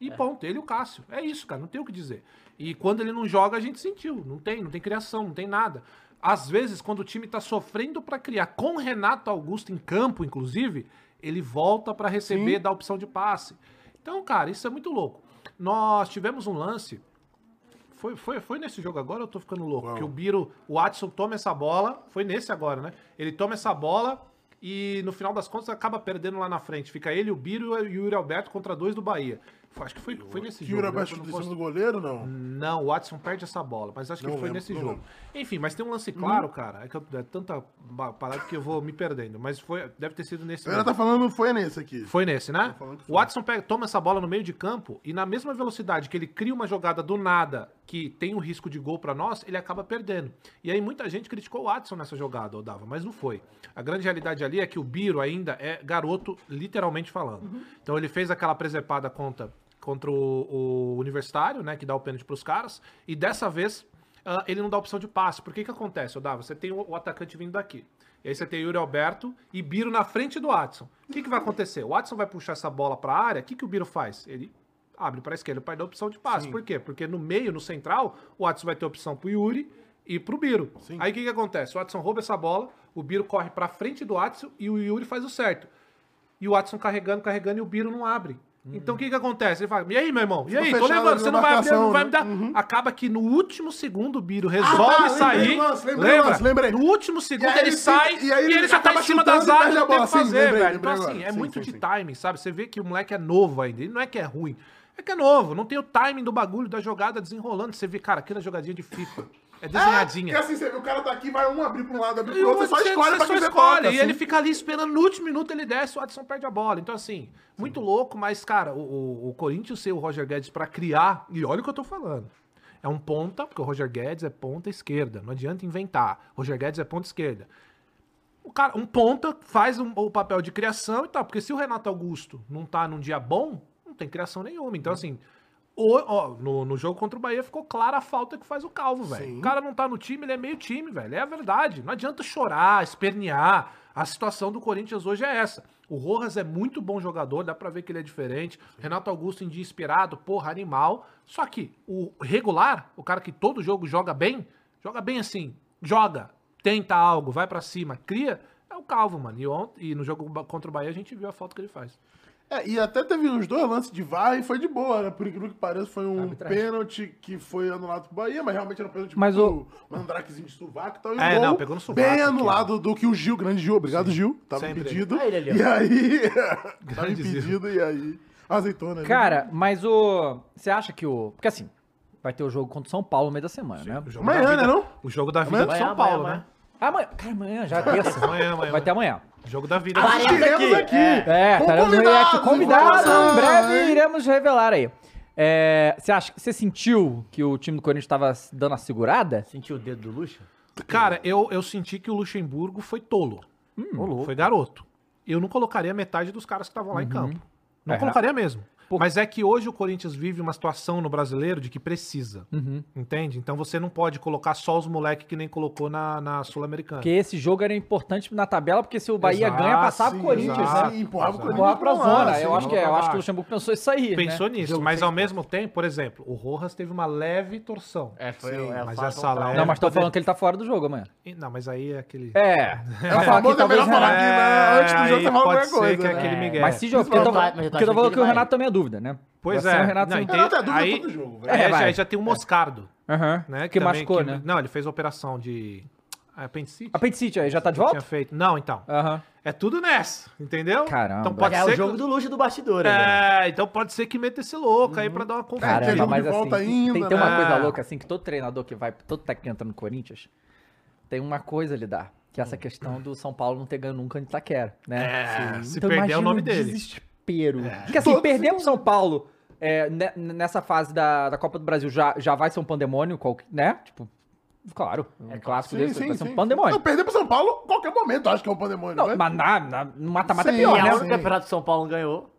E: E ponto, ele e o Cássio. É isso, cara, não tem o que dizer. E quando ele não joga, a gente sentiu. Não tem, não tem criação, não tem nada. Às vezes, quando o time tá sofrendo pra criar, com o Renato Augusto em campo, inclusive, ele volta pra receber, dá opção de passe. Então, cara, isso é muito louco. Nós tivemos um lance. Foi, foi, foi nesse jogo agora ou eu tô ficando louco? Que o Biro, o Watson toma essa bola. Foi nesse agora, né? Ele toma essa bola e no final das contas acaba perdendo lá na frente. Fica ele, o Biro e o Yuri Alberto contra dois do Bahia. Foi- Acho que foi, foi nesse
G: Que
E: jogo.
G: o
E: né?
G: abaixo
E: Eu não
G: do
E: posso-
G: do goleiro, não?
E: Não, o Watson perde essa bola, mas acho que
G: Não
E: foi
G: lembro,
E: nesse
G: não
E: jogo.
G: lembro. Uhum.
E: Enfim, mas tem um lance claro, cara. É que eu- é tanta ba- parada que eu vou me perdendo. Mas foi, deve ter sido nesse.
G: Ela
E: mesmo.
G: tá falando, foi nesse aqui.
E: Foi nesse, né?
G: falando que
E: O Watson pega, toma essa bola no meio de campo e na mesma velocidade que ele cria uma jogada do nada que tem um risco de gol pra nós, ele acaba perdendo. E aí muita gente criticou o Watson nessa jogada, Odava, mas não foi. A grande realidade ali é que o Biro ainda é garoto, literalmente falando. Então ele fez aquela presepada contra, contra o, o Universitário, né, que dá o pênalti pros caras, e dessa vez ah, ele não dá opção de passe. Por que que acontece, Odava? Você tem o, o atacante vindo daqui. E aí você tem Yuri Alberto e Biro na frente do Watson. O que, que vai acontecer? O Watson vai puxar essa bola pra área. O que, que o Biro faz? Ele abre pra esquerda para dar opção de passe. Por quê? Porque no meio, no central, o Watson vai ter opção pro Yuri e pro Biro. Aí o que, que acontece? O Watson rouba essa bola, o Biro corre pra frente do Watson e o Yuri faz o certo. E o Watson carregando, carregando e o Biro não abre. Então o que que acontece? Ele fala, e aí, meu irmão? E
G: Uhum. Fica
E: aí, tô
G: fechado
E: levando,
G: ali
E: você
G: na
E: não vai abrir, não
G: marcação,
E: vai
G: né?
E: me dar. Acaba que no último segundo o Biro resolve
G: Ah, tá, lembrei
E: sair.
G: do lance, lembrei do
E: lembra?
G: lance, lembrei.
E: No último segundo
G: E aí
E: ele
G: ele
E: sai
G: fica-
E: e,
G: e aí ele
E: ele já tá em
G: acaba
E: cima da
G: chutando e
E: zaga,
G: perde a
E: não tem o
G: bola.
E: que
G: Sim,
E: fazer,
G: lembrei,
E: velho. Então
G: lembrei
E: assim,
G: agora.
E: é
G: Sim,
E: muito
G: sim,
E: de
G: sim.
E: timing, sabe? Você vê que o moleque é novo ainda, ele não é que é ruim, é que é novo, não tem o timing do bagulho, da jogada desenrolando. Você vê, cara, aquela jogadinha de FIFA. É desenhadinha.
G: Porque assim, você vê, o cara tá aqui, vai um abrir pra um lado, abrir
E: E o
G: pro outro, você só
E: Watson-
G: escolhe
E: você
G: pra
E: só
G: quem você
E: escolhe,
G: bota,
E: E
G: assim.
E: ele fica ali esperando, no último minuto ele desce, o Adson perde a bola. Então, assim, muito louco, mas, cara, o, o, o Corinthians ser o Roger Guedes pra criar, e olha o que eu tô falando. É um ponta, porque o Roger Guedes é ponta esquerda. Não adianta inventar. Roger Guedes é ponta esquerda. O cara, um ponta faz um- o papel de criação e tal, porque se o Renato Augusto não tá num dia bom, não tem criação nenhuma. Então, assim, o- ó, no, no jogo contra o Bahia ficou clara a falta que faz o Calvo, velho. O cara não tá no time, ele é meio time, velho. É a verdade. Não adianta chorar, espernear. A situação do Corinthians hoje é essa. O Rojas é muito bom jogador, dá pra ver que ele é diferente. Renato Augusto em dia inspirado, porra, animal. Só que o regular, o cara que todo jogo joga bem, joga bem assim, joga, tenta algo, vai pra cima, cria, é o Calvo, mano. E, ontem, e no jogo ba- contra o Bahia a gente viu a falta que ele faz.
G: É, e até teve uns dois lances de VAR e foi de boa, né? Por incrível que pareça, foi um pênalti que foi anulado pro Bahia, mas realmente era um pênalti
F: Mas
G: pro Mandrakezinho de sovaco e tal. E
E: É,
G: um gol
E: não, pegou no sovaco
G: Bem
E: aqui,
G: anulado do que o Gil, grande Gil, obrigado Gil, tava
E: Sempre
G: impedido.
E: ele. Ah, ele ali, ó.
G: e aí,
E: (laughs)
G: tava
E: Grande Gil.
G: impedido e aí, azeitona.
F: (laughs)
G: né?
F: Cara, mas o. Você acha que o. Porque assim, vai ter o jogo contra o São Paulo no meio da semana, né?
E: jogo Amanhã, da vida- né, não? o jogo da vida Amanhã? do São Amanhã, Paulo, amanhã, né?
F: Amanhã. Cara, amanhã, já é terça.
E: Amanhã, amanhã.
F: Vai ter amanhã.
E: Jogo da vida.
F: Estaremos
E: Estaremos
F: É, é estaremos no react convidados. Em breve
E: hein?
F: iremos revelar aí. É, Você acha que você sentiu que o time do Corinthians estava dando a segurada?
H: Sentiu o dedo do Lucha?
E: Cara, eu, eu senti que o Luxemburgo foi tolo.
F: Hum.
E: foi garoto. Eu não colocaria metade dos caras que estavam lá em
F: Uhum.
E: campo. Não
F: É.
E: colocaria mesmo. Mas é que hoje o Corinthians vive uma situação no brasileiro de que precisa.
F: Uhum.
E: Entende? Então você não pode colocar só os moleques que nem colocou na, na Sul-Americana.
F: Porque esse jogo era importante na tabela, porque se o Bahia
E: Exato,
F: ganha, passava o
E: sim,
F: Corinthians.
E: exato,
F: né?
E: sim, empurrava o Corinthians
F: Empurrava pra
E: pra lá,
F: zona.
E: sim,
F: eu acho que, é, eu
E: empurrava
F: acho que
E: pra
F: o Luxemburgo pensou isso aí.
E: Pensou
F: né?
E: nisso, mas ao mesmo tempo, por exemplo, o Rojas teve uma leve torção. É,
F: foi-
H: é,
E: mas
H: fala
E: essa
H: contrário.
E: leve...
F: Não, mas tô falando que ele tá fora do jogo amanhã.
E: Não, mas aí é aquele... (laughs)
F: É.
E: É o famoso, é melhor falar aqui, né? Antes do jogo você fala
F: pode
E: qualquer coisa,
F: ser que é
E: né?
F: aquele Miguel.
E: Mas
F: Mas
E: se
F: se
E: jogo-
F: jogo.
E: Mas eu tô- mas eu tô
F: Porque eu
E: achando
F: tô falando
E: que
F: que,
E: ele
F: o
E: vai.
F: Renato também é dúvida, né?
E: Pois
F: Vai ser
E: é.
F: o Renato
E: não,
F: sem-
E: entende? aí,
F: É,
E: aí já,
F: vai.
E: já tem o Moscardo.
F: Aham,
E: Né,
F: que
E: também
F: machucou, né?
E: Não, ele fez a operação de... ah, é Apendicite.
F: Apendicite, aí já tá de
E: Ele
F: volta?
E: Tinha feito. Não, então. É tudo nessa, entendeu?
F: Caramba.
E: Então pode
H: É,
E: ser
H: o jogo
E: que...
H: do Lucha do bastidor, né?
E: É, então pode ser que meta esse louco aí pra dar uma confusão.
F: Caramba, mas assim, tem, tem uma
E: né?
F: coisa louca assim, que todo treinador que vai, todo técnico que entra no Corinthians, tem uma coisa a lidar, que é essa questão do São Paulo não ter ganho nunca em Itaquera, né?
E: É, se perder é o
F: imagina
E: nome dele.
F: desespero.
H: É.
F: Porque assim, perder pro São Paulo é, ne- nessa fase da, da Copa do Brasil já, já vai ser um pandemônio, qual- né? Tipo, claro, um
G: É,
F: clássico desse vai ser um pandemônio.
G: Não, perder pro São Paulo, qualquer momento, eu acho que é um pandemônio.
F: Não, mas na, na- no mata-mata é
H: Sim,
F: pior,
H: é
F: né?
H: o único campeonato que o São Paulo não ganhou.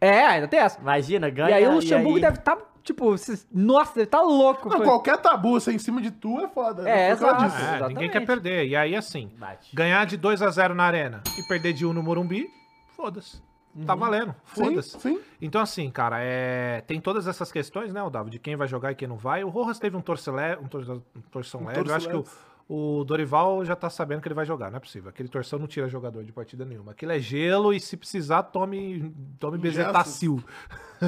F: É, ainda tem essa.
H: Imagina, ganha.
F: e aí o Luxemburgo
H: aí-
F: deve estar, tipo, se- nossa, deve tá louco.
G: Não,
F: Foi-
G: qualquer tabu ser em cima de tu é foda. né?
F: É,
G: Por causa
F: exato.
G: disso.
E: É, ninguém
F: Exatamente.
E: quer perder. E aí, assim, ganhar de 2 a 0 na arena e perder de 1 no Morumbi, foda-se. Tá valendo, foda-se. Então, assim, cara, é... tem todas essas questões, né, Odavo, de quem vai jogar e quem não vai. O Rojas teve um, torce le- um, tor- um torção
G: Um
E: leve. Eu acho que o,
G: torce
E: o Dorival já tá sabendo que ele vai jogar, não é possível. Aquele torção não tira jogador de partida nenhuma. Aquilo é gelo e se precisar, tome, tome bezetacil. (laughs)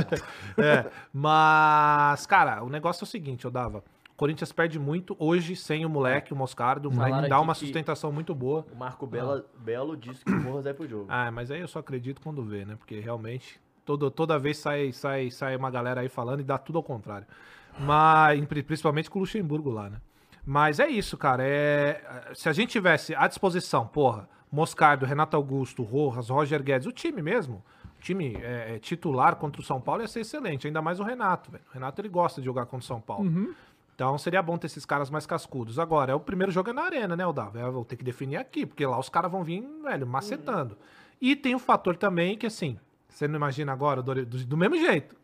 E: É, mas, cara, o negócio é o seguinte, Odava. O Corinthians perde muito hoje sem o moleque, o Moscardo. O moleque
H: Falaram
E: dá
H: aqui
E: uma
H: que
E: sustentação muito boa.
H: O Marco Belo, Belo disse que o Rojas vai pro jogo.
E: Ah, mas aí eu só acredito quando vê, né? Porque realmente todo, toda vez sai, sai, sai uma galera aí falando e dá tudo ao contrário. Mas, pri- principalmente com o Luxemburgo lá, né? Mas é isso, cara. É, se a gente tivesse à disposição, porra, Moscardo, Renato Augusto, Rojas, Roger Guedes, o time mesmo, o time é, é, titular contra o São Paulo ia ser excelente, ainda mais o Renato, velho. O Renato ele gosta de jogar contra o São Paulo.
G: Uhum.
E: Então seria bom ter esses caras mais cascudos. Agora, é o primeiro jogo é na arena, né, Odava? Eu vou ter que definir aqui, porque lá os caras vão vir, velho, macetando.
G: Uhum.
E: E tem o fator também que, assim, você não imagina agora, Dori- do, do mesmo jeito.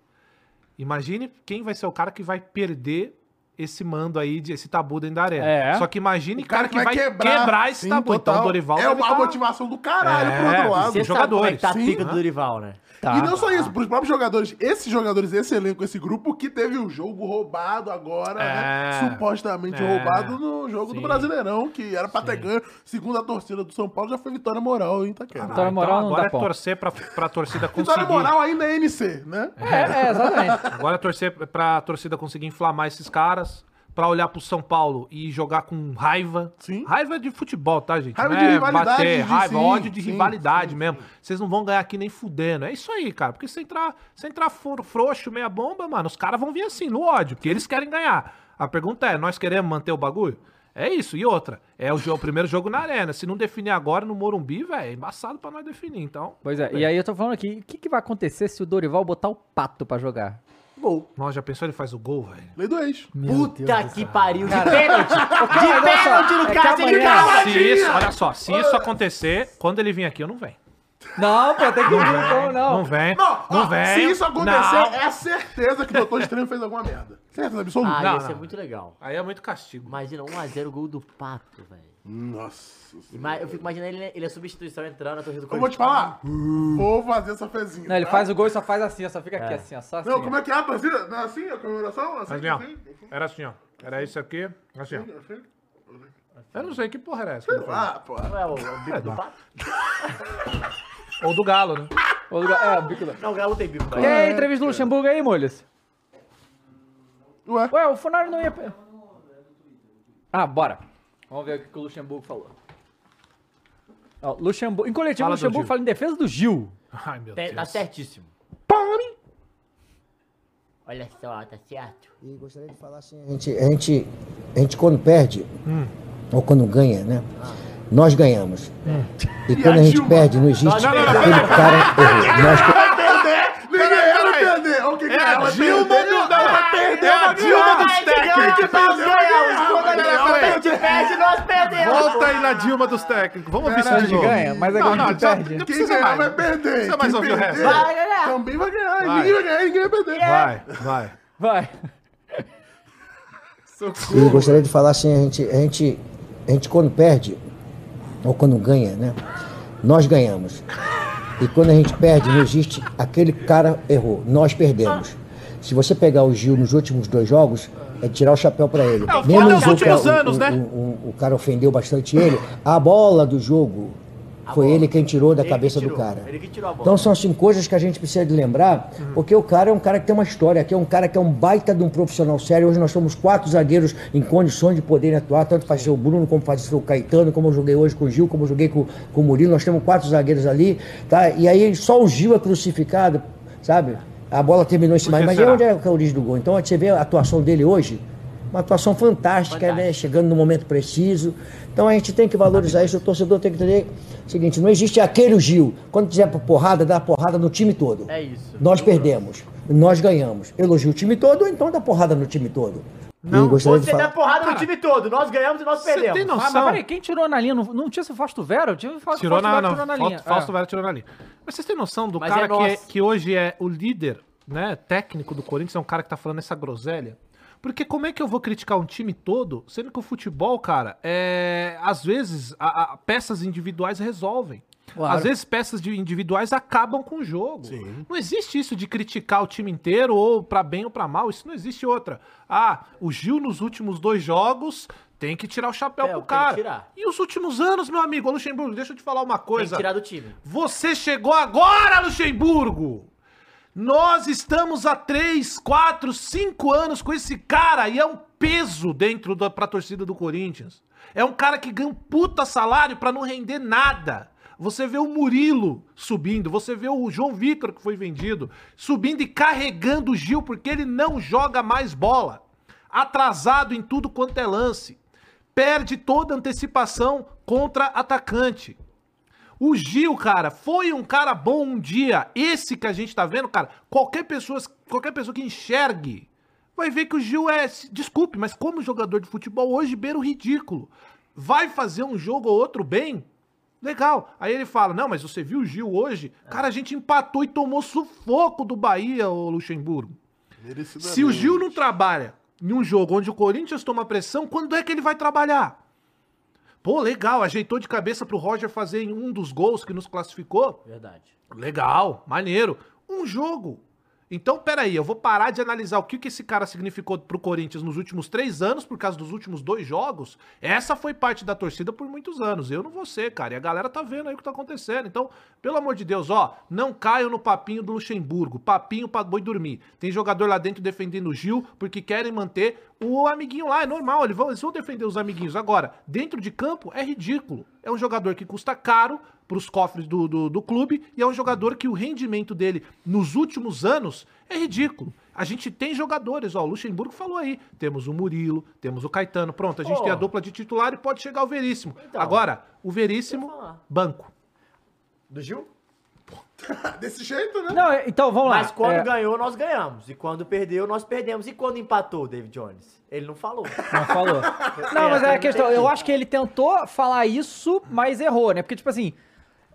E: Imagine quem vai ser o cara que vai perder esse mando aí, de, esse tabu dentro da arena.
G: É.
E: Só que imagine o cara, que vai quebrar,
G: quebrar,
E: esse
G: sim,
E: tabu. Então o
G: total.
E: Dorival
G: É
E: deve
G: uma
E: tá-
G: motivação do caralho
E: É,
G: pro outro lado.
E: você
G: Os
E: sabe como é
H: que tá a pica
G: Sim.
H: do Dorival, né?
E: Tá,
G: E
F: Tá.
G: não só isso, pros próprios jogadores, esses jogadores, esse elenco, esse grupo que teve o jogo roubado agora,
E: É.
G: né? Supostamente
E: É.
G: roubado no jogo
E: Sim.
G: do Brasileirão, que era pra ter ganho. Segundo a torcida do São Paulo, já foi vitória moral, hein, Taquera?
E: Ah, então agora é torcer pra, pra
G: (laughs)
E: torcida
G: Vitória
E: conseguir.
G: Então, moral ainda é NC, né?
F: É, exatamente.
E: (laughs) Agora é torcer pra torcida conseguir inflamar esses caras, pra olhar pro São Paulo e jogar com raiva. Raiva de futebol, tá, gente?
G: Raiva
E: Não
G: de
E: é
G: rivalidade,
E: Bater,
G: de-
E: raiva,
G: sim,
E: ódio de
G: sim,
E: rivalidade mesmo. Vocês não vão ganhar aqui nem fudendo. É isso aí, cara. Porque se entrar, se entrar for frouxo, meia bomba, mano, os caras vão vir assim, no ódio, porque eles querem ganhar. A pergunta é, nós queremos manter o bagulho? É isso, e outra, é o, jo- o primeiro jogo na arena. Se não definir agora no Morumbi, velho, é embaçado pra nós definir, então.
F: Pois é, e aí eu tô falando aqui, o que, que vai acontecer se o Dorival botar o pato pra jogar?
E: Gol. Nossa, já pensou ele faz o gol, velho?
G: Lei do ex.
H: Puta que pariu, de
E: Cara,
H: pênalti!
F: (laughs)
H: De
F: é
H: pênalti no caso, ele tá
E: Não, se
H: cavadinha!
E: isso, olha só, se isso acontecer, quando ele vir aqui, eu não venho.
F: Não, pô, tem que vir,
E: é.
F: então, não.
E: Não vem,
G: Não,
E: não
G: ó,
E: vem.
G: Se isso acontecer,
F: Assim,
E: não.
G: é certeza que o Doutor Estranho fez alguma merda. Certeza absoluta.
H: Ah,
E: Não,
H: ia ser
E: não.
H: muito legal.
E: Aí é muito castigo.
H: Imagina, 1x0 gol do Pato, velho.
G: Nossa.
H: Ima- Eu fico imaginando ele, ele é substituição entrando na torre do
G: Eu vou te falar. Vou fazer essa fezinha.
F: Não, ele
G: tá?
F: faz o gol e só faz assim, ó, só fica aqui assim, ó, só assim.
G: Não, como é que é a torcida? Não é assim a comemoração? Assim,
E: Mas, ó,
G: assim?
E: era assim, ó. Era isso aqui, assim, ó.
G: assim?
E: Eu não sei que porra era essa. que
G: Sei
E: ele fez.
G: lá, Ah, pô.
H: Não é o, é o bico
E: É,
H: do
E: não.
H: Pato?
E: (laughs) Ou do Galo, né?
F: Ou do Ga- É, o bico da...
H: Não, é. o Galo tem bico.
F: E
G: É.
F: aí, entrevista do Luxemburgo aí, Molhas?
G: Ué?
F: Ué, o Funari não ia... Ah, bora. Vamos ver o que o Luxemburgo falou. Ó, Luxemburgo... Em coletivo,
E: Fala do
F: Luxemburgo
E: Gil.
F: fala em defesa do Gil.
E: Ai, meu
H: Tem- Tá
E: Deus.
H: certíssimo. Olha só, tá certo.
P: E gostaria de falar assim, a gente, a gente, a gente quando perde,
H: Hum.
P: ou quando ganha, né? Nós ganhamos.
H: Hum.
P: E quando a gente perde, não existe
H: Nós perdemos.
P: aquele cara errou. Nós
G: Vai perder! Ninguém era perder! Olha o que que
E: É a
G: ela
E: Dilma
G: perdeu. Ah,
E: do-
G: Ela vai perder!
E: é a
G: vai
E: Dilma
G: ganhar.
E: dos
G: Vai ganhar,
E: técnicos.
G: vai
H: Nós
G: ganhar,
H: ganhamos! Quando
G: vai
H: a
G: ganhar.
H: galera perde, perde, nós perdemos!
E: Volta aí na Dilma dos técnicos. Vamos ouvir isso
G: Caralho.
E: de novo.
F: Ganha, mas é
E: Não,
F: igual a
E: não,
F: gente
E: já-
F: perde.
E: não
G: Quem
E: precisa
G: ganhar
E: mais.
G: vai
E: Não
G: perder!
E: precisa mais
G: Quem
E: ouvir o resto.
G: perder,
H: Vai, galera.
G: Também vai ganhar!
E: Vai.
G: Ninguém vai ganhar, ninguém vai perder!
E: Vai, vai.
F: Vai.
P: E gostaria de falar assim, a gente, a gente, a gente quando perde, ou quando ganha, né? Nós ganhamos. E quando a gente perde, não existe aquele cara errou. Nós perdemos. Se você pegar o Gil nos últimos dois jogos, é tirar o chapéu pra ele.
E: É, o
P: Mesmo
E: foda é
P: o
E: os
P: jogo que
E: últimos
P: o- o-
E: anos, né?
P: o- o- o cara ofendeu bastante ele. A bola do jogo foi ele quem tirou da
H: Ele que
P: cabeça do
H: tirou,
P: cara.
H: Ele que tirou a bola. Uhum.
P: Então são assim coisas que a gente precisa de lembrar, porque o cara é um cara que tem uma história, que é um cara que é um baita de um profissional sério. Hoje nós somos quatro zagueiros em condições de poderem atuar, tanto faz ser o Bruno, como faz ser o Caetano, como eu joguei hoje com o Gil, como eu joguei com, com o Murilo. Nós temos quatro zagueiros ali, tá? E aí só o Gil é crucificado, sabe? A bola terminou em cima.
E: que
P: Mas
E: será?
P: onde é que é a origem do gol? Então você vê a atuação dele hoje, uma atuação fantástica, né? Chegando no momento preciso. Então a gente tem que valorizar isso. O torcedor tem que entender o seguinte: não existe aquele Gil. Quando quiser pra porrada, dá porrada no time todo.
H: É isso.
P: Nós perdemos, nós ganhamos. Elogia o time todo, ou então dá porrada no time todo. Não,
H: Você dá É porrada no time todo, nós ganhamos e nós
E: Você
H: perdemos.
E: tem
F: Ah, mas
E: noção?
F: peraí, quem tirou na linha? Não, não tinha sido o Fausto Vera? Tinha o Fausto,
E: Tirou
F: Fausto
E: na,
F: Vera
E: não,
F: tirou na
E: Fausto-
F: linha.
E: Fausto
F: É.
E: Vera tirou na linha. Mas vocês têm noção do
H: Mas
E: cara
H: é
E: que, é-
H: nosso.
E: que hoje é o líder, né, técnico do Corinthians, é um cara que tá falando essa groselha? Porque como é que eu vou criticar um time todo, sendo que o futebol, cara, é... Às vezes, a- a- peças individuais resolvem.
F: Claro.
E: Às vezes peças de individuais acabam com o jogo. Não existe isso de criticar o time inteiro ou pra bem ou pra mal, isso não existe outra. Ah, o Gil nos últimos dois jogos tem que tirar o chapéu
H: É,
E: pro
H: tem que
E: cara.
H: tirar.
E: E os últimos anos, meu amigo, Ô, Luxemburgo, deixa eu te falar uma
H: Tem que
E: coisa.
H: tirar do time.
E: Você chegou agora, Luxemburgo! Nós estamos há 3, 4, 5 anos com esse cara e é um peso dentro da pra torcida do Corinthians. É um cara que ganha um puta salário pra não render nada. Você vê o Murilo subindo, você vê o João Vitor, que foi vendido, subindo e carregando o Gil porque ele não joga mais bola. Atrasado em tudo quanto é lance. Perde toda antecipação contra atacante. O Gil, cara, foi um cara bom um dia. Esse que a gente tá vendo, cara, qualquer pessoa, qualquer pessoa que enxergue vai ver que o Gil é. Desculpe, mas como jogador de futebol hoje beira o ridículo. Vai fazer um jogo ou outro bem? Legal. Aí ele fala: Não, mas você viu o Gil hoje? Cara, a gente empatou e tomou sufoco do Bahia, ô Luxemburgo. Se o Gil não trabalha em um jogo onde o Corinthians toma pressão, quando é que ele vai trabalhar? Pô, legal, ajeitou de cabeça pro Roger fazer em um dos gols que nos classificou.
H: Verdade.
E: Legal, maneiro. Um jogo. Então, peraí, eu vou parar de analisar o que, que esse cara significou pro Corinthians nos últimos três anos, por causa dos últimos dois jogos. Essa foi parte da torcida por muitos anos. Eu não vou ser, cara. E a galera tá vendo aí o que tá acontecendo. Então, pelo amor de Deus, ó, não caiam no papinho do Luxemburgo. Papinho pra boi dormir. Tem jogador lá dentro defendendo o Gil, porque querem manter o amiguinho lá. É normal, eles vão, eles vão defender os amiguinhos. Agora, dentro de campo, é ridículo. É um jogador que custa caro, para os cofres do, do, do clube e é um jogador que o rendimento dele nos últimos anos é ridículo. A gente tem jogadores, ó, o Luxemburgo falou aí, temos o Murilo, temos o Caetano, pronto, a gente
H: Pô.
E: tem a dupla de titular e pode chegar o Veríssimo.
F: Então.
E: Agora, o Veríssimo, banco.
H: Do Gil?
G: Desse jeito, né?
F: Não, então vamos lá.
H: Mas quando
F: É.
H: ganhou, nós ganhamos. E quando perdeu, nós perdemos. E quando empatou, David Jones? Ele não falou.
F: Não falou.
G: (laughs)
F: Não, mas é a questão. Eu acho que ele tentou falar isso, mas errou, né? Porque, tipo assim,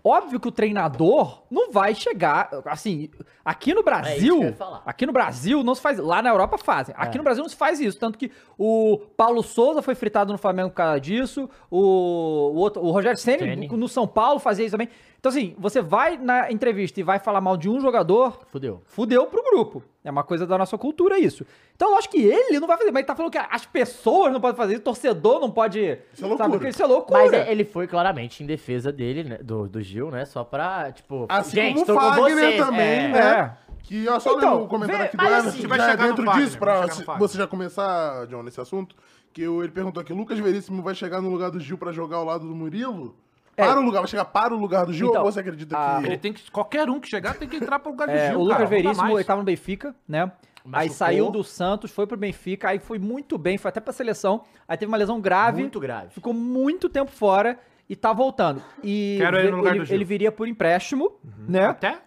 F: óbvio que o treinador não vai chegar. Assim, aqui no
H: É isso
F: Brasil.
H: que eu ia falar. É.
F: aqui no Brasil não se faz. Lá na Europa fazem. Aqui no Brasil não se faz isso. Tanto que o Paulo Souza foi fritado no Flamengo por causa disso. O, o, outro, o Rogério Senna
H: Ceni.
F: no São Paulo fazia isso também. Então, assim, você vai na entrevista e vai falar mal de um jogador.
H: Fudeu.
F: Fudeu pro grupo. É uma coisa da nossa cultura isso. Então, eu acho que ele não vai fazer. Mas ele tá falando que as pessoas não podem fazer isso, o torcedor não pode. Isso é Porque isso é loucura.
H: Mas é, ele foi claramente em defesa dele, né, do, do Gil, né? Só pra, tipo.
G: Assim
H: gente,
G: como o
H: tô com
G: Fagner
H: vocês,
G: também,
H: é.
G: né? Que ó, só
H: Então,
G: lendo o comentário
H: vê-
G: aqui do
H: mas
G: Emerson,
H: assim-
G: que
H: vai
G: já é
H: chegar no
G: dentro
H: Fagner,
G: disso,
H: vai
G: pra
H: chegar no
G: se-
H: Fagner.
G: você já começar, John, nesse assunto, que o- ele perguntou aqui, Lucas Veríssimo vai chegar no lugar do Gil pra jogar ao lado do Murilo?
F: É.
G: Para o lugar, vai chegar para o lugar do Gil
F: Então,
G: ou você acredita
F: a-
G: que...
F: Ele
E: ah, tem que, qualquer um que chegar tem que entrar pro lugar
F: É, o Lucas Veríssimo, ele tava no Benfica, né? Aí
H: Machucou.
F: saiu do Santos, foi pro Benfica, aí foi muito bem, foi até pra seleção. Aí teve uma lesão grave.
H: Muito grave.
F: Ficou muito tempo fora e tá voltando. E
E: Quero ele no lugar do Gil.
F: ele viria por empréstimo, né?
E: Até?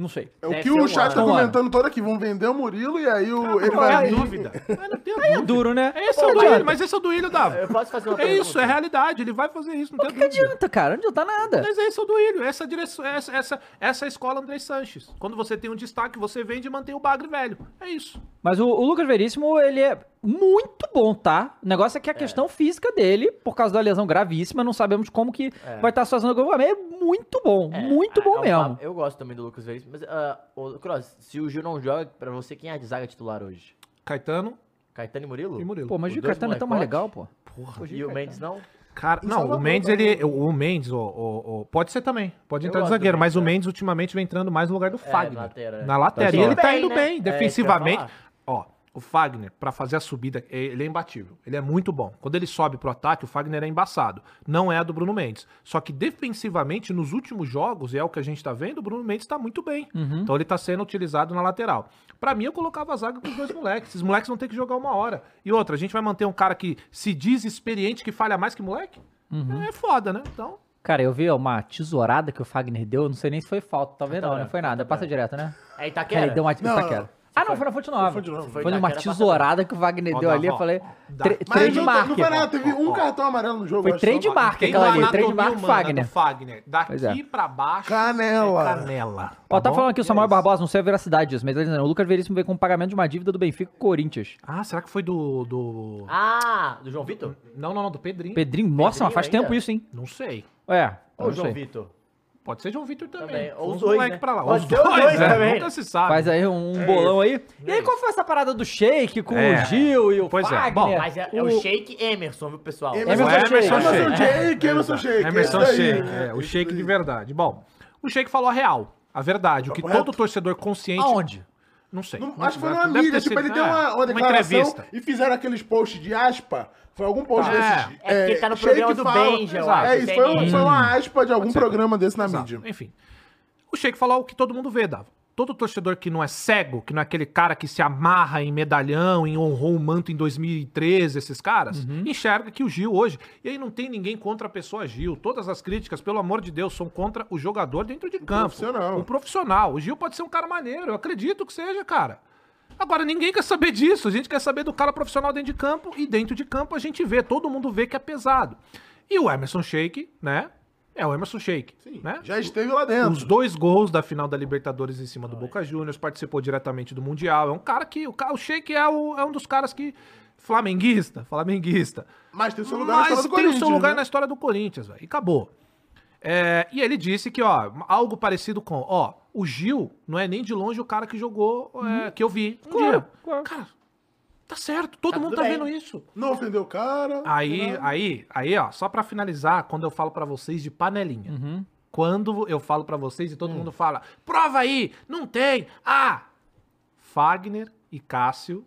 F: Não sei.
G: É o que o chat tá
F: Um ano.
G: comentando todo aqui, vão vender o Murilo e aí o, ele
F: mas
G: vai...
F: aí-
E: Dúvida.
F: Aí é duro, né?
E: Esse é
F: Não
E: o
F: adianta.
E: duílio, mas esse é o duílio, Davi.
H: Eu posso fazer uma
E: É isso,
H: pergunta?
E: é realidade. Ele vai fazer isso, não tem
F: O que
E: dúvida.
F: adianta, cara? Não adianta nada.
E: Mas esse é o duílio, essa, direção, essa, essa, essa é a escola André Sanches. Quando você tem um destaque, você vende e mantém o bagre velho. É isso.
F: Mas o, o Lucas Veríssimo, ele é muito bom, tá? O negócio é que a questão física dele, por causa da lesão gravíssima, não sabemos como que vai estar a situação do gol. Mas é muito bom, muito bom
H: Ah, é um
F: mesmo.
H: papo- Eu gosto também do Lucas Veríssimo. Mas, ah, ô, Cross, se o Gil não joga, pra você, quem é a de zaga titular hoje?
E: Caetano.
H: Caetano e Murilo?
E: E Murilo.
F: Pô, mas
H: Os
F: o
H: dois
F: Caetano é tão mais
H: molecotes?
F: legal, pô.
H: Porra, e o Mendes não?
E: Cara,
H: Em
E: não, o
H: Salvador,
E: Mendes,
H: também.
E: ele. O, o Mendes, ó, ó, ó, pode ser também. é. Pode
H: Eu
E: entrar de
H: gosto do
E: zagueiro, mas
H: Mendes,
E: o Mendes ultimamente vem entrando mais no lugar do Fagner.
H: na lateral, né?
E: na lateral.
H: Tá
E: e ele
H: jogando
E: tá
H: bem,
E: indo
H: né? É,
E: bem,
H: isso que eu ia
E: defensivamente.
H: falar.
E: Ó, o Fagner, pra fazer a subida, é- ele é imbatível. Ele é muito bom. Quando ele sobe pro ataque, o Fagner é embaçado. Não é a do Bruno Mendes. Só que defensivamente, nos últimos jogos, e é o que a gente tá vendo, o Bruno Mendes tá muito bem.
F: Uhum.
E: Então ele tá sendo utilizado na lateral. Pra mim, eu colocava a zaga com os dois moleques. Esses moleques vão ter que jogar uma hora. E outra, a gente vai manter um cara que se diz experiente, que falha mais que moleque?
F: Uhum.
E: É foda, né? Então.
F: Cara, eu vi ó, uma tesourada que o Fagner deu, eu não sei nem se foi falta, talvez
E: Tá
F: não, não foi nada. Passa direto, né?
H: É
F: Cara,
H: Itaquera?
F: ele deu uma
H: Não,
F: Itaquera.
H: não.
F: Ah, não, foi na Fonte Nova. Foi,
H: Foi de novo.
F: numa
H: Itaquera,
F: tesourada que o Wagner
H: Ó,
F: deu
H: dá,
F: ali, eu
H: ó,
F: falei.
E: dá.
F: tre-
G: Tá. Mas
F: Trade
G: não, não
F: mark.
G: foi nada, teve um cartão amarelo no jogo.
F: Foi
G: eu acho,
F: trade
G: só.
F: mark
E: Tem
F: aquela
E: uma
F: ali, trade
E: anatomia
F: mark
E: humana do
F: Fagner.
E: Fagner.
F: Pois é.
E: Daqui pra baixo.
G: Canela.
E: é Canela.
F: Ó, tá
E: bom? é
F: falando aqui o Samuel Barbosa, não sei a veracidade disso, mas ele tá dizendo, o Lucas Veríssimo veio com o pagamento de uma dívida do Benfica com o Corinthians.
E: Ah, será que foi do. do...
H: Ah, do João Vitor?
E: Não, não, não, do Pedrinho.
F: Pedrinho, nossa, mas faz
H: ainda?
F: tempo isso, hein?
E: Não sei.
F: É,
H: Ou
F: não
H: João
F: sei.
H: Vitor?
E: Pode ser João Vitor também.
H: Também, ou
E: Foi
H: os
E: uns
H: dois,
E: moleque
H: né?
E: pra lá.
H: Pode
E: Os
H: ser os dois
E: né?
H: também.
E: Nunca se sabe.
F: Faz aí um bolão aí. E aí, qual foi essa parada do shake com
E: É.
F: o Gil e o
E: Pois é.
F: Fagner?
E: Bom,
H: Mas é, é o, Shake Emerson, viu, pessoal?
F: Emerson
E: é
F: Emerson Shake.
G: Emerson Shake, Emerson Shake.
E: Emerson
G: é isso aí.
E: Shake, é, o Shake de verdade. Bom, o Shake falou a real, a verdade, o que todo torcedor consciente...
F: Aonde?
E: Não sei.
G: Não, acho que foi
E: Deve
G: numa
E: ter
G: mídia,
E: sido-
G: tipo, ele
E: é,
G: deu uma, uma declaração
E: entrevista.
G: e fizeram aqueles posts de aspa. Foi algum post
E: Tá.
G: desses.
H: É, porque tá no
G: Shake
H: programa do
G: fala-
H: Benja, eu
G: Exato.
H: acho,
G: É isso, foi,
H: tem
G: um- foi uma aspa de algum programa desse na mídia.
E: Enfim. O Sheik falou o que todo mundo vê, Dava. Todo torcedor que não é cego, que não é aquele cara que se amarra em medalhão, em honrou o manto em 2013, esses caras, enxerga que o Gil hoje. E aí não tem ninguém contra a pessoa Gil. Todas as críticas, pelo amor de Deus, são contra o jogador dentro de campo.
G: profissional.
E: O profissional. O Gil pode ser um cara maneiro, eu acredito que seja, cara. Agora, ninguém quer saber disso. A gente quer saber do cara profissional dentro de campo e dentro de campo a gente vê, todo mundo vê que é pesado. E o Emerson Sheik, né? É o Emerson Sheik. né?
G: Já esteve lá dentro.
E: Os dois gols da final da Libertadores em cima do Boca Juniors, participou diretamente do Mundial. É um cara que. O, ca- o Sheik é, o- é um dos caras que. Flamenguista, flamenguista.
G: Mas tem seu lugar na história
E: Mas
G: do
E: tem o seu
G: Corinthians,
E: lugar
G: né?
E: na história do Corinthians, velho. E acabou. É, e ele disse que, ó, algo parecido com, ó, o Gil não é nem de longe o cara que jogou, é,
G: Uhum.
E: que eu vi. Um dia. Cara, tá certo, todo mundo tá vendo isso.
G: Não ofendeu o cara. né?
E: Aí,
G: não.
E: aí, aí, ó, só pra finalizar, quando eu falo pra vocês de panelinha.
G: Uhum.
E: Quando eu falo pra vocês e
G: Hum.
E: todo mundo fala, prova aí, não tem. Ah, Fagner e Cássio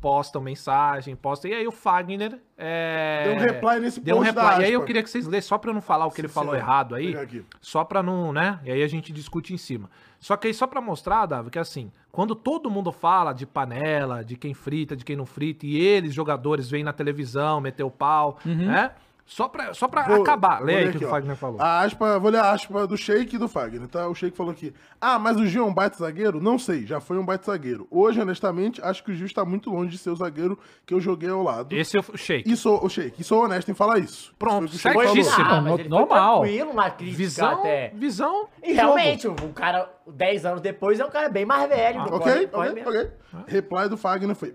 E: postam mensagem, postam. E aí o Fagner. é,
G: Deu um reply nesse
E: Deu um
G: post da
E: reply. E aí eu
G: aspa.
E: queria que vocês lessem, só pra eu não falar o que ele falou
G: senhor.
E: errado aí.
G: Pegar aqui.
E: Só pra não, né? E aí a gente discute em cima. Só que aí, só pra mostrar, Davi, que assim, quando todo mundo fala de panela, de quem frita, de quem não frita, e eles, jogadores, vêm na televisão, meter o pau, né? Só pra, só pra
G: Vou-
E: acabar.
G: vou
E: Lê aí
G: ler
E: o que
G: aqui,
E: o
G: ó.
E: Fagner falou.
G: A aspa, vou ler a aspa do Sheik e do Fagner, tá? O Sheik falou aqui. Ah, mas o Gil é um baita zagueiro? Não sei, já foi um baita zagueiro. Hoje, honestamente, acho que o Gil está muito longe de ser o zagueiro que eu joguei ao lado.
E: Esse é o Sheik.
G: E sou, o Sheik, e sou honesto em falar isso. Pronto,
E: certíssimo. Ah, mas ele foi
H: Normal. Tranquilo na crítica
E: Visão-
H: até.
E: Visão.
H: E realmente, o o cara, 10 anos depois, é um cara bem mais velho.
G: Ah, Ok,
H: concorre-
G: ok,
H: concorre mesmo.
G: ok. Reply do Fagner foi.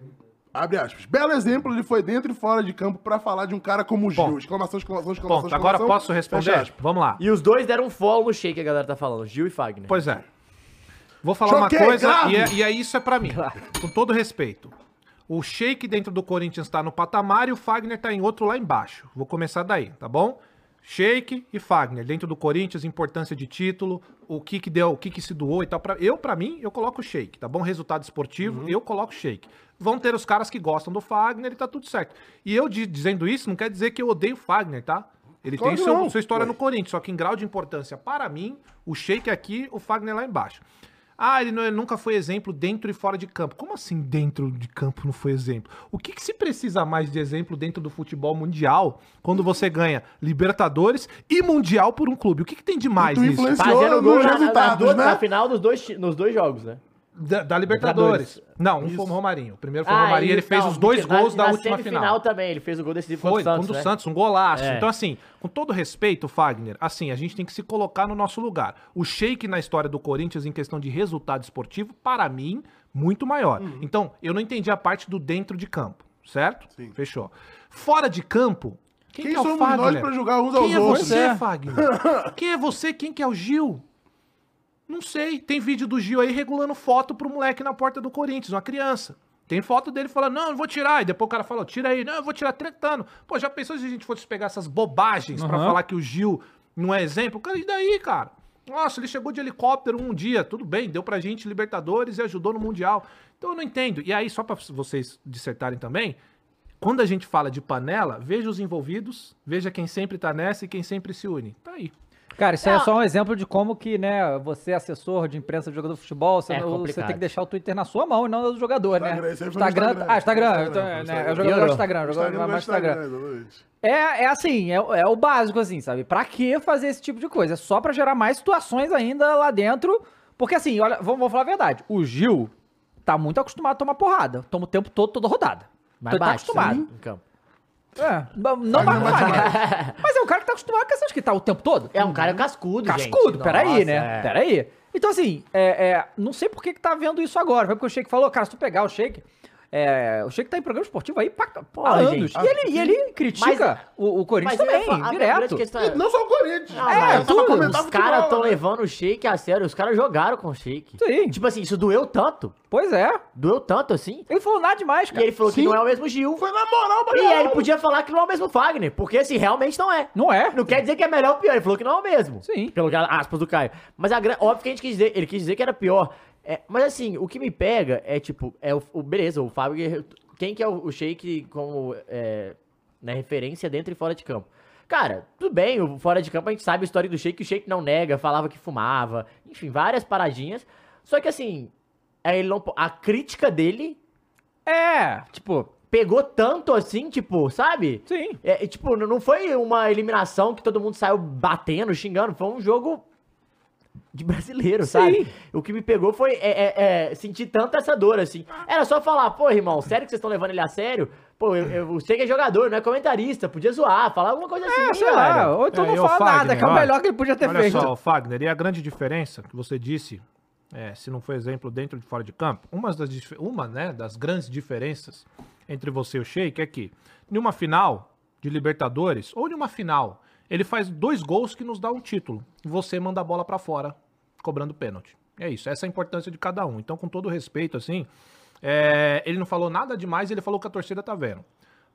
G: Abre aspas. Belo exemplo, ele foi dentro e fora de campo pra falar de um cara como o Gil. Exclamação, exclamação, exclamação.
E: Ponto. Agora
G: exclamação.
E: posso
G: Fecha
E: responder?
G: aspas.
E: Vamos lá.
H: E os dois deram um follow no shake, a galera tá falando, Gil e Fagner.
E: Pois é. Vou falar uma
H: Choquei,
E: coisa,
H: grave.
E: e, é, e é isso é pra mim, com todo respeito. O Sheik dentro do Corinthians tá no patamar e o Fagner tá em outro lá embaixo. Vou começar daí, tá bom? Sheik e Fagner dentro do Corinthians, importância de título, o que que deu, o que que se doou e tal. Pra- eu, pra mim, eu coloco o Sheik, tá bom? Resultado esportivo,
G: Uhum.
E: eu coloco o Sheik. Vão ter os caras que gostam do Fagner e tá tudo certo. E eu di- dizendo isso não quer dizer que eu odeio o Fagner, tá? Ele
G: Claro
E: tem
G: que
E: seu-
G: não.
E: sua história no Corinthians, só que em grau de importância para mim, o Sheik aqui, o Fagner é lá embaixo. Ah, ele, não- ele nunca foi exemplo dentro e fora de campo. Como assim dentro de campo não foi exemplo? O que, que se precisa mais de exemplo dentro do futebol mundial quando você ganha Libertadores e Mundial por um clube? O que, que tem de mais nisso?
H: Fazendo gol na, nas duas-
G: né?
H: na final dos dois, ti- nos dois jogos, né?
E: Da, da Libertadores.
H: Libertadores.
E: Não, um
H: Isso. Ah,
E: foi o Romarinho. O primeiro foi o Romarinho, ele fez os dois gols da última final.
H: também, ele fez o gol decisivo
E: Foi,
H: contra o Santos,
E: contra o
H: né?
E: Santos, um golaço.
H: É.
E: Então, assim, com todo respeito, Fagner, assim, a gente tem que se colocar no nosso lugar. O shake na história do Corinthians em questão de resultado esportivo, para mim, muito maior.
G: Uhum.
E: Então, eu não entendi a parte do dentro de campo, certo? Sim. Fechou. Fora de campo, quem,
G: Quem
E: que é o
G: somos nós
E: Fagner?
G: pra julgar uns
E: quem
G: aos
E: é
G: outros?
E: Você,
G: É. (laughs)
E: Fagner? quem é você? Quem que é o Gil? Não sei. Tem vídeo do Gil aí regulando foto pro moleque na porta do Corinthians, uma criança. Tem foto dele falando, não, eu vou tirar. E depois o cara fala, tira aí. Não, eu vou tirar tretando. Pô, já pensou se a gente fosse pegar essas bobagens pra
Q: Aham.
E: falar que o Gil não é exemplo? Cara, e daí, cara? Nossa, ele chegou de helicóptero um dia, tudo bem, deu pra gente Libertadores e ajudou no Mundial. Então eu não entendo. E aí, só pra vocês dissertarem também, quando a gente fala de panela, veja os envolvidos, veja quem sempre tá nessa e quem sempre se une. Tá aí.
F: Cara, isso aí é
E: Ah.
F: só um exemplo de como que, né, você é assessor de imprensa de jogador de futebol, você,
E: É
F: não- você
E: complicado.
F: tem que deixar o Twitter na sua mão e não na do jogador, né?
G: Instagram, isso aí foi no
F: Instagram,
G: Instagram.
F: Ah, Instagram.
G: Foi no
F: então,
G: Instagram,
F: é,
G: foi no
F: né, é
G: Instagram.
F: jogador do
G: Piorou.
F: Instagram, é jogador
G: Instagram
F: do
G: do
F: Instagram.
G: Instagram, né?
F: É, é assim, é, é o básico, assim, sabe? Pra que fazer esse tipo de coisa? É só pra gerar mais situações ainda lá dentro. Porque assim, olha, vamos, vamos falar a verdade. O Gil tá muito acostumado a tomar porrada. Toma o tempo todo, toda rodada.
H: Mas
F: Então ele
H: bate,
F: tá acostumado.
H: sim, em campo.
F: É, ba- não mais o Fagner. Mas é um cara que tá acostumado com essas que tá o tempo todo. É um cara cascudo,
H: gente.
F: Cascudo, peraí,
H: Nossa,
F: né?
H: é.
F: Peraí. Então, assim, é, é, não sei por que que tá vendo isso agora. Foi porque o Sheik falou, cara, se tu pegar o Sheik... é, o Sheik tá em programa esportivo aí pra, há
H: Ah,
F: anos.
H: gente.
F: E ele, e ele critica
H: Mas-
F: o, o Corinthians
H: Mas eu ia
F: também,
H: falar, a minha
F: direto.
H: grande questão é-
G: Não só o Corinthians.
H: Ah,
G: cara,
H: mas
G: eu tava comentando
H: os
G: futebol,
H: caras tão
G: né?
H: levando o shake a sério. Os caras jogaram com o shake.
F: Sim.
H: Tipo assim, isso doeu tanto.
F: Pois é.
H: Doeu tanto assim.
F: Ele falou nada demais,
H: cara. E ele falou que não é o mesmo Gil. Foi
G: na moral,
H: E aí ele podia falar que não é o mesmo Fagner. Porque assim, realmente não é.
F: Não é.
H: Não quer dizer que é melhor ou pior. Ele falou que não é o mesmo.
F: Sim.
H: Pelo que- aspas do Caio. Mas a, gran- óbvio que a gente quis dizer, ele quis dizer que era pior. É, mas assim, o que me pega é tipo, é o, o- beleza, o Fagner. Quem que é o, o Sheik como é, né, referência dentro e fora de campo? Cara, tudo bem, o fora de campo a gente sabe a história do Sheik, o Sheik não nega, falava que fumava, enfim, várias paradinhas. Só que assim, é, ele não po- a crítica dele
F: é, tipo,
H: pegou tanto assim, tipo, sabe?
F: Sim.
H: É, e, tipo, n- não foi uma eliminação que todo mundo saiu batendo, xingando, foi um jogo de brasileiro, sabe? O que me pegou foi é, é, é, sentir tanto essa dor, assim. Era só falar, pô, irmão, sério que vocês estão levando ele a sério? Pô, eu, eu sei que é jogador, não é comentarista, podia zoar, falar alguma coisa assim.
F: É, sei lá,
H: cara.
F: ou então
E: É,
F: não
E: e o
F: fala nada,
E: Fagner,
F: que é o
E: olha,
F: melhor que ele podia ter
E: olha
F: feito.
E: só, Fagner, e a grande diferença que você disse, é, se não foi exemplo dentro e fora de campo, uma das, dif- uma, né, das grandes diferenças entre você e o Sheik é que, numa final de Libertadores, ou numa final, ele faz dois gols que nos dá um título. E você manda a bola pra fora, cobrando pênalti. É isso, essa é a importância de cada um. Então, com todo respeito, assim, é, ele não falou nada demais, ele falou que a torcida tá vendo.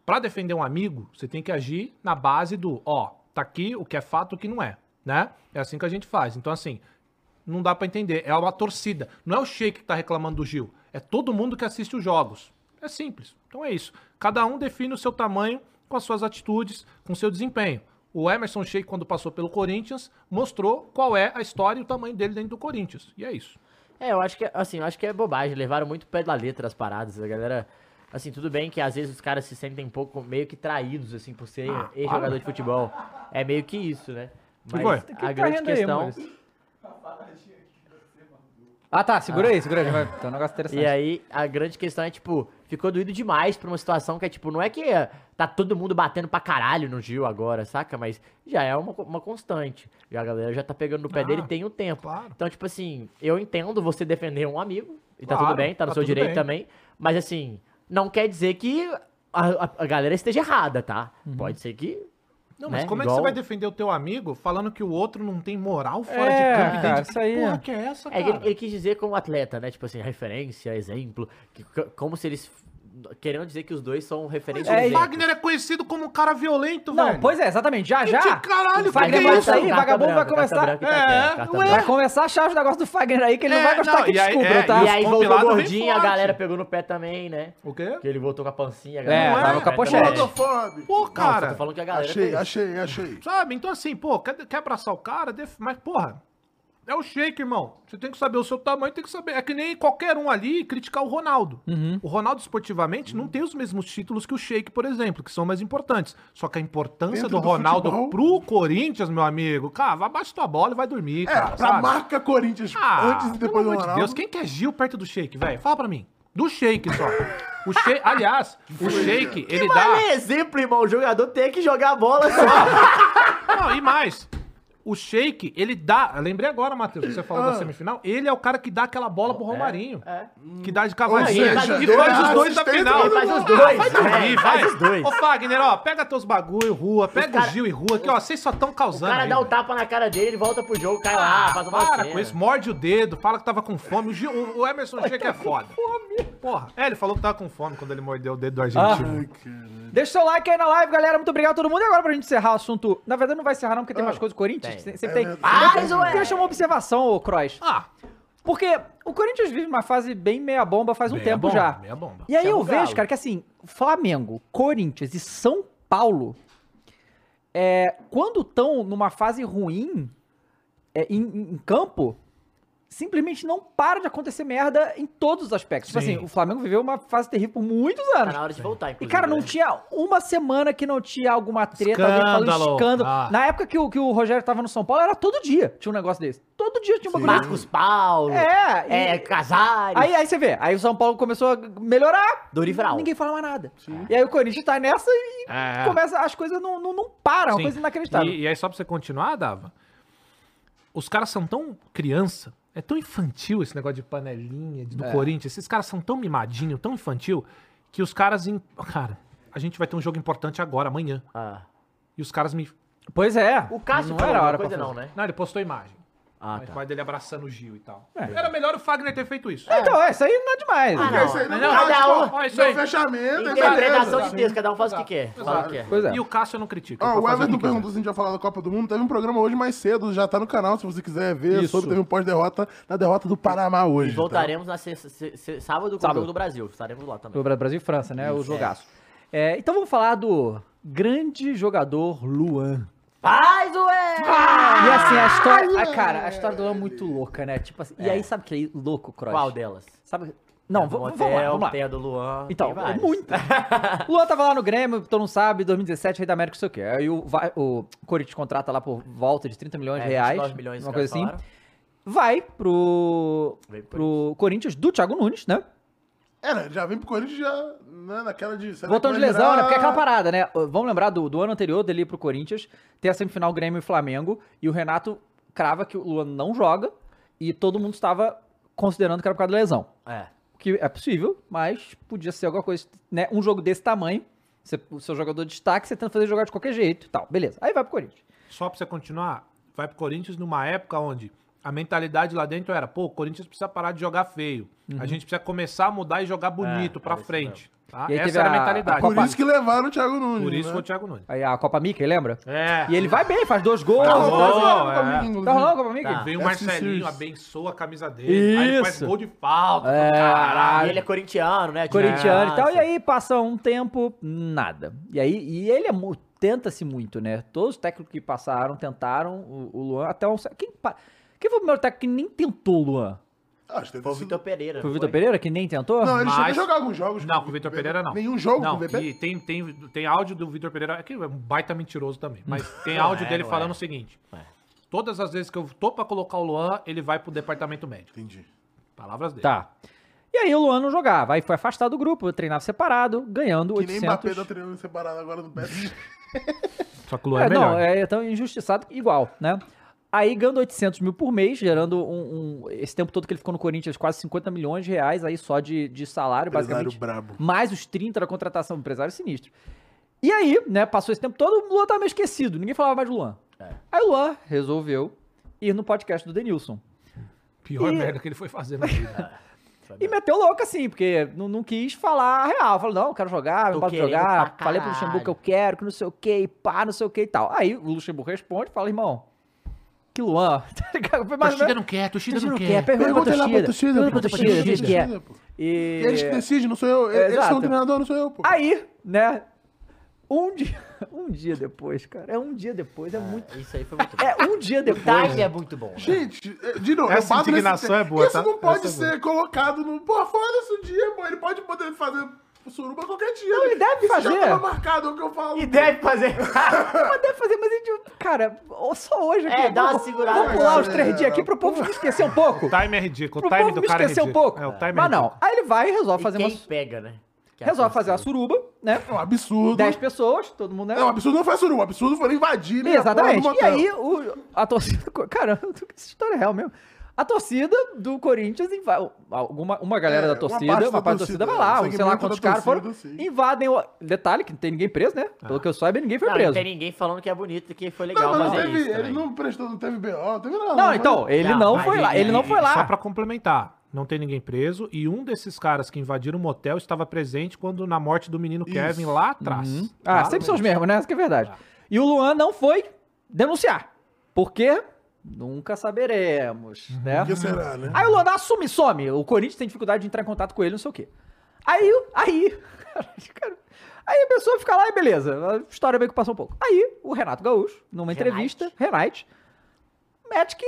E: Pra defender um amigo, você tem que agir na base do, ó, tá aqui o que é fato e o que não é, né? É assim que a gente faz. Então, assim, não dá pra entender. É uma torcida. Não é o Sheik que tá reclamando do Gil. É todo mundo que assiste os jogos. É simples. Então é isso. Cada um define o seu tamanho com as suas atitudes, com o seu desempenho. O Emerson Sheik, quando passou pelo Corinthians, mostrou qual é a história e o tamanho dele dentro do Corinthians. E é isso.
H: É, eu acho que assim, eu acho que é bobagem. Levaram muito pé da letra as paradas. A galera. Assim, tudo bem que às vezes os caras se sentem um pouco meio que traídos, assim, por serem
E: Ah,
H: ex-jogador de futebol. É meio que isso, né? Mas
F: foi? Que que tá
H: a grande
F: rindo aí,
H: questão.
F: Maurício? Ah, tá, segura aí, segura aí. vai, Tem um negócio interessante.
H: E aí, a grande questão é, tipo, ficou doído demais pra uma situação que é, tipo, não é que é, tá todo mundo batendo pra caralho no Gil agora, saca? Mas já é uma, co- uma constante. E a galera já tá pegando no pé
F: Ah,
H: dele tem um tempo. Então, tipo assim, eu entendo você defender um amigo, e tá
F: Claro,
H: tudo bem, tá no
F: tá
H: seu
F: tudo
H: direito
F: bem.
H: também. Mas, assim, não quer dizer que a, a- a galera esteja errada, tá? Pode ser que...
E: Uhum. Não, mas
H: né,
E: como é que
H: igual-
E: você vai defender o teu amigo falando que o outro não tem moral fora
H: É,
E: de campo? e dentro
H: cara,
E: de-
H: isso aí
E: Que
H: é.
E: porra que é essa,
H: É,
E: cara?
H: ele, ele quis dizer como atleta, né? Tipo assim, referência, exemplo. que- c- como se eles. f- Querendo dizer que os dois são
E: Mas
H: referência.
E: o
H: e exemplo.
E: Wagner é conhecido como um cara violento,
F: Não,
E: velho.
F: pois é, exatamente. Já,
E: Que
F: já.
E: de caralho,
F: o Fagner
E: que
F: vai
E: isso?
F: sair,
E: Carta
F: vagabundo vai
E: branca, carta
F: começar.
E: branca e carta É, branca, carta ué. branca.
F: vai começar a achar os negócios do Fagner aí que
E: É,
F: ele não vai gostar que descubram, tá?
H: É, E aí voltou
F: compilado vem
H: gordinho, a
F: forte.
H: galera pegou no pé também, né?
E: O quê?
H: Que ele voltou com a pancinha. a
F: É,
H: galera pegou
F: tava
H: no
F: com a
H: pé
F: pochete.
H: também.
E: Homofóbico. Pô,
H: Não,
E: cara.
H: só tô tá falando que a galera
G: Achei,
H: fez.
G: achei, achei.
E: Sabe? Então, assim, pô, quer, quer abraçar o cara? Def- Mas, porra, é o shake, irmão. Você tem que saber o seu tamanho, tem que saber. É que nem qualquer um ali criticar o Ronaldo. O Ronaldo, esportivamente,
G: Uhum.
E: não tem os mesmos títulos que o Sheik, por exemplo, que são mais importantes. Só que a importância
G: Dentro
E: do,
G: do
E: Ronaldo
G: futebol.
E: pro Corinthians, meu amigo, cara, vai abaixo tua bola e vai dormir,
G: É,
E: cara. Ah,
G: pra marca Corinthians antes e depois do
E: pelo amor de
G: Ronaldo.
E: Deus, quem que é Gil perto do Sheik, velho? Fala pra mim. Do Sheik só. O Sheik, aliás, o Sheik, ele
H: Que
E: dá...
H: vale exemplo, irmão. O jogador tem que jogar a bola só.
E: (laughs) Não, e mais. O Sheik, ele dá. eu Lembrei agora, Matheus, que você falou
H: Ah. é.
E: da semifinal. Ele é o cara que dá aquela bola pro Romarinho. Que dá de
H: Ou
E: cavalinho.
H: seja,
E: E
H: deu
E: faz os
H: a
E: dois da
H: assistência
E: final.
H: do Faz os
E: Ah,
H: dois,
E: Vai dormir,
H: é,
E: vai.
H: faz os dois.
E: Ô, Fagner, ó, pega teus bagulho, rua. Pega o
H: cara-
E: Gil e rua, que, ó, vocês só estão
H: O
E: causando.
H: cara
E: aí,
H: dá um
E: velho. Ah,
H: tapa na cara dele, ele volta pro jogo, cai lá, faz uma
E: Para
H: cena.
E: com isso, morde o dedo, fala que tava com fome. O, Gil- o- o Emerson Sheik
H: tá
E: é foda. Porra. É, ele falou que tava com fome quando ele mordeu o dedo do argentino.
F: Deixa o seu like aí na live, galera. Muito obrigado a todo mundo. E agora pra gente encerrar o assunto. Na verdade, não vai encerrar, não,
E: Ah,
F: porque tem mais coisas do Corinthians.
H: tem.
F: Sempre tem.
H: É verdade.
F: eu, queria- eu queria chamar uma observação, ô Croix.
E: Ah.
F: Porque o Corinthians vive uma fase bem meia-bomba faz um
E: Meia
F: tempo
E: bomba,
F: já.
E: meia bomba.
F: E aí
E: Chama
F: eu
E: o Galo.
F: vejo, cara, que assim, Flamengo, Corinthians e São Paulo, é, quando estão numa fase ruim é, em, em- em campo, simplesmente não para de acontecer merda em todos os aspectos. Tipo
H: Sim.
F: assim, o Flamengo viveu uma fase terrível por muitos
H: Tá
F: anos.
H: na hora de voltar,
F: E,
H: inclusive. né?
F: cara, não tinha uma semana que não tinha alguma treta, alguém falando
H: Escândalo.
F: escândalo.
H: Ah.
F: Na época que o, que o Rogério tava no São Paulo, era todo dia tinha um negócio desse. Todo dia tinha um bagulho
H: Marcos Paulo.
F: É, e-
H: É, Casares.
F: Aí, aí você vê, aí o São Paulo começou a melhorar.
H: Dorival.
F: Ninguém fala mais nada. E aí o Corinthians tá nessa e
E: É.
F: começa, as coisas não, não, não param, é uma
E: Sim.
F: coisa inacreditável.
E: E, e aí, só pra você continuar, Dava, os caras são tão criança, é tão infantil esse negócio de panelinha de- do
F: É.
E: Corinthians, esses caras são tão mimadinho, tão infantil, que os caras. Em... Cara, a gente vai ter um jogo importante agora, amanhã. E os caras me.
F: Pois é.
H: Ah. O Cássio
E: Não
H: falou
E: era
H: alguma
E: hora pra
H: coisa não,
E: fazer.
H: né?
E: Não, ele postou imagem.
H: Ah,
E: Mas mais dele abraçando o Gil e tal.
F: É.
E: Era melhor o Fagner ter feito isso.
F: Então, é, isso aí não é demais.
E: Ah, não. Isso aí não Não, pode, cada pô. um- Ó, isso aí.
G: fechamento, é
H: Interpretação
G: beleza.
H: de texto, cada um faz o que quer. Fala o que quer.
F: Pois é.
E: E o Cássio eu não critica.
G: Ó,
E: ele
G: o
E: pode fazer
G: Everton
E: que quiser.
G: perguntou se a gente ia falar da Copa do Mundo. Teve um programa hoje mais cedo, já tá no canal, se você quiser ver.
H: Isso.
G: Sobre, teve um pós-derrota na derrota do Panamá hoje. tá?
H: E voltaremos Então, na sexta, se- se- sábado com o
F: Então, Sábado.
H: jogo do Brasil. Estaremos lá também.
F: Do Brasil e França, né? o
H: Isso,
F: jogaço. É, então vamos falar do grande jogador Luan.
H: Faz o
F: E assim, a história. ah, cara, a história do Luan é muito louca, né? Tipo assim, E aí, sabe o que é louco, Cross?
H: Qual delas? É
F: Sabe. Não,
H: do
F: vamos vamos lá,
H: Motel,
F: vamos lá.
H: Tem a do Luan.
F: Então,
H: tem várias.
F: muito. (laughs) Luan tava lá no Grêmio, todo mundo sabe, 2017, Rei da América, não sei o quê. Aí o, vai- o Corinthians contrata lá por volta de 30 milhões de
H: É,
F: reais,
H: 29 milhões,
F: uma
H: os caras
F: coisa assim.
H: falaram.
F: Vai pro,
H: Vem pro
F: pro Corinthians do Thiago Nunes, né?
G: Era, já vem pro Corinthians já né, naquela de. será
F: Voltando
G: que
F: de
G: vai
F: lesão,
G: virar?
F: né? Porque é aquela parada, né? Vamos lembrar do, do ano anterior dele ir pro Corinthians, ter a semifinal Grêmio e Flamengo, e o Renato crava que o Luan não joga, e todo mundo estava considerando que era por causa da lesão.
H: É.
F: O que é possível, mas podia ser alguma coisa, né? Um jogo desse tamanho, você- o seu jogador de destaque, você tenta fazer jogar de qualquer jeito e tal. Beleza. Aí vai pro Corinthians.
E: Só pra você continuar, vai pro Corinthians numa época onde a mentalidade lá dentro era, pô, o Corinthians precisa parar de jogar feio.
F: Uhum.
E: A gente precisa começar a mudar e jogar bonito
F: É,
E: pra
F: era isso
E: frente. Tá?
F: E aí
E: Essa
F: teve
E: era a
F: a-
E: mentalidade.
F: a Copa- Por isso que
G: levaram o Thiago Nunes.
E: Por isso
F: né?
E: foi o Thiago Nunes.
F: Aí a Copa Mickey, lembra?
E: É.
F: E ele vai bem, faz dois gols.
E: Tá
F: dois
E: rolando
F: gols.
E: a Copa Mickey,
F: Tá
E: inclusive.
F: rolando a Copa Mickey?
E: Vem o Marcelinho, abençoa a camisa dele. Aí ele faz
F: Isso.
E: gol de falta.
F: É.
E: Caralho.
H: E ele é corintiano, né? de
F: Corintiano e tal.
H: criança.
F: E aí passa um tempo, nada. E aí e ele é mu- tenta-se muito, né? Todos os técnicos que passaram tentaram o, o Luan até um certo- quem, pa- quem foi o primeiro técnico que nem tentou o Luan?
G: Acho que
H: foi o Vitor Pereira.
F: Foi o
H: não
F: Vitor Pereira que nem tentou?
G: Não, ele
E: Mas-
G: chegou a jogar alguns jogos.
E: Não, com o Vitor Pereira não.
G: Nenhum jogo
E: não,
G: com o VP?
E: E tem, tem, tem áudio do Vitor Pereira, é que é um baita mentiroso também,
G: (laughs)
E: mas tem
G: Não
E: áudio
G: é,
E: dele
G: não
E: falando
G: é.
E: o seguinte: Todas as vezes que eu tô pra colocar o Luan, ele vai pro departamento médico.
G: Entendi.
E: Palavras dele.
F: Tá. E aí o Luan não jogava, aí foi afastado do grupo, treinava separado, ganhando
G: Que nem Mbappé
F: 800.
G: tá treinando separado agora no PSG.
E: Só que o Luan é,
F: É,
E: melhor.
F: não, é tão injustiçado igual, né? Aí ganhando 800 mil por mês, gerando um, um- Esse tempo todo que ele ficou no Corinthians, quase 50 milhões de reais aí só de, de salário,
G: Empresário
F: basicamente.
G: brabo.
F: Mais os 30 da contratação, empresário sinistro. E aí, né, passou esse tempo todo, o Luan tava meio esquecido, ninguém falava mais do Luan.
H: É.
F: Aí o Luan resolveu ir no podcast do Denilson.
E: Pior
F: E-
E: merda que ele foi fazer na vida.
F: E meteu louco assim, porque não, não quis falar a real. Falou, não, eu quero jogar,
H: Tô
F: eu posso
H: querendo
F: jogar.
H: pra
F: Falei pro Luxemburgo que eu quero, que não sei o que, e pá, não sei o que e tal. Aí o Luxemburgo responde e fala, irmão,
H: (laughs)
F: que Luan. (laughs) tá ligado? Foi mais ou
E: Torcida
F: menos-
E: não quer, torcida não quer.
F: Pergunta pra
G: Pergunta lá pra
F: torcida.
G: torcida,
F: Pergunta pra
G: pô,
F: torcida,
G: pergunta pra
F: eles querem.
G: torcida, pô.
F: E-
G: Eles que decidem, não sou eu.
F: É,
G: Eles são
F: exato.
G: o treinador, não sou eu, pô.
F: Aí, né, um dia, (laughs) um dia depois, cara, é um dia depois, é muito...
H: Ah, Isso aí foi muito bom.
F: É um dia
H: O
F: depois.
H: time é muito bom. né?
G: Gente, é, de novo,
E: Essa
G: eu bato
E: indignação
G: nesse...
E: é boa,
G: Isso
E: tá?
G: não pode
E: Essa é
G: ser colocado no. Pô, foda-se o dia, pô. Ele pode poder fazer suruba qualquer dia. né?
F: Não, ele deve
G: Isso
F: fazer.
G: Já tava marcado, é o que eu falo.
H: E deve fazer.
F: (laughs) Mas deve fazer, mas a gente, cara, só hoje aqui.
H: É, dá uma
F: vamos-
H: segurada,
F: Vamos pular
H: cara.
F: os três dias aqui pro povo esquecer um pouco.
E: O time é ridículo,
F: Pro
E: o time
F: povo
E: do
F: me
E: cara é
F: esquecer um
E: ridículo.
F: pouco.
E: É, o time é
F: Mas não.
E: ridículo.
F: Aí ele vai e
H: E
F: resolve fazer
H: quem
F: uma...
H: pega, né? Que é a
F: Resolve fazer uma
H: torcida.
F: suruba, né?
G: É um absurdo.
F: 10 pessoas, todo mundo é.
G: Não, o absurdo não foi suruba. O absurdo é foi né? invadir.
F: Exatamente. E aí, o, a torcida. Caramba, (laughs) essa história é real mesmo. A torcida do Corinthians invade. Alguma, uma galera
G: É,
F: da
G: uma
F: torcida, uma
G: parte
F: parte
G: da
F: da torcida,
G: torcida,
F: vai
G: é, um
F: lá, sei lá
G: segmento
F: quantos
G: da
F: caras foram.
G: torcida, sim. Ah.
F: Invadem. o- Detalhe que não tem ninguém preso, né? Pelo que eu saiba, ninguém foi
H: Não,
F: preso.
H: não tem ninguém falando que é bonito, que foi legal
G: Não, mas não
H: fazer
G: teve.
H: isso
G: Ele
H: também.
G: não prestou, não teve BO, não teve nada.
F: Não, então, ele
H: Não,
F: não,
H: mas
F: foi lá.
E: E-
F: Ele não
E: e-
F: foi
E: Só
F: lá.
E: pra complementar, não tem ninguém preso e um desses caras que invadiram o motel estava presente quando na morte do menino Kevin lá atrás. Tá?
F: Uhum. Ah,
E: Lá
F: sempre
E: no-
F: são os mesmos, né? Isso que é verdade. E o Luan não foi denunciar. Por quê? Nunca saberemos,
E: Uhum.
F: né?
G: O que será, né?
F: Aí o Luan assume e some. O Corinthians tem dificuldade de entrar em contato com ele, não sei o quê. Aí, o- aí, cara, aí a pessoa fica lá e beleza. A história meio que passou um pouco. Aí o Renato Gaúcho, numa
H: Renate.
F: entrevista, Renate, mete que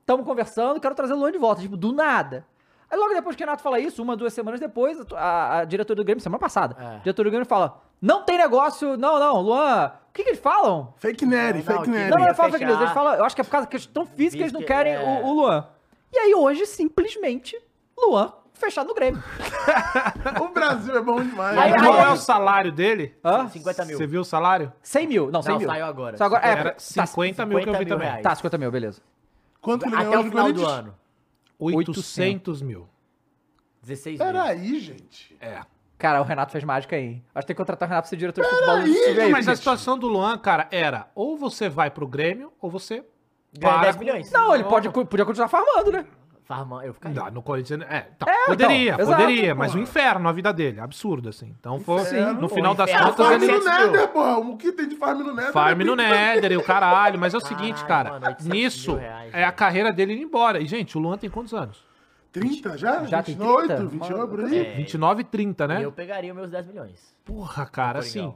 F: estamos conversando, quero trazer o Luan de volta, tipo, do nada. Aí logo depois que o Renato fala isso, uma, duas semanas depois, a, a- a diretora do Grêmio, semana passada,
H: É.
F: a diretora do Grêmio fala, não tem negócio, não, não, Luan, o que que eles falam?
G: Fake Nery,
H: Não, não,
G: fake
H: que-
G: Nery.
F: Não, não, não fala
H: fechar.
F: fake news. Eles falam, eu acho que é por causa da questão física, eles não
H: Física,
F: querem
H: é.
F: o, o Luan. E aí hoje, simplesmente, Luan fechado no Grêmio.
G: (laughs) O Brasil é bom demais.
H: Aí-
E: Qual
H: aí-
E: é o salário dele?
F: Hã?
H: 50 mil.
E: Você viu o salário?
F: 100 mil, não, 100
H: Não,
F: mil.
H: saiu agora.
F: Só agora, é,
E: Era
F: tá,
E: 50 mil que eu vi
H: 50 mil
E: também.
H: reais.
F: tá, 50 mil, beleza.
G: Quanto ele
H: Até
G: ganhou
H: o
G: de
H: final do
G: Corinthians?
H: ano.
E: 800 mil.
H: 16 mil.
G: Peraí, gente.
E: É.
F: Cara, o Renato fez mágica aí. hein? Acho que tem que contratar o Renato pra ser diretor de futebol.
G: Peraí,
F: do time aí,
E: Mas a
F: bicho.
E: situação do Luan, cara, era ou você vai pro Grêmio ou você
H: Ganha
E: para
H: 10
E: com-
H: milhões.
F: Não, ele pode, podia continuar farmando, né?
H: Farmão, eu ficaria.
E: Não, no Corinthians. É, tá,
F: É,
E: poderia,
F: então,
E: poderia,
F: exato,
E: mas o inferno, a vida dele. Absurdo, assim. Então, foi,
G: Inferno,
E: no final
H: pô,
E: das
H: inferno,
E: contas,
G: Farm
E: ele.
G: no
H: ele-
G: Nether, porra. O que tem de Farm no Nether?
E: Farm no
G: brincadeira.
E: Nether e o caralho. Mas é o seguinte,
H: Caralho,
E: cara.
H: mano, 800 mil
E: nisso
H: reais, né?
E: é
H: velho.
E: a carreira dele indo embora. E, gente, o Luan tem quantos anos?
G: 30 já?
F: Já tem
G: 28,
F: 30?
G: 29 por aí.
H: É.
E: 29 e 30, né?
H: Eu pegaria os meus 10 milhões.
E: Porra,
F: tá
E: cara,
H: Coringão.
E: assim.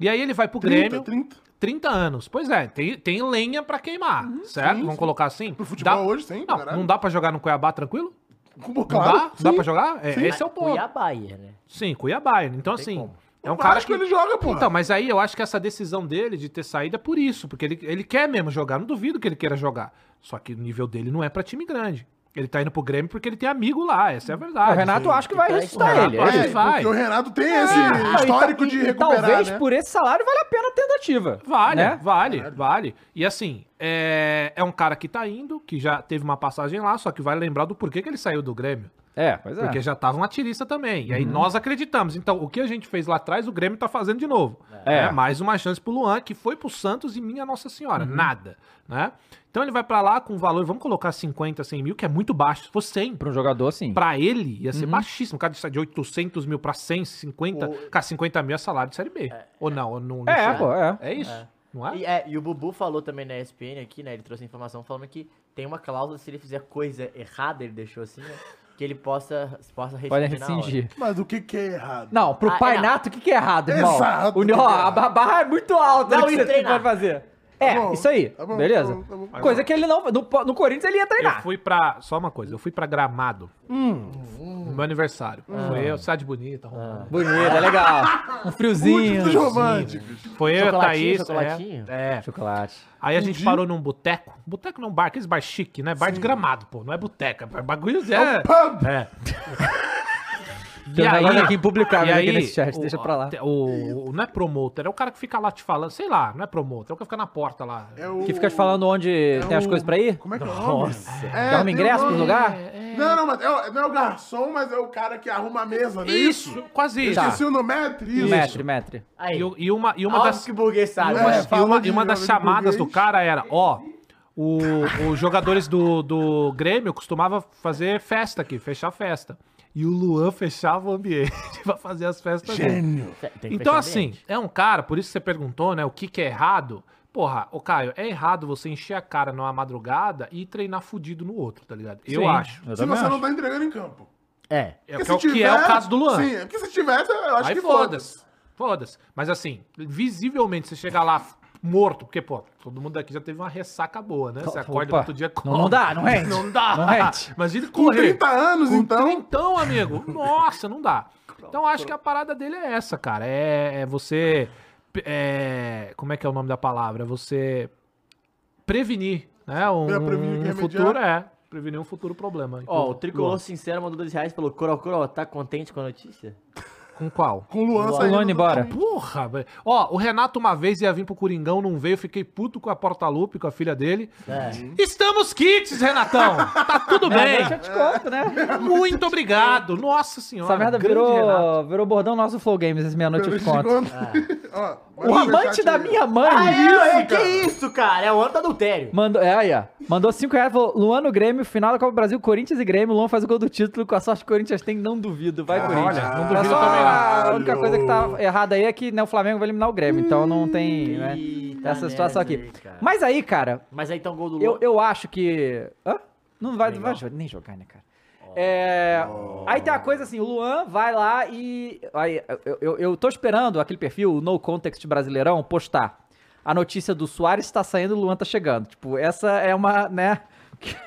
E: E aí ele vai pro
G: 30,
E: Grêmio.
G: 30.
E: 30 anos. Pois é, tem, tem lenha pra queimar, certo?
G: Uhum, sim,
E: Vamos
G: sim.
E: colocar assim?
G: Pro futebol
E: Dá-
G: hoje, sim,
E: Não,
G: caralho.
E: não dá pra jogar no Cuiabá tranquilo?
G: Como,
E: Não dá?
G: claro.
E: Dá
G: sim.
E: pra jogar? É,
G: Sim.
E: esse é
H: Ah,
E: o ponto.
H: Cuiabá, né?
E: Sim, Cuiabá. Então,
H: tem
E: assim,
H: como.
E: é um
G: O
E: cara
G: Vasco
E: que...
G: ele joga, porra.
E: Então, mas aí eu acho que essa decisão dele de ter saído é por isso, porque ele, ele quer mesmo jogar, não duvido que ele queira jogar. Só que o nível dele não é pra time grande. Ele tá indo pro Grêmio porque ele tem amigo lá, essa é a verdade.
F: O Renato acho que vai
H: Então,
F: ressuscitar
E: então,
F: ele.
E: Renato
F: ele- É.
E: acho
G: É,
E: ele vai.
G: Porque o Renato tem esse histórico
F: e- tá-
G: de
F: e
G: recuperar,
F: Talvez
G: né?
F: por esse salário vale a pena a tentativa.
E: Vale,
F: né?
E: vale, vale. E assim, é, é um cara que tá indo, que já teve uma passagem lá, só que vai lembrar do porquê que ele saiu do Grêmio.
F: É, pois é. Uhum.
E: Porque já tava uma tirista também. E aí nós acreditamos. Então, o que a gente fez lá atrás, o Grêmio tá fazendo de novo.
F: É.
E: Né? Mais uma chance pro Luan, que foi pro Santos e minha Nossa Senhora.
F: Uhum.
E: Nada. Né? Então ele vai pra lá com um valor, vamos colocar 50, 100 mil, que é muito baixo. Se fosse 100. Pra
F: um jogador, sim. Uhum.
E: Pra ele, ia ser baixíssimo. O cara de 800 mil pra 150. Cara, 50 mil é salário de Série B. Ou não? Ou não, não
F: É,
E: sei.
F: pô, é.
E: É isso. Não é?
H: E, é, e o Bubu falou também na ESPN aqui, né? Ele trouxe a informação falando que tem uma cláusula, se ele fizer coisa errada, ele deixou assim, né? Que ele possa, possa rescindir.
F: Pode
H: na hora.
F: rescindir.
G: Mas o que que é errado?
F: Não, pro
H: Ah,
F: Pai
H: é, não.
F: Nato, o que, que é errado, irmão?
G: Exato,
F: O,
G: o que que é
F: ó, a ba- barra é muito alta
H: Não,
F: do que
H: e
F: você
H: treinar.
F: pode fazer. É,
G: bom,
F: isso aí.
G: tá bom, tá
F: Beleza?
G: bom, tá bom.
F: Coisa que ele não. No, no Corinthians ele ia
E: Eu
F: treinar. Hum.
E: fui pra. Só uma coisa, eu fui pra Gramado. No meu aniversário.
F: Ah.
E: Foi eu, cidade bonita, arrumada.
F: Bonito, é legal. Um friozinho.
G: Múltiplos românticos.
E: Foi eu e a
H: Chocolatinho,
E: Thaís.
H: chocolatinho?
E: É. é.
F: Chocolate.
E: Aí a gente
G: Entendi.
E: parou num boteco. Boteco não, bar, aqueles bar chique, né? Bar de gramado, pô. Não é boteca. É bagulho
G: É
E: é.
G: um pub.
E: É.
F: Tem um negócio aqui impublicável
E: e
F: aqui
E: aí,
F: nesse chat,
E: o-
F: deixa pra lá.
E: te- O, o- não é promoter, é o cara que fica lá te falando, sei lá, não é promoter, é o que fica na porta lá.
G: É o-
F: Que fica te falando onde tem as
G: o-
F: coisas pra ir?
G: Como é que é o nome?
F: Nossa.
G: É,
F: Dá um
G: tem
F: ingresso
G: um
F: pro
G: nome.
F: lugar?
G: Não, não, mas é o- não é o garçom, mas é o cara que arruma a mesa, né?
E: Isso, quase
G: Eu
E: isso.
F: Tá.
G: Esqueci o nome, é atriz.
F: Mestre, mestre.
H: Aí,
E: E, o- e uma, e uma
H: óbvio
E: das.
H: que o burguês sabe.
E: E uma,
G: É,
E: e
G: fala
E: uma-
G: de
E: e uma das
G: jogador
E: chamadas do
G: português.
E: cara era, ó, o- os jogadores do, do Grêmio costumava fazer festa aqui, fechar festa. E o Luan fechava o ambiente (laughs) pra fazer as festas dele.
H: Tem que
E: Então,
H: fechar
E: assim,
H: ambiente.
E: é um cara, por isso que você perguntou, né, o que que é errado. Porra, ô Caio, é errado você encher a cara numa madrugada e treinar fudido no outro, tá ligado?
F: Sim,
E: Eu acho.
F: eu
G: Se
F: também
G: você
F: acho.
G: não tá entregando em campo.
H: É.
E: É, o que é o que é o caso do Luan.
G: Sim, é porque se tivesse, eu acho
E: Aí
G: que foda
E: foda-se. Foda-se. Mas assim, visivelmente, você chega lá morto, porque, pô, todo mundo aqui já teve uma ressaca boa, né? Você
F: Opa.
E: acorda no outro dia
F: Não- não dá, não rende.
E: Não dá.
F: Não rende.
E: Imagina
G: Com
E: correr.
G: 30 anos, então.
E: Então, amigo, nossa, não dá. Então acho que a parada dele é essa, cara. É, é você. é, como é que é o nome da palavra? É você prevenir, né? Um,
G: É, prevenir que
E: um
G: remediar.
E: futuro é. Prevenir um futuro problema.
H: Ó, o Tricolor
E: Luan,
H: Sincero mandou dois reais pelo Coró Coró, tá contente com a notícia?
E: Com qual?
G: Com o Luan
F: O
G: saindo.
F: Luan
G: do-
F: embora.
E: Porra, velho. Ó, o Renato uma vez ia vir pro Coringão, não veio, fiquei puto com a Portalupe, com a filha dele.
F: É.
E: Estamos kits, Renatão! Tá tudo bem!
F: Realmente É, eu te conto, né?
E: Muito obrigado! Nossa senhora!
F: Essa merda
E: grande Renato.
F: virou, virou bordão nosso Flow Games esse meia-noite eu te
G: Pelo
F: conto.
G: menos de conta. Ó, mas
F: O
G: no
F: amante
G: chat
F: da
G: aí.
F: minha mãe
G: Ah,
H: é, que isso, cara? É o ano do adultério.
F: mandou. É, aí, ó. Mandou 5 reais, falou: Luan no Grêmio, final da Copa do Brasil, Corinthians e Grêmio. Luan faz o gol do título, com a sorte que o Corinthians tem, não duvido. Vai, Corinthians.
E: olha, não
F: É
E: duvido
F: só
E: também, não.
F: A única coisa que tá errada aí é que né, o Flamengo vai eliminar o Grêmio, então não tem, né?
H: Eita
F: Essa situação
H: merda
F: aqui.
H: aí, cara.
F: Mas aí, cara,
H: Mas aí tá um gol do Luan.
F: eu, eu acho que. Hã? Não vai, vai jo- nem jogar, né, cara? É,
G: Oh.
F: Aí tem a coisa assim, o Luan vai lá e. Aí, eu, eu, eu tô esperando aquele perfil, o No Context Brasileirão, postar. A notícia do Soares tá saindo o Luan tá chegando. Tipo, essa é uma, né?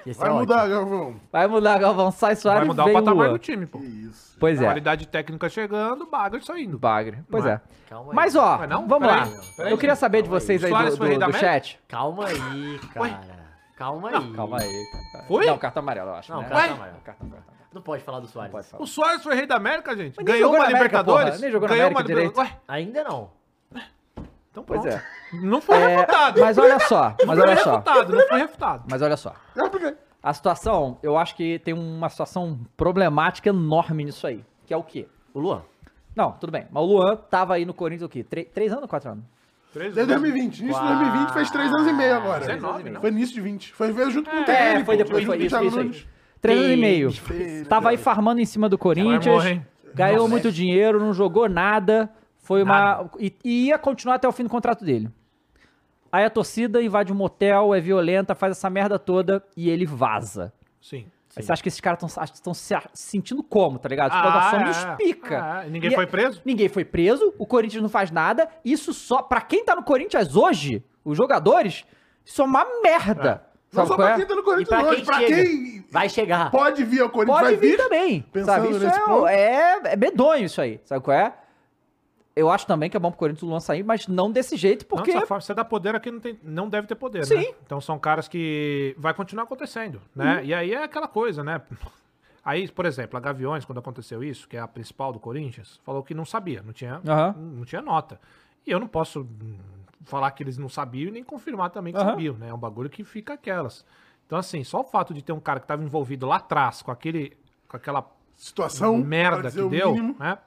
H: Esse
G: Vai
H: é
G: mudar, Galvão.
F: Vai mudar, Galvão, sai Soares
E: Vai
F: e
E: mudar o
F: vem
E: patamar
F: Luan.
E: do time, pô.
G: Isso.
F: Pois é,
E: Qualidade técnica chegando, bagulho saindo.
F: bagre. Pois
E: Não
F: é.
E: é?
H: Calma aí.
F: Mas ó,
E: Não é não?
F: vamos
E: Peraí,
F: lá.
E: não. Peraí,
F: eu queria saber de
H: calma aí.
F: vocês aí,
E: Soares
F: do,
E: foi
F: do-
E: rei da
F: do
E: América?
F: chat.
H: Calma (laughs) aí, cara. Calma aí.
F: Calma aí. cara.
E: Foi?
F: Não, cartão amarelo, eu acho.
H: Não,
F: né?
H: cartão
E: Ué?
H: amarelo. cartão amarelo. Não pode falar do Soares.
F: Pode falar.
E: O Soares foi rei da América, gente.
F: Mas nem
E: Ganhou
F: jogou
E: uma
F: na América,
E: Libertadores.
F: porra. Nem jogou na
E: ganhou
F: América
E: Libertadores. Ué,
H: Ainda não.
E: então
F: Pois
E: pronto.
F: é.
E: Não foi
F: É,
E: refutado.
F: mas olha só,
E: Não
F: mas
E: foi
F: olha só,
E: refutado, não foi refutado.
F: mas olha só.
G: Eu apliquei.
F: A situação, eu acho que tem uma situação problemática enorme nisso aí, que é o quê?
H: O Luan.
F: Não, tudo bem, mas o Luan tava aí no Corinthians o quê? Tre- três anos ou quatro anos?
E: Três é
G: Desde
E: gols.
G: 2020. Início de 2020 fez 3 anos e meio agora.
E: 19, não?
G: Foi início de 20. Foi veio junto com o
F: É,
G: Terrell,
F: foi
G: pô,
F: depois, foi
G: 2020
F: isso, isso
G: alunos.
F: aí. Três anos e meio.
G: Filho,
F: Tava aí farmando em cima do Corinthians,
E: morrer, hein?
F: ganhou muito dinheiro, não jogou nada, foi uma... E, e ia continuar até o fim do contrato dele. Aí a torcida invade um motel, é violenta, faz essa merda toda e ele vaza.
E: Sim.
F: Aí Você acha que esses caras estão se a- se sentindo como, tá ligado? Tipo,
E: Ah,
F: nós
E: é,
F: somos os pica.
E: é. E ninguém
F: E-
E: foi preso?
F: Ninguém foi preso, o Corinthians não faz nada. Isso só, pra quem tá no Corinthians hoje, os jogadores, isso é uma merda.
G: Não
F: Sabe
G: só
F: qual
G: pra
F: é?
G: quem tá no
H: E
G: Corinthians
H: pra
G: hoje.
H: quem
G: Pra
H: chega?
G: quem
H: Vai chegar.
G: pode vir ao Corinthians,
F: Ah. Pode
G: vai
F: vir
G: vir.
F: também.
G: Pensando
F: Sabe? Isso
G: nesse
F: é,
G: ponto.
F: é, é medonho isso aí. Sabe qual é? Eu acho também que é bom pro Corinthians o Luan sair, mas não desse jeito,
E: Não,
F: porque.
E: dessa forma, você dá poder a quem não, tem, não deve ter poder, né?
F: Sim. Uhum.
E: Então são caras que vai continuar acontecendo, né? E aí é aquela coisa, né? (laughs) Aí, por exemplo, a Gaviões, quando aconteceu isso, que é a principal do Corinthians, falou que não sabia, não tinha,
F: Aham.
E: não tinha nota. E eu não posso hum, falar que eles não sabiam e nem confirmar também que
F: Aham.
E: sabiam, né? É um bagulho que fica aquelas. Então, assim, só o fato de ter um cara que estava envolvido lá atrás com aquele, com aquela
G: situação. pra
E: merda
G: dizer
E: que
G: o
E: deu,
G: mínimo.
E: né?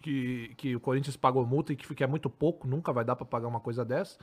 E: Que, que o Corinthians pagou multa e que fica muito pouco, nunca vai dar pra pagar uma coisa dessa.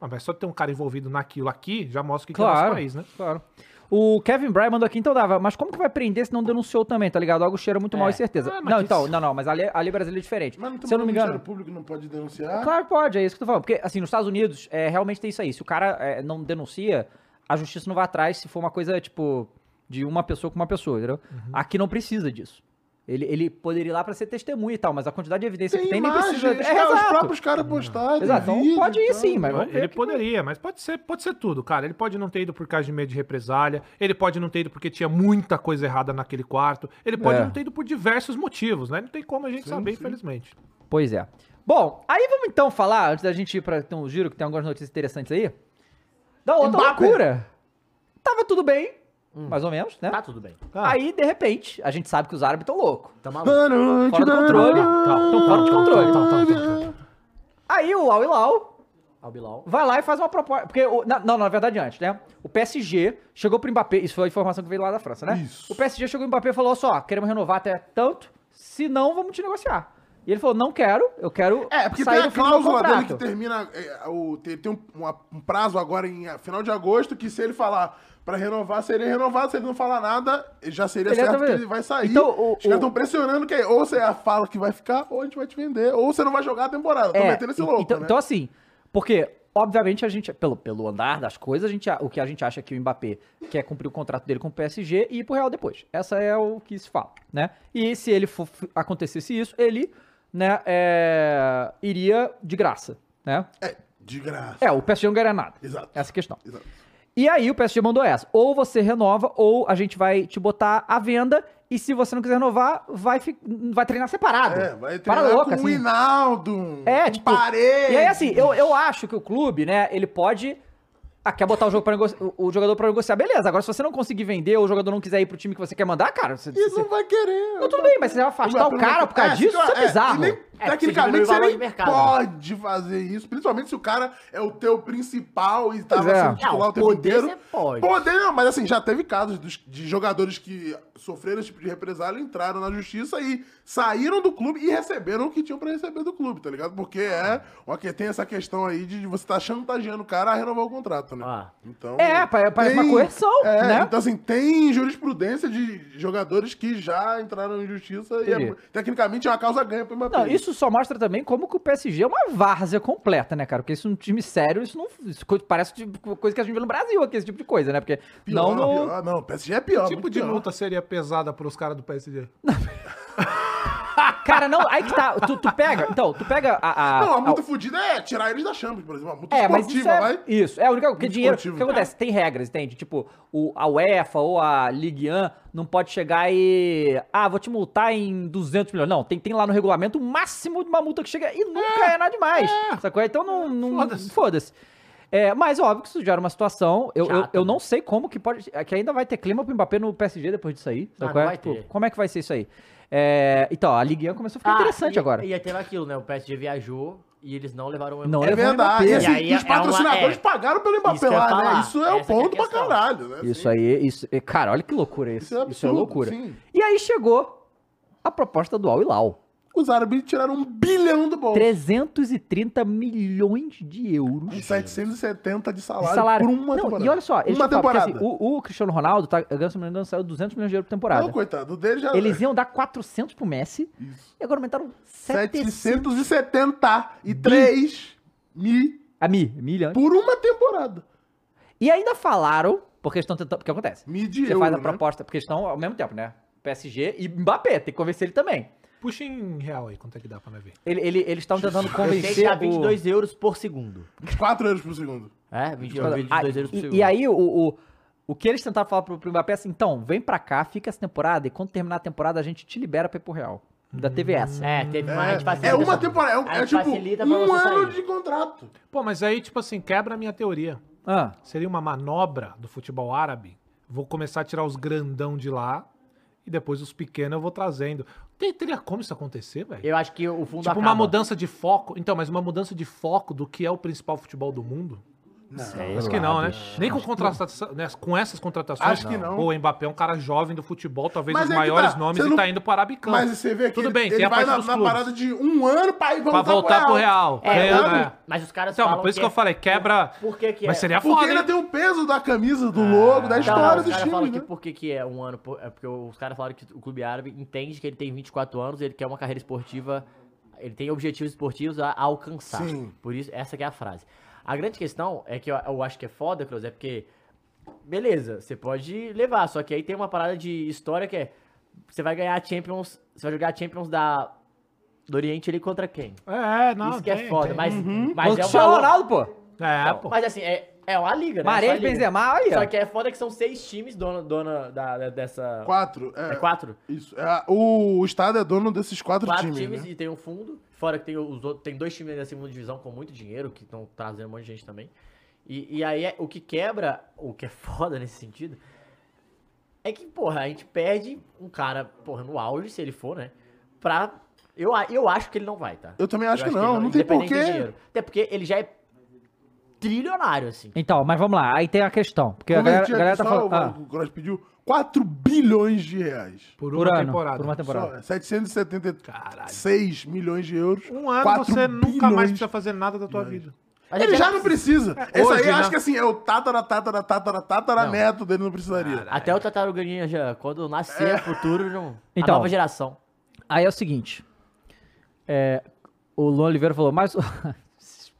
E: Mas só ter um cara envolvido naquilo aqui já mostra o que, que é
F: Claro,
E: nosso país, né?
F: claro. O Kevin Bryan mandou aqui, então dava, mas como que vai prender se não denunciou também, tá ligado? Algo cheira muito mal, é certeza.
G: Ah, mas
F: não,
G: que
F: então,
G: isso.
F: não, não, mas ali, ali Brasília é diferente.
G: Então, Mas não tem
F: se eu não me
G: Ministério
F: engano.
G: Público não pode denunciar.
F: Claro, que pode, é isso que eu tô falando. Porque, assim, nos Estados Unidos, é, realmente tem isso aí. Se o cara é, não denuncia, a justiça não vai atrás se for uma coisa, tipo, de uma pessoa com uma pessoa, entendeu?
G: Uhum.
F: Aqui não precisa disso. Ele, ele poderia ir lá pra ser testemunha e tal, mas a quantidade de evidência
G: Tem
F: que tem
G: imagem,
F: nem
G: os,
F: precisa. É,
G: caras- os
F: exato.
G: próprios caras postaram.
F: Exato, então pode ir sim, mas vamos ver
E: Ele poderia, mas pode ser, pode ser tudo, cara. Ele pode não ter ido por causa de medo de represália, ele pode não ter ido porque tinha muita coisa errada naquele quarto, ele pode
F: É.
E: não ter ido por diversos motivos, né? Não tem como a gente saber, infelizmente.
F: Pois é. Bom, aí vamos então falar, antes da gente ir pra ter um giro, que tem algumas notícias interessantes aí, da outra
E: Mbappé.
F: loucura. Tava tudo bem, mais ou menos, né? Tá
H: tudo bem.
F: Aí, de repente, a gente sabe que os árabes estão loucos. Tá maluco.
G: Boa noite,
F: Fora do
G: boa
F: controle.
E: Tá,
G: noite.
F: Estão fora de controle. Aí o Al Hilal vai lá e faz uma proposta. Porque, o- na- não, na verdade, antes, né? O PSG chegou pro Mbappé, isso foi a informação que veio lá da França, né? O PSG chegou pro Mbappé e falou: "Olha só, queremos renovar até tanto, se não, vamos te negociar. E ele falou: não quero, eu quero.
G: É, porque
F: sair
G: tem a
F: do fim do meu
G: cláusula dele que
F: contrato."
G: termina. é, o, tem tem um, uma- um prazo agora em ah, final de agosto que se ele falar pra renovar, seria renovado. Se ele não falar nada, já seria
F: Ele
G: certo
F: tá-
G: que ele vai sair.
F: Então, o-
G: Os caras
F: o-
G: estão pressionando que ou você fala que vai ficar, ou a gente vai te vender, ou você não vai jogar a temporada. Estão
F: É,
G: metendo esse
F: e-
G: louco.
F: Então,
G: né?
F: então, assim, porque, obviamente, a gente, pelo, pelo andar das coisas, a gente, a- o que a gente acha que o Mbappé quer cumprir o contrato dele com o PSG e ir pro Real depois. Essa é o que se fala, né? E se ele for, acontecesse isso, ele, né, é, iria de graça, né?
G: É, de graça.
F: É, o PSG não ganha nada.
G: Exato.
F: Essa é a questão.
G: Exato.
F: E aí o PSG mandou essa. Ou você renova, ou a gente vai te botar à venda. E se você não quiser renovar, vai, fi- vai treinar separado.
G: É, vai
F: Parada
G: treinar
F: louca,
G: com o
F: assim.
G: Hinaldo. um
F: É, tipo.
G: Paredes.
F: E aí, assim, eu, eu acho que o clube, né, ele pode. Ah, quer botar o, jogo pra negoci- o, o jogador pra negociar, beleza. Agora, se você não conseguir vender ou o jogador não quiser ir pro time que você quer mandar, cara, você.
G: Ele
F: você-
G: não vai querer.
F: Não, tudo bem, mas você vai afastar o cara por causa disso? Isso é bizarro.
G: e nem- tecnicamente, você nem
F: né?
G: pode fazer isso, principalmente se o cara é o teu principal e tava
F: Pois é.
G: sendo titular
F: Não,
G: o tempo
F: poder
G: inteiro.
F: você pode.
G: Poder não, mas assim, já teve casos dos- de jogadores que sofreram esse tipo de represália, entraram na justiça e saíram do clube e receberam o que tinham pra receber do clube, tá ligado? Porque é, ok, tem essa questão aí de você tá chantageando o cara a renovar o contrato, né? Então,
F: É, pa- parece uma coerção,
G: é,
F: né?
G: Então, assim, tem jurisprudência de jogadores que já entraram em justiça e
F: Entendi.
G: é, tecnicamente é uma causa ganha pro Mbappé.
F: Não, isso só mostra também como que o PSG é uma várzea completa, né, cara? Porque isso é um time sério, isso não. isso co- parece tipo, coisa que a gente vê no Brasil aqui, esse tipo de coisa, né? Porque. não, no-
G: não, o PSG é pior.
E: Que tipo
G: muito
E: de
G: pior.
E: multa seria pesada pros caras do PSG?
F: Ah, Cara, não, aí que tá. Tu, tu pega. Então, tu pega a. a
G: Não, a
F: a-
G: multa fudida é tirar eles da Champions, por exemplo. A multa
F: É, mas isso
G: esportiva,
F: é,
G: vai.
F: isso, é a única coisa, porque
G: Muito
F: dinheiro, o que
G: esportivo. tá.
F: acontece? Tem regras, entende? Tipo, o, a UEFA ou a Ligue 1 não pode chegar e, ah, vou te multar em 200 milhões, não, tem, tem lá no regulamento o máximo de uma multa que chega e nunca é, nada demais, sacou? Então não, não foda-se. É, mas óbvio que isso gera uma situação, eu, eu,
H: Chata, né?
F: eu não sei como que pode, é que ainda vai ter clima pro Mbappé no PSG depois disso aí,
H: Ah,
F: sacou?
H: não
F: É,
H: vai
F: tipo,
H: ter.
F: como é que vai ser isso aí? É, então, a Ligue 1 começou a ficar
H: Ah, e,
F: interessante agora.
H: E aí teve aquilo, né? O PSG viajou e eles não levaram o
F: Não
H: Mbappé.
F: É levaram o verdade, Mbappé.
H: E
F: assim,
H: aí
G: os
H: é uma-
G: patrocinadores
H: é.
G: pagaram pelo Mbappé
H: Isso que eu ia
G: lá, né?
H: falar.
G: Isso é o
H: Essa que é a
G: ponto pra
H: questão.
G: caralho, né?
F: Isso aí, isso, é- cara, olha que loucura isso. Isso é,
G: absurdo,
F: loucura.
G: sim.
F: E aí chegou a proposta do Al Hilal.
G: Os árabes tiraram um bilhão do bolso.
F: 330 milhões de euros.
G: E 770 de salário,
F: de salário.
G: por uma
F: Não,
G: temporada.
F: E olha só, eles
G: uma
F: tinham falado, porque,
G: temporada.
F: assim, o, o Cristiano Ronaldo, tá, ganhando, se não me engano, saiu 200 milhões de euros por temporada.
G: Não, coitado, o Tá, dele já...
F: Eles iam dar 400 pro Messi e agora aumentaram 700.
G: 773 mil
F: A mi, milhões.
G: por uma temporada.
F: E ainda falaram, porque eles estão tentando. Porque acontece.
G: de
F: Você faz
G: euro,
F: a
G: né?
F: proposta, porque estão ao mesmo tempo, né? PSG e Mbappé, tem que convencer ele também.
E: Puxa em real aí, quanto é que dá pra nós ver?
F: Ele- ele- eles estavam tentando
H: Eu sei que
F: convencer.
H: dá
F: o-
H: 22 euros por segundo.
G: 4 euros por Um segundo.
H: É, 20,
F: Tipo,
H: 22
F: ah,
H: euros por
F: e-
H: segundo.
F: e, aí, o, o, o que eles tentaram falar pro, pro Mbappé é assim, então, vem pra cá, fica essa temporada, e quando terminar a temporada, a gente te libera pra ir pro Real. Ainda teve essa.
H: É, teve
G: É, é uma temporada, é, um- é tipo um ano de contrato.
E: Pô, mas aí, tipo assim, quebra a minha teoria.
F: Ah.
E: Seria uma manobra do futebol árabe. Vou começar a tirar os grandão de lá e depois os pequenos eu vou trazendo. Tem, teria como isso acontecer, velho?
H: Eu acho que o fundo
E: Tipo,
H: acaba.
E: uma mudança de foco. Então, mas uma mudança de foco do que é o principal futebol do mundo. Não, acho que não, né? Nem com, contratação, né, com essas contratações.
G: Acho que não.
E: Pô, o Mbappé é um cara jovem do futebol, talvez
G: Mas
E: os
G: é que
E: maiores
G: tá,
E: nomes,
G: você
E: e
G: não-
E: tá indo para Arabicão.
G: Mas você vê que
E: Tudo bem,
G: ele,
E: tem
G: ele
E: a
G: vai
E: parte
G: na,
E: dos
G: na
E: clubos.
G: parada de um ano pra ir
E: Pra
G: voltar,
E: voltar pro Real.
G: É,
E: Ganhando,
G: sabe?
E: é.
H: Mas os caras
E: Então, mas
H: falam
E: por isso
H: que
E: que
F: é
E: eu falei, quebra.
H: Por que que
E: Mas
H: é?
E: seria
G: Porque
E: foda, né? Ah,
G: ainda
E: hein?
G: tem o peso da camisa, do logo, da
H: Não,
G: história
H: os
G: do
H: caras
G: time,
H: falam que
G: né?
H: por que, que é um ano. por- é porque os caras falaram que o clube árabe entende que ele tem 24 anos e ele quer uma carreira esportiva. Ele tem objetivos esportivos a, a alcançar.
G: Sim.
H: Por isso, essa que é a frase. A grande questão é que eu, eu acho que é foda, Cruz, é porque. Beleza, você pode levar, só que aí tem uma parada de história que é. Você vai ganhar a Champions. Você vai jogar a Champions da. Do Oriente ali contra quem?
E: É, não,
H: Isso que é
E: tem,
H: foda,
E: tem.
H: mas.
E: Uhum.
H: Mas
F: Contra
H: é
F: o
H: o valor-
F: Ronaldo, pô.
E: É,
H: então, Mas assim, é, é uma liga, né?
F: Maria
H: Só liga.
F: Benzema, olha.
H: Só que é foda que são seis times dona, dona da, da- dessa...
G: Quatro.
H: É quatro?
G: Isso. É, o, o Estado é dono desses quatro,
H: Quatro
G: times,
H: times,
G: né?
H: e tem um fundo. Fora que tem os outros, tem dois times da segunda divisão com muito dinheiro, que estão trazendo um monte de gente também. E, e aí é- o que quebra, o que é (laughs) foda nesse sentido, é que, porra, a gente perde um cara, porra, no auge, se ele for, né? Pra. Eu, a- eu acho que ele não vai, tá?
G: Eu também acho que
H: ele
G: não, não tem
H: independente do
G: porquê.
H: dinheiro. Até porque ele já é trilionário, assim.
F: Então, mas vamos lá. Aí tem a questão. Porque a
G: Como
F: galera,
G: tinha
F: a galera tá
G: aqui só,
F: falando.
G: o- O Gross pediu 4 bilhões de reais.
E: Por
F: uma ano, temporada. por uma temporada.
G: Só, 776 milhões de euros.
E: Um ano
G: 4
E: você nunca mais
G: bilhões.
E: precisa fazer nada da tua vida.
G: Ele já não precisa.
E: É,
G: Esse
E: hoje,
G: aí eu
E: né?
G: acho que assim, é o tatara, tatara, tatara, tatara
H: Não.
G: neto dele não precisaria.
H: Até o Tartaruguinha já, quando
G: É.
H: nascer o futuro, não.
F: Então.
H: a nova geração.
F: Aí é o seguinte. é, o Luan Oliveira falou, mas. o-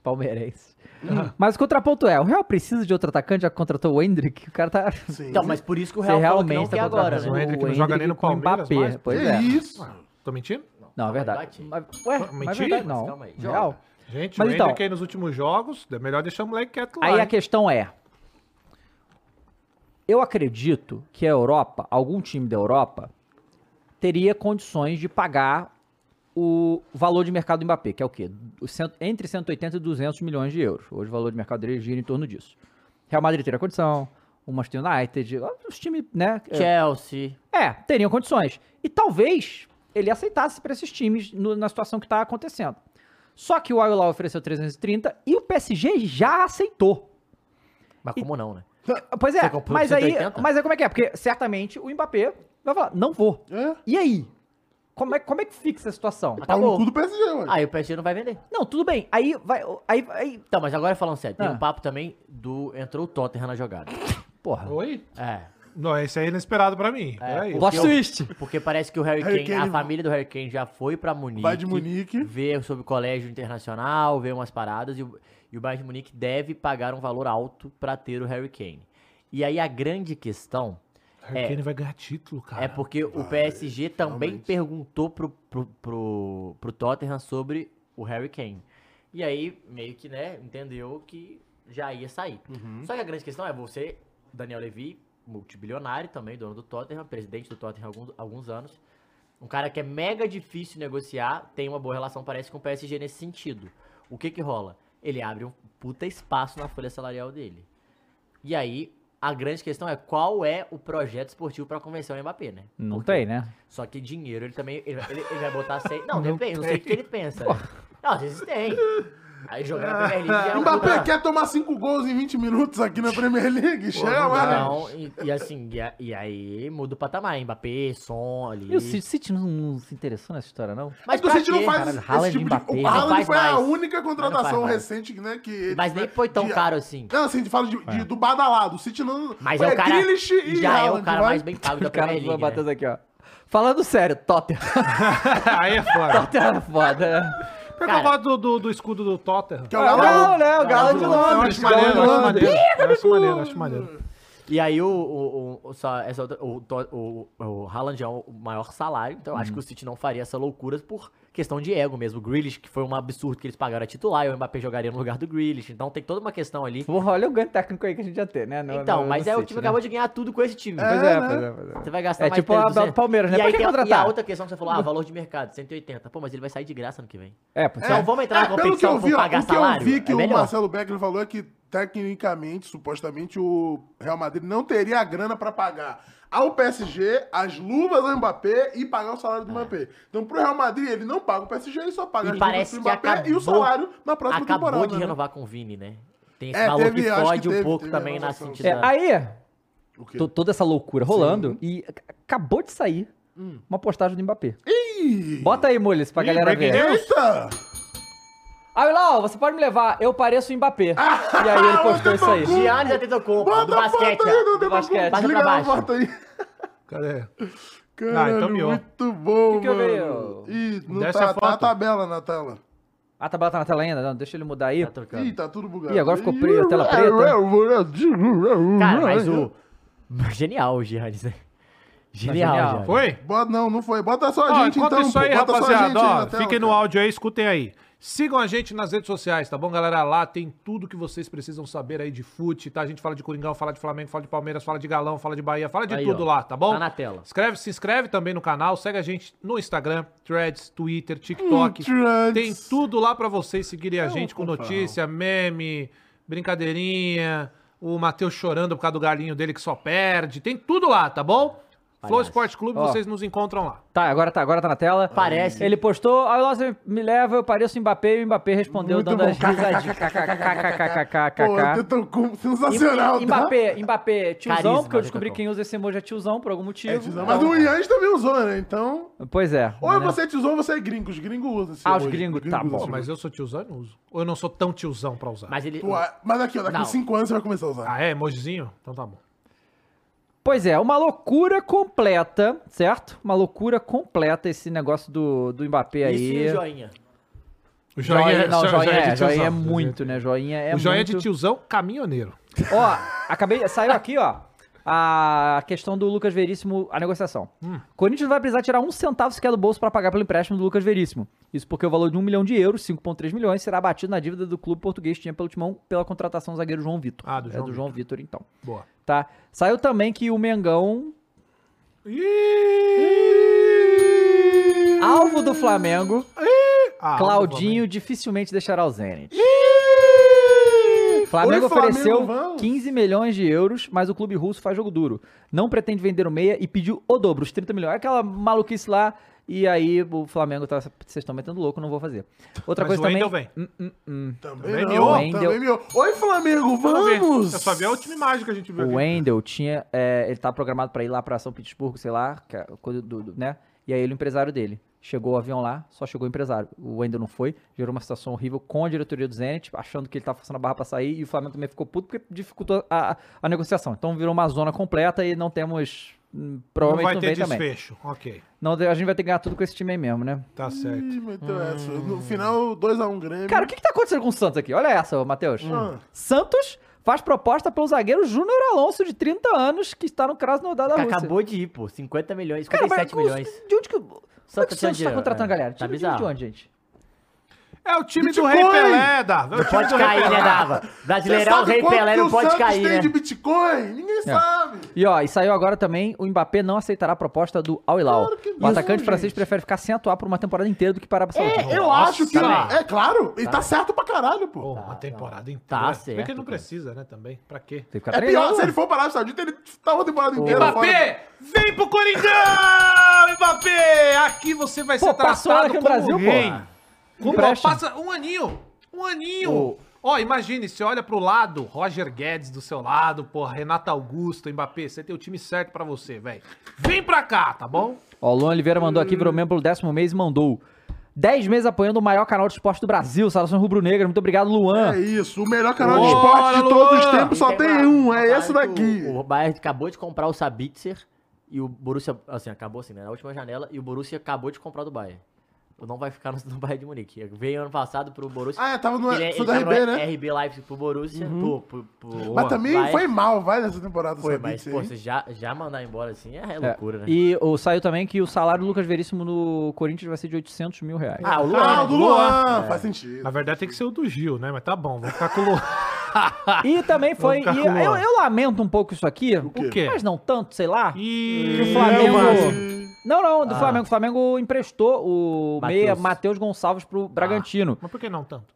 F: Palmeirense.
H: Uhum.
F: Mas o contraponto é, o Real precisa de outro atacante, já que contratou o Hendrick, o cara tá.
H: Então, mas por isso que o
F: Você
H: Real falou que
F: realmente
H: não
F: tá
H: quer agora,
F: contratando
E: O
H: né?
E: Hendrick não
F: O
E: joga nem no
F: Hendrick com o
E: Palmeiras
F: Mbappé,
E: mais.
F: pois
E: Que
F: é.
E: isso? Ah, Tô mentindo?
F: Não, é verdade. Mas, ué, mas é
E: Menti?
F: verdade, não.
H: Calma aí,
E: joga.
F: Real.
E: Gente,
F: Mas
E: o
F: então-
E: Hendrick aí nos últimos jogos, é melhor deixar o moleque quieto lá.
F: Aí
E: hein?
F: a questão é. Eu acredito que a Europa, algum time da Europa, teria condições de pagar o valor de mercado do Mbappé, que é o quê? O cento- Entre 180 e 200 milhões de euros. Hoje o valor de mercado dele gira em torno disso. Real Madrid teria condição, o Manchester United, os times, né? é,
H: Chelsea.
F: é, teriam condições. E talvez ele aceitasse para esses times no- na situação que está acontecendo. Só que o Al Hilal ofereceu 330 e o PSG já aceitou.
H: Mas como não, né?
F: Pois é,
H: Você comprou
F: mas aí,
H: 180?
F: mas aí como é que é? Porque certamente o Mbappé vai falar, não vou. E aí? Como é, como é que fixa a situação?
H: Acabou.
G: Tá cu do PSG, mano.
H: Aí o PSG não vai vender.
F: Não, tudo bem. Aí vai. Aí, aí...
H: Então, mas agora falando sério, tem
F: Ah.
H: um papo também do. Entrou o Tottenham na jogada.
F: Porra.
E: Oi?
H: É.
E: Não, esse aí é inesperado pra mim. Peraí.
H: porque o- Porque parece que o Harry,
E: Harry
H: Kane,
E: Kane-
H: a família do Harry Kane já foi pra Munique.
G: Vai de Munique.
H: Ver sobre o colégio internacional, ver umas paradas. E o, e o Bayern de Munique deve pagar um valor alto pra ter o Harry Kane. E aí a grande questão
E: Harry
H: é-
E: Kane vai ganhar título, cara.
H: É porque o PSG também perguntou pro, pro, pro, pro Tottenham sobre o Harry Kane. E aí, meio que, né, entendeu que já ia sair.
F: Uhum.
H: Só que a grande questão é você, Daniel Levy, multibilionário também, dono do Tottenham, presidente do Tottenham há alguns, alguns anos. Um cara que é mega difícil negociar, tem uma boa relação, parece, com o PSG nesse sentido. O que que rola? Ele abre um puta espaço na folha salarial dele. E aí, a grande questão é qual é o projeto esportivo pra convencer o Mbappé, né?
F: Não tem, né?
H: Só que dinheiro ele também. Ele, vai- ele- ele vai botar 100. Não,
F: Não
H: depende, não sei o que ele pensa. Né? Não, às vezes tem. Aí jogar na Premier League. é
F: Ah.
H: um
G: Mbappé
H: puta-
G: quer tomar 5 gols em 20 minutos aqui na Premier League.
H: Pô,
G: Chega lá, né?
H: Não, e, e assim, e, a- e aí muda o patamar. hein? Mbappé, Son ali.
F: E o City, City não, não se interessou nessa história, não?
H: Mas
G: Mas o
H: pra
G: City não
H: quê?
G: faz
H: Caralho,
G: esse
F: Haaland
G: tipo
F: e
G: de...
F: Mbappé. né?
G: O
F: Não
G: Haaland
H: faz
G: foi a
H: mais.
G: única
H: Mas não
G: contratação
H: faz mais.
G: recente, né? Que,
H: Mas nem foi tão
G: de-
H: caro assim.
G: Não, assim, a gente fala de,
F: É.
G: de- do badalado. O City não...
H: Mas
G: Foi
H: é o cara.
G: Grealish e
H: Já é (laughs) o
G: Haaland,
H: cara
G: vai.
H: mais bem
F: (laughs)
H: pago da
F: O cara
H: Premier
F: vai
H: League. né?
F: batendo aqui, ó. Falando sério,
G: (laughs)
F: Tottenham.
E: aí é foda.
F: Tottenham era foda, né?
E: Por que
H: Cara-
E: eu falo do, do, do escudo do Tottenham?
G: Que é o Galo.
F: né? O Galo de
E: Eu
F: Londres.
E: acho maneiro, eu
F: Galo
E: acho
F: de Londres.
E: maneiro. Eu acho maneiro, eu acho maneiro.
H: E aí o, o, o- só essa outra- o, to- o, o Haaland é o maior salário, então eu
F: Uhum.
H: acho que o City não faria essa loucura por questão de ego mesmo. O Grealish, que foi um absurdo que eles pagaram a titular, e o Mbappé jogaria no lugar do Grealish, então tem toda uma questão ali.
F: Porra, olha o ganho técnico aí que a gente já tem, né? No-
H: Então,
F: no-
H: mas
F: no
H: é o
F: City,
H: time
F: né?
H: acabou de ganhar tudo com esse time.
F: Pois é, pois é, pois é.
H: Você vai gastar
F: É
H: mais
F: tipo a
H: 300.
F: do Palmeiras, né?
H: E
F: Pra
H: aí
F: que
H: tem, a- e
F: contratar?
H: a outra questão que você falou, ah, valor de mercado, 180. Pô, mas ele vai sair de graça ano que vem.
F: É, pois
H: Então
F: é.
H: vamos entrar na
G: É, pelo que
H: competição
G: eu vi,
H: por
G: ó,
H: pagar
G: o que eu
H: salário.
G: vi que
H: é
G: o
H: melhor.
G: Marcelo Becker falou é que, tecnicamente, supostamente, o Real Madrid não teria a grana pra pagar ao PSG, as luvas do Mbappé e pagar o salário do Mbappé. Então, pro Real Madrid, ele não paga o PSG, ele só paga
H: É. E
G: as luvas
H: parece
G: do
H: que
G: Mbappé
H: acabou,
G: e o salário na próxima
H: acabou
G: temporada.
H: de
G: né?
H: renovar com o Vini, né? Tem esse
G: É,
H: maluco
G: teve-
H: que
G: acho que
H: fode um
G: teve-
H: pouco
G: teve
H: também na
G: renovação.
H: sentido.
F: É,
H: da-
F: aí,
G: O quê?
F: to- toda essa loucura rolando e ac- acabou de sair
G: Hum.
F: uma postagem do Mbappé. Bota aí, Mules, pra
E: Ih,
F: galera ver.
E: breaking news.
G: Eita!
F: Aí, Lau, você pode me levar, eu pareço o Mbappé.
G: Ah,
F: e
G: (laughs)
F: aí ele
G: tá
F: postou isso aí.
H: Giannis Antetokounmpo, do basquete.
G: né,
H: ó.
F: Do basquete.
H: Passa pra baixo.
E: Cadê?
G: Caralho,
E: então miou.
G: muito bom,
F: Que que eu
G: mano.
F: vi,
G: Ih, não
F: Desce
G: tá,
F: a
G: tá
F: foto.
G: a tabela na tela.
F: Ah, tá tá na tela ainda? Não, deixa ele mudar aí.
G: Ih, tá tudo bugado.
F: Ih, agora ficou preto, tela preta.
H: Cara, mas o.
F: (laughs)
H: Genial o Giannis, né? Genial,
F: genial.
H: Giannis.
E: Foi?
G: Bota, não, não foi. Bota só a
E: Ó,
G: gente
E: enquanto
G: então,
E: isso
G: pô.
E: aí,
G: Bota só a gente
E: rapaziada,
G: aí
E: ó,
G: na tela,
E: fiquem no áudio aí, escutem aí. Sigam a gente nas redes sociais, tá bom, galera? Lá tem tudo que vocês precisam saber aí de fute, tá? A gente fala de Coringão, fala de Flamengo, fala de Palmeiras, fala de Galão, fala de Bahia, fala de
H: Aí,
E: tudo
H: ó.
E: lá, tá bom?
H: Tá na tela.
E: Escreve, se inscreve também no canal, segue a gente no Instagram, Threads, Twitter, TikTok.
G: Hum, Threads.
E: Tem tudo lá pra vocês seguirem a gente com notícia, meme, brincadeirinha, o Matheus chorando por causa do galinho dele que só perde. Tem tudo lá, tá bom? Flow Esporte Clube,
F: Ó.
E: vocês nos encontram lá.
F: Tá, agora tá, agora tá na tela.
H: Parece.
F: Ele postou, aí você me leva, eu pareço o Mbappé, e o Mbappé respondeu
G: Muito
F: dando
G: bom.
F: as risadinhas. KKKKKKKKK.
G: Pô, eu tô com- sensacional,
F: Im-
G: tá?
F: Mbappé, Mbappé, tiozão,
H: Carisma,
F: porque eu
H: né,
F: descobri
H: Cacau?
F: quem usa esse emoji é tiozão por algum motivo.
G: É, tiozão. Mas o Yannis também usou, né? Então.
F: Pois é.
G: Ou
F: né?
G: você é tiozão ou você é gringo. Os gringos assim, né? usam esse
F: Ah, os
G: emoji.
F: gringos, tá
G: usam
F: bom.
G: esse
E: Mas eu sou tiozão e não uso. Ou eu não sou tão tiozão pra usar.
H: Mas ele.
G: emoji. Pô, é, Mas aqui, ó, daqui
H: Não.
G: uns 5 anos você vai começar a usar.
E: Ah, é? Emojizinho? Então tá bom.
F: Pois é, uma loucura completa, certo? Uma loucura completa esse negócio do, do Mbappé aí.
H: Isso e o joinha.
E: O
F: Joinha, não, joinha,
E: de
F: é,
E: tiozão.
F: joinha é muito, né? Joinha é
E: o joinha
F: muito.
E: de tiozão caminhoneiro.
F: Ó, acabei, saiu aqui, ó, a questão do Lucas Veríssimo, a negociação.
E: Hum.
F: Corinthians vai precisar tirar um centavo sequer do bolso para pagar pelo empréstimo do Lucas Veríssimo. Isso porque o valor de 1 milhão de euros, 5,3 milhões, será abatido na dívida do clube português que tinha pelo timão pela contratação do zagueiro João Vitor.
E: Ah, do
F: é
E: João
F: do João Vitor, então.
E: Boa.
F: Tá? Saiu também que o Mengão, alvo do Flamengo,
E: Ah,
F: Claudinho dificilmente deixará o Zenit.
G: Oi,
F: Flamengo ofereceu
G: vamos.
F: 15 milhões de euros, mas o clube russo faz jogo duro. Não pretende vender o meia e pediu o dobro, os 30 milhões. É Aquela maluquice lá, e aí o Flamengo tá. Vocês estão metendo louco, não vou fazer. Outra
E: Mas
F: coisa
E: o
F: também. Hum,
E: Wendel vem.
G: Também
E: Também
G: miou,
F: miou.
G: também miou. Oi, Flamengo, vamos!
E: Eu só vi a última imagem que a gente viu
F: O
E: aqui.
F: Wendel tinha. é, ele tá programado pra ir lá pra São Petersburgo, sei lá, que é coisa do, do- né? E aí ele, o empresário dele. Chegou o avião lá, só chegou o empresário. O Wendel não foi, gerou uma situação horrível com a diretoria do Zenit, achando que ele tava forçando a barra pra sair, e o Flamengo também ficou puto porque dificultou a, a- a negociação. Então virou uma zona completa e não temos. hum,
E: Não
F: Provavelmente
E: vai
F: não,
E: ter
F: vem também.
E: desfecho. Ok,
F: Não, a gente vai ter que ganhar tudo com esse time aí mesmo, né?
E: tá certo.
G: Ih, meteu
F: Hum.
G: essa. No final, 2x1 Grêmio.
F: Cara, o que, que tá acontecendo com o Santos aqui? Olha essa, ô, Matheus.
G: Hum.
F: Santos faz proposta pelo zagueiro Júnior Alonso, de 30 anos, que está no Krasnodar da
H: Que
F: Rússia.
H: acabou de ir, pô. 50 milhões,
F: Tá, Cara, mas
H: 57
F: com os-
H: milhões.
F: De onde que, como é
H: Santa
F: que o Santos tá
H: Tia-
F: contratando a
H: é,
F: galera?
H: tá
F: Tira de- de
H: bizarro.
F: onde, gente?
E: É o time do
G: Bitcoin!
E: Rei Pelé, Dava. É o time
H: Pode
E: do Rei
H: cair, né,
E: Pelé.
H: Dava? Brasileirão, o
G: sabe
H: Rei
G: quanto
H: Pelé
G: que
H: não
G: o
H: pode
G: Santos
H: cair,
G: tem
H: né? É.
G: de Bitcoin? Ninguém sabe.
F: E ó, e saiu agora também, o Mbappé não aceitará a proposta do Al Hilal.
G: Claro que
F: o
G: não,
F: atacante
G: gente. É,
F: francês prefere ficar sem atuar por uma temporada inteira do que parar pra saúde.
G: Eu acho que.
E: também.
G: É claro, ele tá certo pra caralho, pô.
E: Pô, uma temporada inteira.
H: Tá
E: Se bem que
H: certo,
E: ele não
H: cara.
E: precisa, né, também. Pra quê?
F: Tem que ficar
G: É pior,
F: treinando,
G: se
F: né?
G: ele for parar a Saudita, ele tá uma temporada inteira. fora.
E: Mbappé, vem pro Coringão, Mbappé! Aqui você vai
F: Pô,
E: ser
F: passou ela
E: tratado
F: aqui no
E: como
F: Brasil, pô.
E: rei. Como
F: Empréstimo.
E: passa um aninho, um aninho. Ó, imagine, você olha pro lado, Roger Guedes do seu lado, pô, Renato Augusto, Mbappé, você tem o time certo pra você, velho. Vem pra cá, tá bom?
F: Ó, o Luan Oliveira mandou
G: Hum.
F: aqui, virou membro pelo décimo mês e mandou. 10 meses apoiando o maior canal de esporte do Brasil, Salação Rubro Negra. Muito obrigado, Luan.
G: É isso, o melhor canal de
E: Bora,
G: esporte de todos os
E: Luan!
G: tempos só tem um, é esse daqui.
H: O, o Bayern acabou de comprar o Sabitzer e o Borussia, assim, acabou assim, né? Na última janela, e o Borussia acabou de comprar do Bayern. Não vai ficar no, (laughs) no Bayern de Munique. Veio ano passado pro Borussia.
G: Ah, é, tava no- foi do
H: tava
G: RB, né?
H: RB Leipzig pro Borussia. Pro,
F: Uhum.
H: pro- pro-
G: Mas também
H: Bayern.
G: foi mal, vai, nessa temporada,
H: Foi,
G: sabe?
H: mas,
G: Isso
H: pô,
G: aí.
H: você já, já mandar embora assim é,
F: É,
H: loucura, né?
F: E o, saiu também que o salário do Lucas Veríssimo no Corinthians vai ser de 800 mil reais.
H: Ah, o Luan.
G: Ah, o do Luan,
H: É.
G: faz sentido.
E: Na verdade tem que ser o do Gil, né? Mas tá bom, vou ficar com o Luan.
F: (laughs) E também foi.
E: Vamos
F: e
E: ficar com o
F: eu,
E: Luan.
F: eu lamento um pouco isso aqui. O
E: quê? quê?
F: Mas não tanto, sei lá.
E: E...
F: o Flamengo-
E: Mas-
F: Não, não, do
H: Ah.
F: Flamengo. O Flamengo emprestou o
H: Matheus.
F: meia Matheus Gonçalves pro Bragantino.
E: Ah, Mas por que não tanto?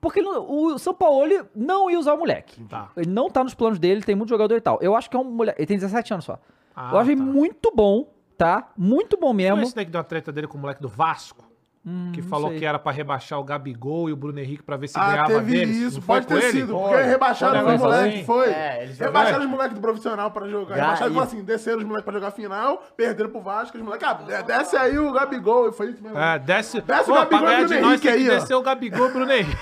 F: Porque ele não- o São Paulo não ia usar o moleque.
E: Tá.
F: Ele não tá nos planos dele, tem muito jogador e tal. Eu acho que é um moleque. Ele tem 17 anos só.
E: Ah,
F: eu acho ele
E: tá.
F: muito bom, tá? Muito bom
E: Não é
F: mesmo.
E: esse daí que deu a treta dele com o moleque do Vasco?
F: Hum,
E: que falou que era pra rebaixar o Gabigol e o Bruno Henrique pra ver se
G: Ah,
E: ganhava
G: teve
E: deles.
G: isso,
E: Não foi
G: pode
E: com
G: ter
E: ele?
G: sido,
E: Foi.
G: porque rebaixaram
E: Foi,
G: os
E: foi.
G: moleques, foi.
E: É, eles
G: rebaixaram os moleques do profissional pra jogar.
E: Já,
G: rebaixaram,
E: e-
G: falaram assim, desceram os moleques pra jogar final, perderam pro Vasco, os moleques, ah, de- desce aí o Gabigol, e foi isso mesmo.
E: É, desce,
G: Desce
E: Pô,
G: o
E: pra
G: Gabigol e o
E: ganhar de
G: Bruno
E: nós
G: Henrique
E: tem que
G: aí, ó.
E: descer o Gabigol e o Bruno Henrique.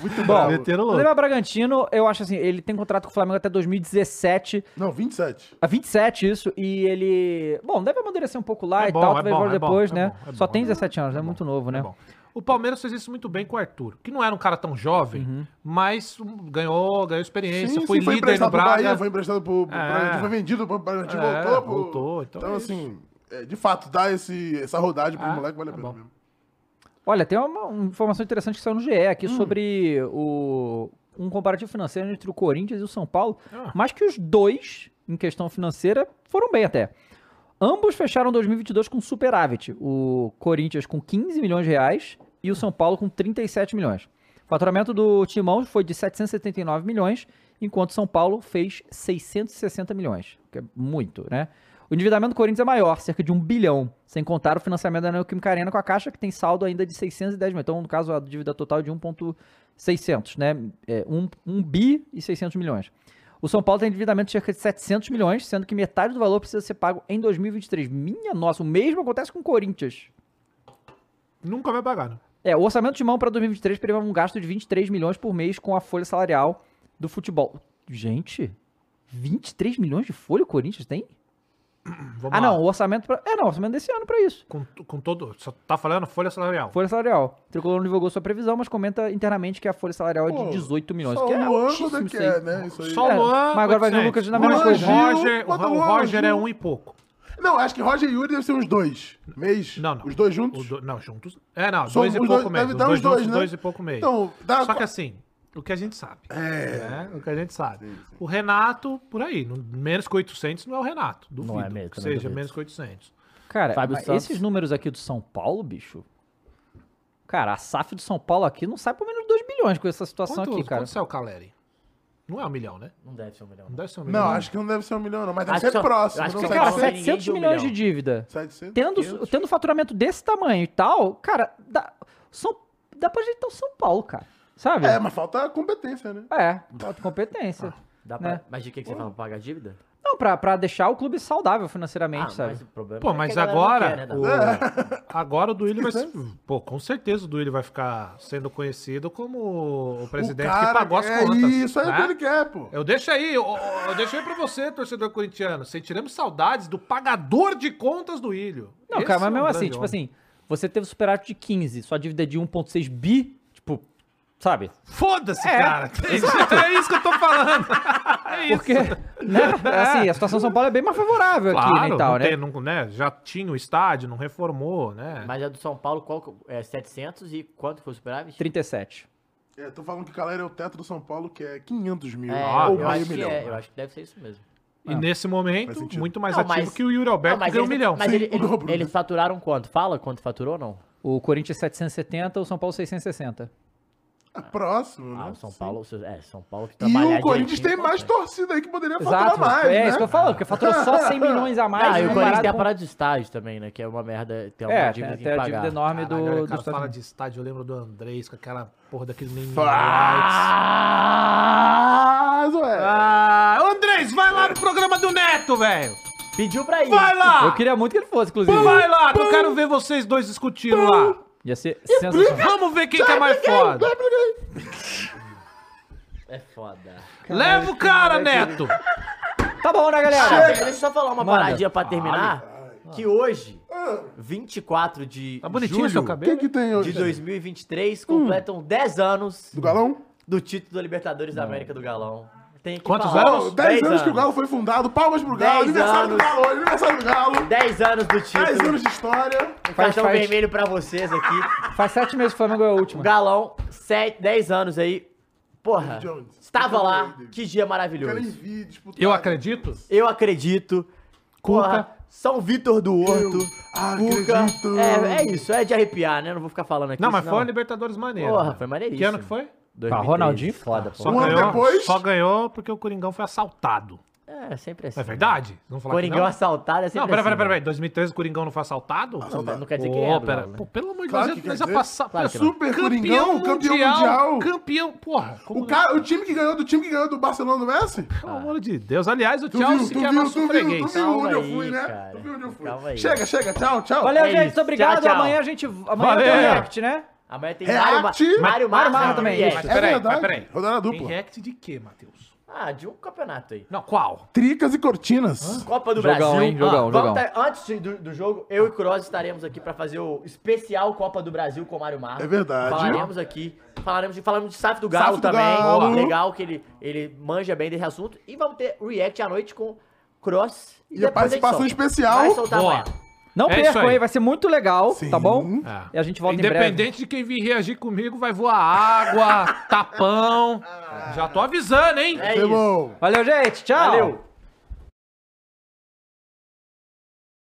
E: Muito
F: Bom,
E: meteram
F: o
E: louco.
F: Lima Bragantino, eu acho assim, ele tem contrato com o Flamengo até 2017.
G: Não, 27.
F: A 27, isso. E ele. Bom, deve amadurecer um pouco lá
E: É
F: e
E: bom,
F: tal,
E: é
F: talvez
E: bom,
F: volte
E: é bom,
F: depois,
E: é
F: né?
E: bom, é
F: Só tem 17 anos, é, muito novo, né?
E: O Palmeiras fez isso muito bem com o Arthur, que não era um cara tão jovem,
F: Uhum.
E: mas um, ganhou, ganhou experiência, foi líder no
G: emprestado pro
E: Braga.
G: Bahia, foi emprestado pro, pro
E: É.
G: Bragantino, foi vendido pro Bragantino,
E: É,
G: voltou pro...
E: voltou, então
G: então,
E: é isso.
G: assim, é, de fato, dá esse, essa rodagem
H: Ah,
G: pro moleque,
H: tá
G: vale a pena mesmo.
F: Olha, tem uma, uma informação interessante que saiu no GE
E: Hum.
F: aqui sobre o, um comparativo financeiro entre o Corinthians e o São Paulo,
E: Ah.
F: mas que os dois, em questão financeira, foram bem até. Ambos fecharam 2022 com superávit. O Corinthians com 15 milhões de reais e o São Paulo com 37 milhões. O faturamento do Timão foi de 779 milhões, enquanto São Paulo fez 660 milhões, que é muito, né? O endividamento do Corinthians é maior, cerca de 1 bilhão, sem contar o financiamento da Neoquímica Arena com a Caixa, que tem saldo ainda de 610 milhões. Então, no caso, a dívida total é de 1,600, né? É 1, 1 bi e 600 milhões. O São Paulo tem endividamento de cerca de 700 milhões, sendo que metade do valor precisa ser pago em 2023. Minha nossa, o mesmo acontece com o Corinthians.
E: Nunca vai pagar, né?
F: É, o orçamento de mão para 2023 prevê um gasto de 23 milhões por mês com a folha salarial do futebol. Gente, 23 milhões de folha o Corinthians tem?
E: Vamos lá.
F: ah, não, o orçamento pra... É, não, o orçamento desse ano para isso.
E: Com, com todo. Só tá falando folha salarial.
F: Folha salarial. O Tricolor não divulgou sua previsão, mas comenta internamente que a folha salarial é
E: Pô,
F: de 18 milhões.
G: Só
F: que
G: o
F: é
G: Luan,
F: altíssimo
G: quando é que
F: isso
G: é,
F: aí.
G: né? Isso aí.
F: É, Mas agora vai vir o Lucas na mesma coisa.
E: O Roger,
G: Bota
E: o
G: Luan,
E: Roger é
G: Gil.
E: um e pouco.
G: Não, acho que Roger e Yuri devem ser uns dois. Mês? Não, não. Os dois juntos?
E: não, juntos. É, não,
G: São
E: dois e
G: os
E: pouco
G: dois-
E: mesmo.
G: deve dar
E: Dois
G: uns dois,
E: juntos,
G: né?
E: dois e pouco meio.
G: Então, dá-
E: Só que assim, o que a gente sabe.
G: É.
E: né? O que a gente sabe. O Renato, por aí. não- menos que 800 não é o Renato. Duvido
F: é mesmo,
E: que
F: também
E: seja
F: duvido.
E: menos que 800.
F: Cara,
E: Fábio
F: mas
E: Santos.
F: esses números aqui do São Paulo, bicho. Cara, a SAF do São Paulo aqui não sai por menos de 2 bilhões com essa situação
E: Quanto,
F: aqui, cara.
E: quanto é o Caleri? Não é um milhão, né?
H: Não deve ser um milhão.
E: Não deve ser um milhão.
G: Não, acho que não deve ser um milhão, não. Mas deve
E: Acho que
G: ser
E: só-
G: próximo.
E: acho
G: não
E: que
G: sei é
E: só-
G: quanto.
E: Cara,
H: Ninguém
F: 700
H: deu um
F: milhões de
H: milhão.
F: dívida.
G: 700?
F: Tendo, tendo faturamento desse tamanho e tal, cara, dá, São, dá pra ajeitar o São Paulo, cara. Sabe?
G: É, mas falta competência, né? (laughs)
F: É, falta competência.
E: Ah,
H: Dá pra...
F: né?
H: Mas de que, que você fala? Pra Pagar dívida?
F: Não, pra, pra deixar o clube saudável financeiramente,
H: Ah,
F: sabe?
H: mas o problema
E: Pô, mas é
H: né,
E: agora. o-
G: É.
E: (laughs) Agora o Duílio vai. se- Pô, com certeza o Duílio vai ficar sendo conhecido como o presidente que
G: cara
E: pagou as
G: quer
E: contas. né?
G: isso, é o que ele quer, pô.
E: Eu deixo aí, eu, eu deixo aí pra você, torcedor corintiano. Sentiremos saudades do pagador de contas do Ilho.
F: Não,
E: Esse é
F: cara, mas
E: um
F: mesmo
E: grande
F: assim, tipo
E: homem.
F: assim, você teve superávit de 15, sua dívida é de 1,6 bi, tipo, sabe?
E: Foda-se,
F: É. (laughs)
E: (laughs) cara. É isso, é isso que eu tô falando. É isso.
F: Porque, (laughs) né? Assim, a situação do São Paulo é bem mais favorável aqui, né,
E: Claro,
F: e tal,
E: não
F: né?
E: tem- não- né, Já tinha o estádio, não reformou, né?
H: Mas a do São Paulo, qual que- é 700 e quanto foi o superávit?
F: 37.
G: É, tô falando que o Caleri é o teto do São Paulo, que é 500 mil.
H: É,
G: ou
H: eu,
G: meio
H: acho que
G: milhão.
H: é, eu acho que deve ser isso mesmo.
F: Ah.
E: E nesse momento, muito mais
H: Não,
E: ativo
H: mas-
E: que o Yuri Alberto
H: Não, mas
E: ganhou um
H: eles-
E: milhão.
H: Mas
E: (laughs)
H: ele- ele- eles faturaram quanto? Fala quanto faturou ou não?
F: O Corinthians 770, o São Paulo 660.
G: É Próximo, né?
H: Ah, o São Paulo, é, São Paulo que
G: E
H: trabalhar
G: o Corinthians tem
H: direitinho,
G: mais torcida aí que poderia faturar
F: Exato,
G: mais,
F: é
G: né?
F: isso que eu falo, porque faturou
G: (laughs)
F: só 100 milhões a mais.
H: Ah, e o
F: comparado
H: Corinthians tem a
F: com-
H: parada de estágio também, né? Que é uma merda. Tem uma
F: É,
H: dívida
F: tem-
H: que
F: tem a
H: pagar.
F: dívida enorme do-
E: Caralho, olha, cara,
F: do Estados
E: fala
F: Unidos.
E: de estádio, eu lembro do Andrés com aquela porra daquele nem
G: Ah, Zoé.
E: Ah, Andrés, vai lá no programa do Neto, velho.
H: Pediu pra ir.
E: Vai lá.
F: Eu queria muito que ele fosse, inclusive.
E: Vai lá, que eu quero ver vocês dois discutindo lá.
F: Ia ser sensacional.
E: Vamos ver quem que é mais foda.
H: (laughs) É foda.
E: Leva o cara, Neto.
F: Tá bom, né,
H: Ah,
F: galera?
H: deixa eu só falar uma
F: Manda.
H: paradinha pra terminar. Que hoje, 24 de
F: Tá bonitinho
H: julho
F: seu cabelo,
G: O que que tem hoje? Hum.
H: de 2023, completam 10 anos
G: Do Galão?
H: do título da Libertadores da América do Galão. Tem que
G: Quantos
H: falar.
G: anos? 10 anos, que o Galo foi fundado. Palmas pro
H: 10
G: Galo. Aniversário do
H: anos.
G: Galo hoje. Aniversário do Galo.
H: 10 anos do
G: 10
H: título.
G: anos de história.
F: Faz-
H: Cartão
F: faz-
H: vermelho pra vocês aqui.
F: Faz sete meses que o Flamengo é o último.
H: Galão, 7, 10 anos aí. Porra,
G: David Jones.
H: estava
G: David
H: lá.
G: Jones, David.
H: Que dia
G: Quero
H: maravilhoso.
G: envio, disputar.
E: Eu acredito.
H: Eu acredito. Porra, São Vitor do Horto. Cuca.
G: acredito.
H: É, é isso, é de arrepiar, né? Não vou ficar falando aqui.
E: Não, mas
H: senão-
E: foi uma Libertadores maneira.
H: Porra,
E: velho.
H: foi maneiríssimo.
E: Que ano que foi?
H: 2013.
F: Tá Ronaldinho, foda,
E: Só
G: Um ano
E: ganhou,
G: depois-
E: só ganhou porque o Coringão foi assaltado.
H: É, sempre assim.
E: É verdade? Vamos falar que
H: Coringão
E: não?
H: assaltado é sempre
E: Não, peraí,
H: assim,
E: peraí, peraí. 2013 o Coringão não foi assaltado?
H: não, não quer dizer
E: Pô,
H: que é,
E: pera-
H: Bruno.
E: Pô, pelo amor de
G: Claro
E: Deus,
G: que quer
E: mas a
G: dizer.
E: passar.
G: Claro que não.
E: super
G: Super
E: campeão
G: Coringão,
E: mundial,
G: campeão mundial.
E: Campeão, porra. como
G: O, cara, o time que ganhou do time que ganhou do Barcelona do Messi?
E: Pelo amor de Deus. Aliás, o
G: Tu
E: Chelsea
G: viu, tu
E: que é
G: viu,
E: nosso
G: tu viu,
E: freguês.
G: tu viu
E: Calma
G: onde eu
E: aí,
G: fui, né?
E: cara.
G: Tu viu onde eu fui.
H: Calma aí. É
G: Chega, chega, tchau, tchau.
F: Valeu,
E: É
F: gente.
H: isso.
F: Muito obrigado.
H: Tchau, tchau.
F: Amanhã a gente. Amanhã tem
E: Valeu.
F: React, né?
H: Amanhã tem Mário, Ma
G: React.
H: Mário Marra
F: Mário Marra também,
H: também.
E: Mas
G: É
E: peraí, mas
G: verdade.
E: peraí.
G: Rodada
E: Tem
G: dupla.
E: react de quê, Matheus?
H: Ah, de um campeonato aí.
E: Não, qual?
G: Tricas e cortinas.
H: Copa do
M: Jogão,
H: Brasil.
M: hein? Jogão,
H: vamos
M: jogão.
H: tá- antes do, do jogo, eu e Cross estaremos aqui pra fazer o especial Copa do Brasil com o Mário Marra.
G: É verdade.
H: Falaremos aqui. Falaremos de, falaremos de Saf do Galo
G: Saf do
H: também.
G: Galo.
H: Legal que ele, ele manja bem desse assunto. E vamos ter react à noite com Cross.
G: E a
H: depois gente
G: participação
H: solta.
G: especial.
H: Vai soltar
E: Boa.
H: amanhã.
F: Não
E: É isso
F: percam
E: aí.
F: aí, vai ser muito legal, tá bom?
E: É.
F: E a gente volta em breve.
E: Independente de quem vir reagir comigo, vai voar água, (laughs) tapão. Já tô avisando, hein?
H: É
G: Foi
H: isso.
G: bom.
F: Valeu, gente. Tchau.
H: Valeu.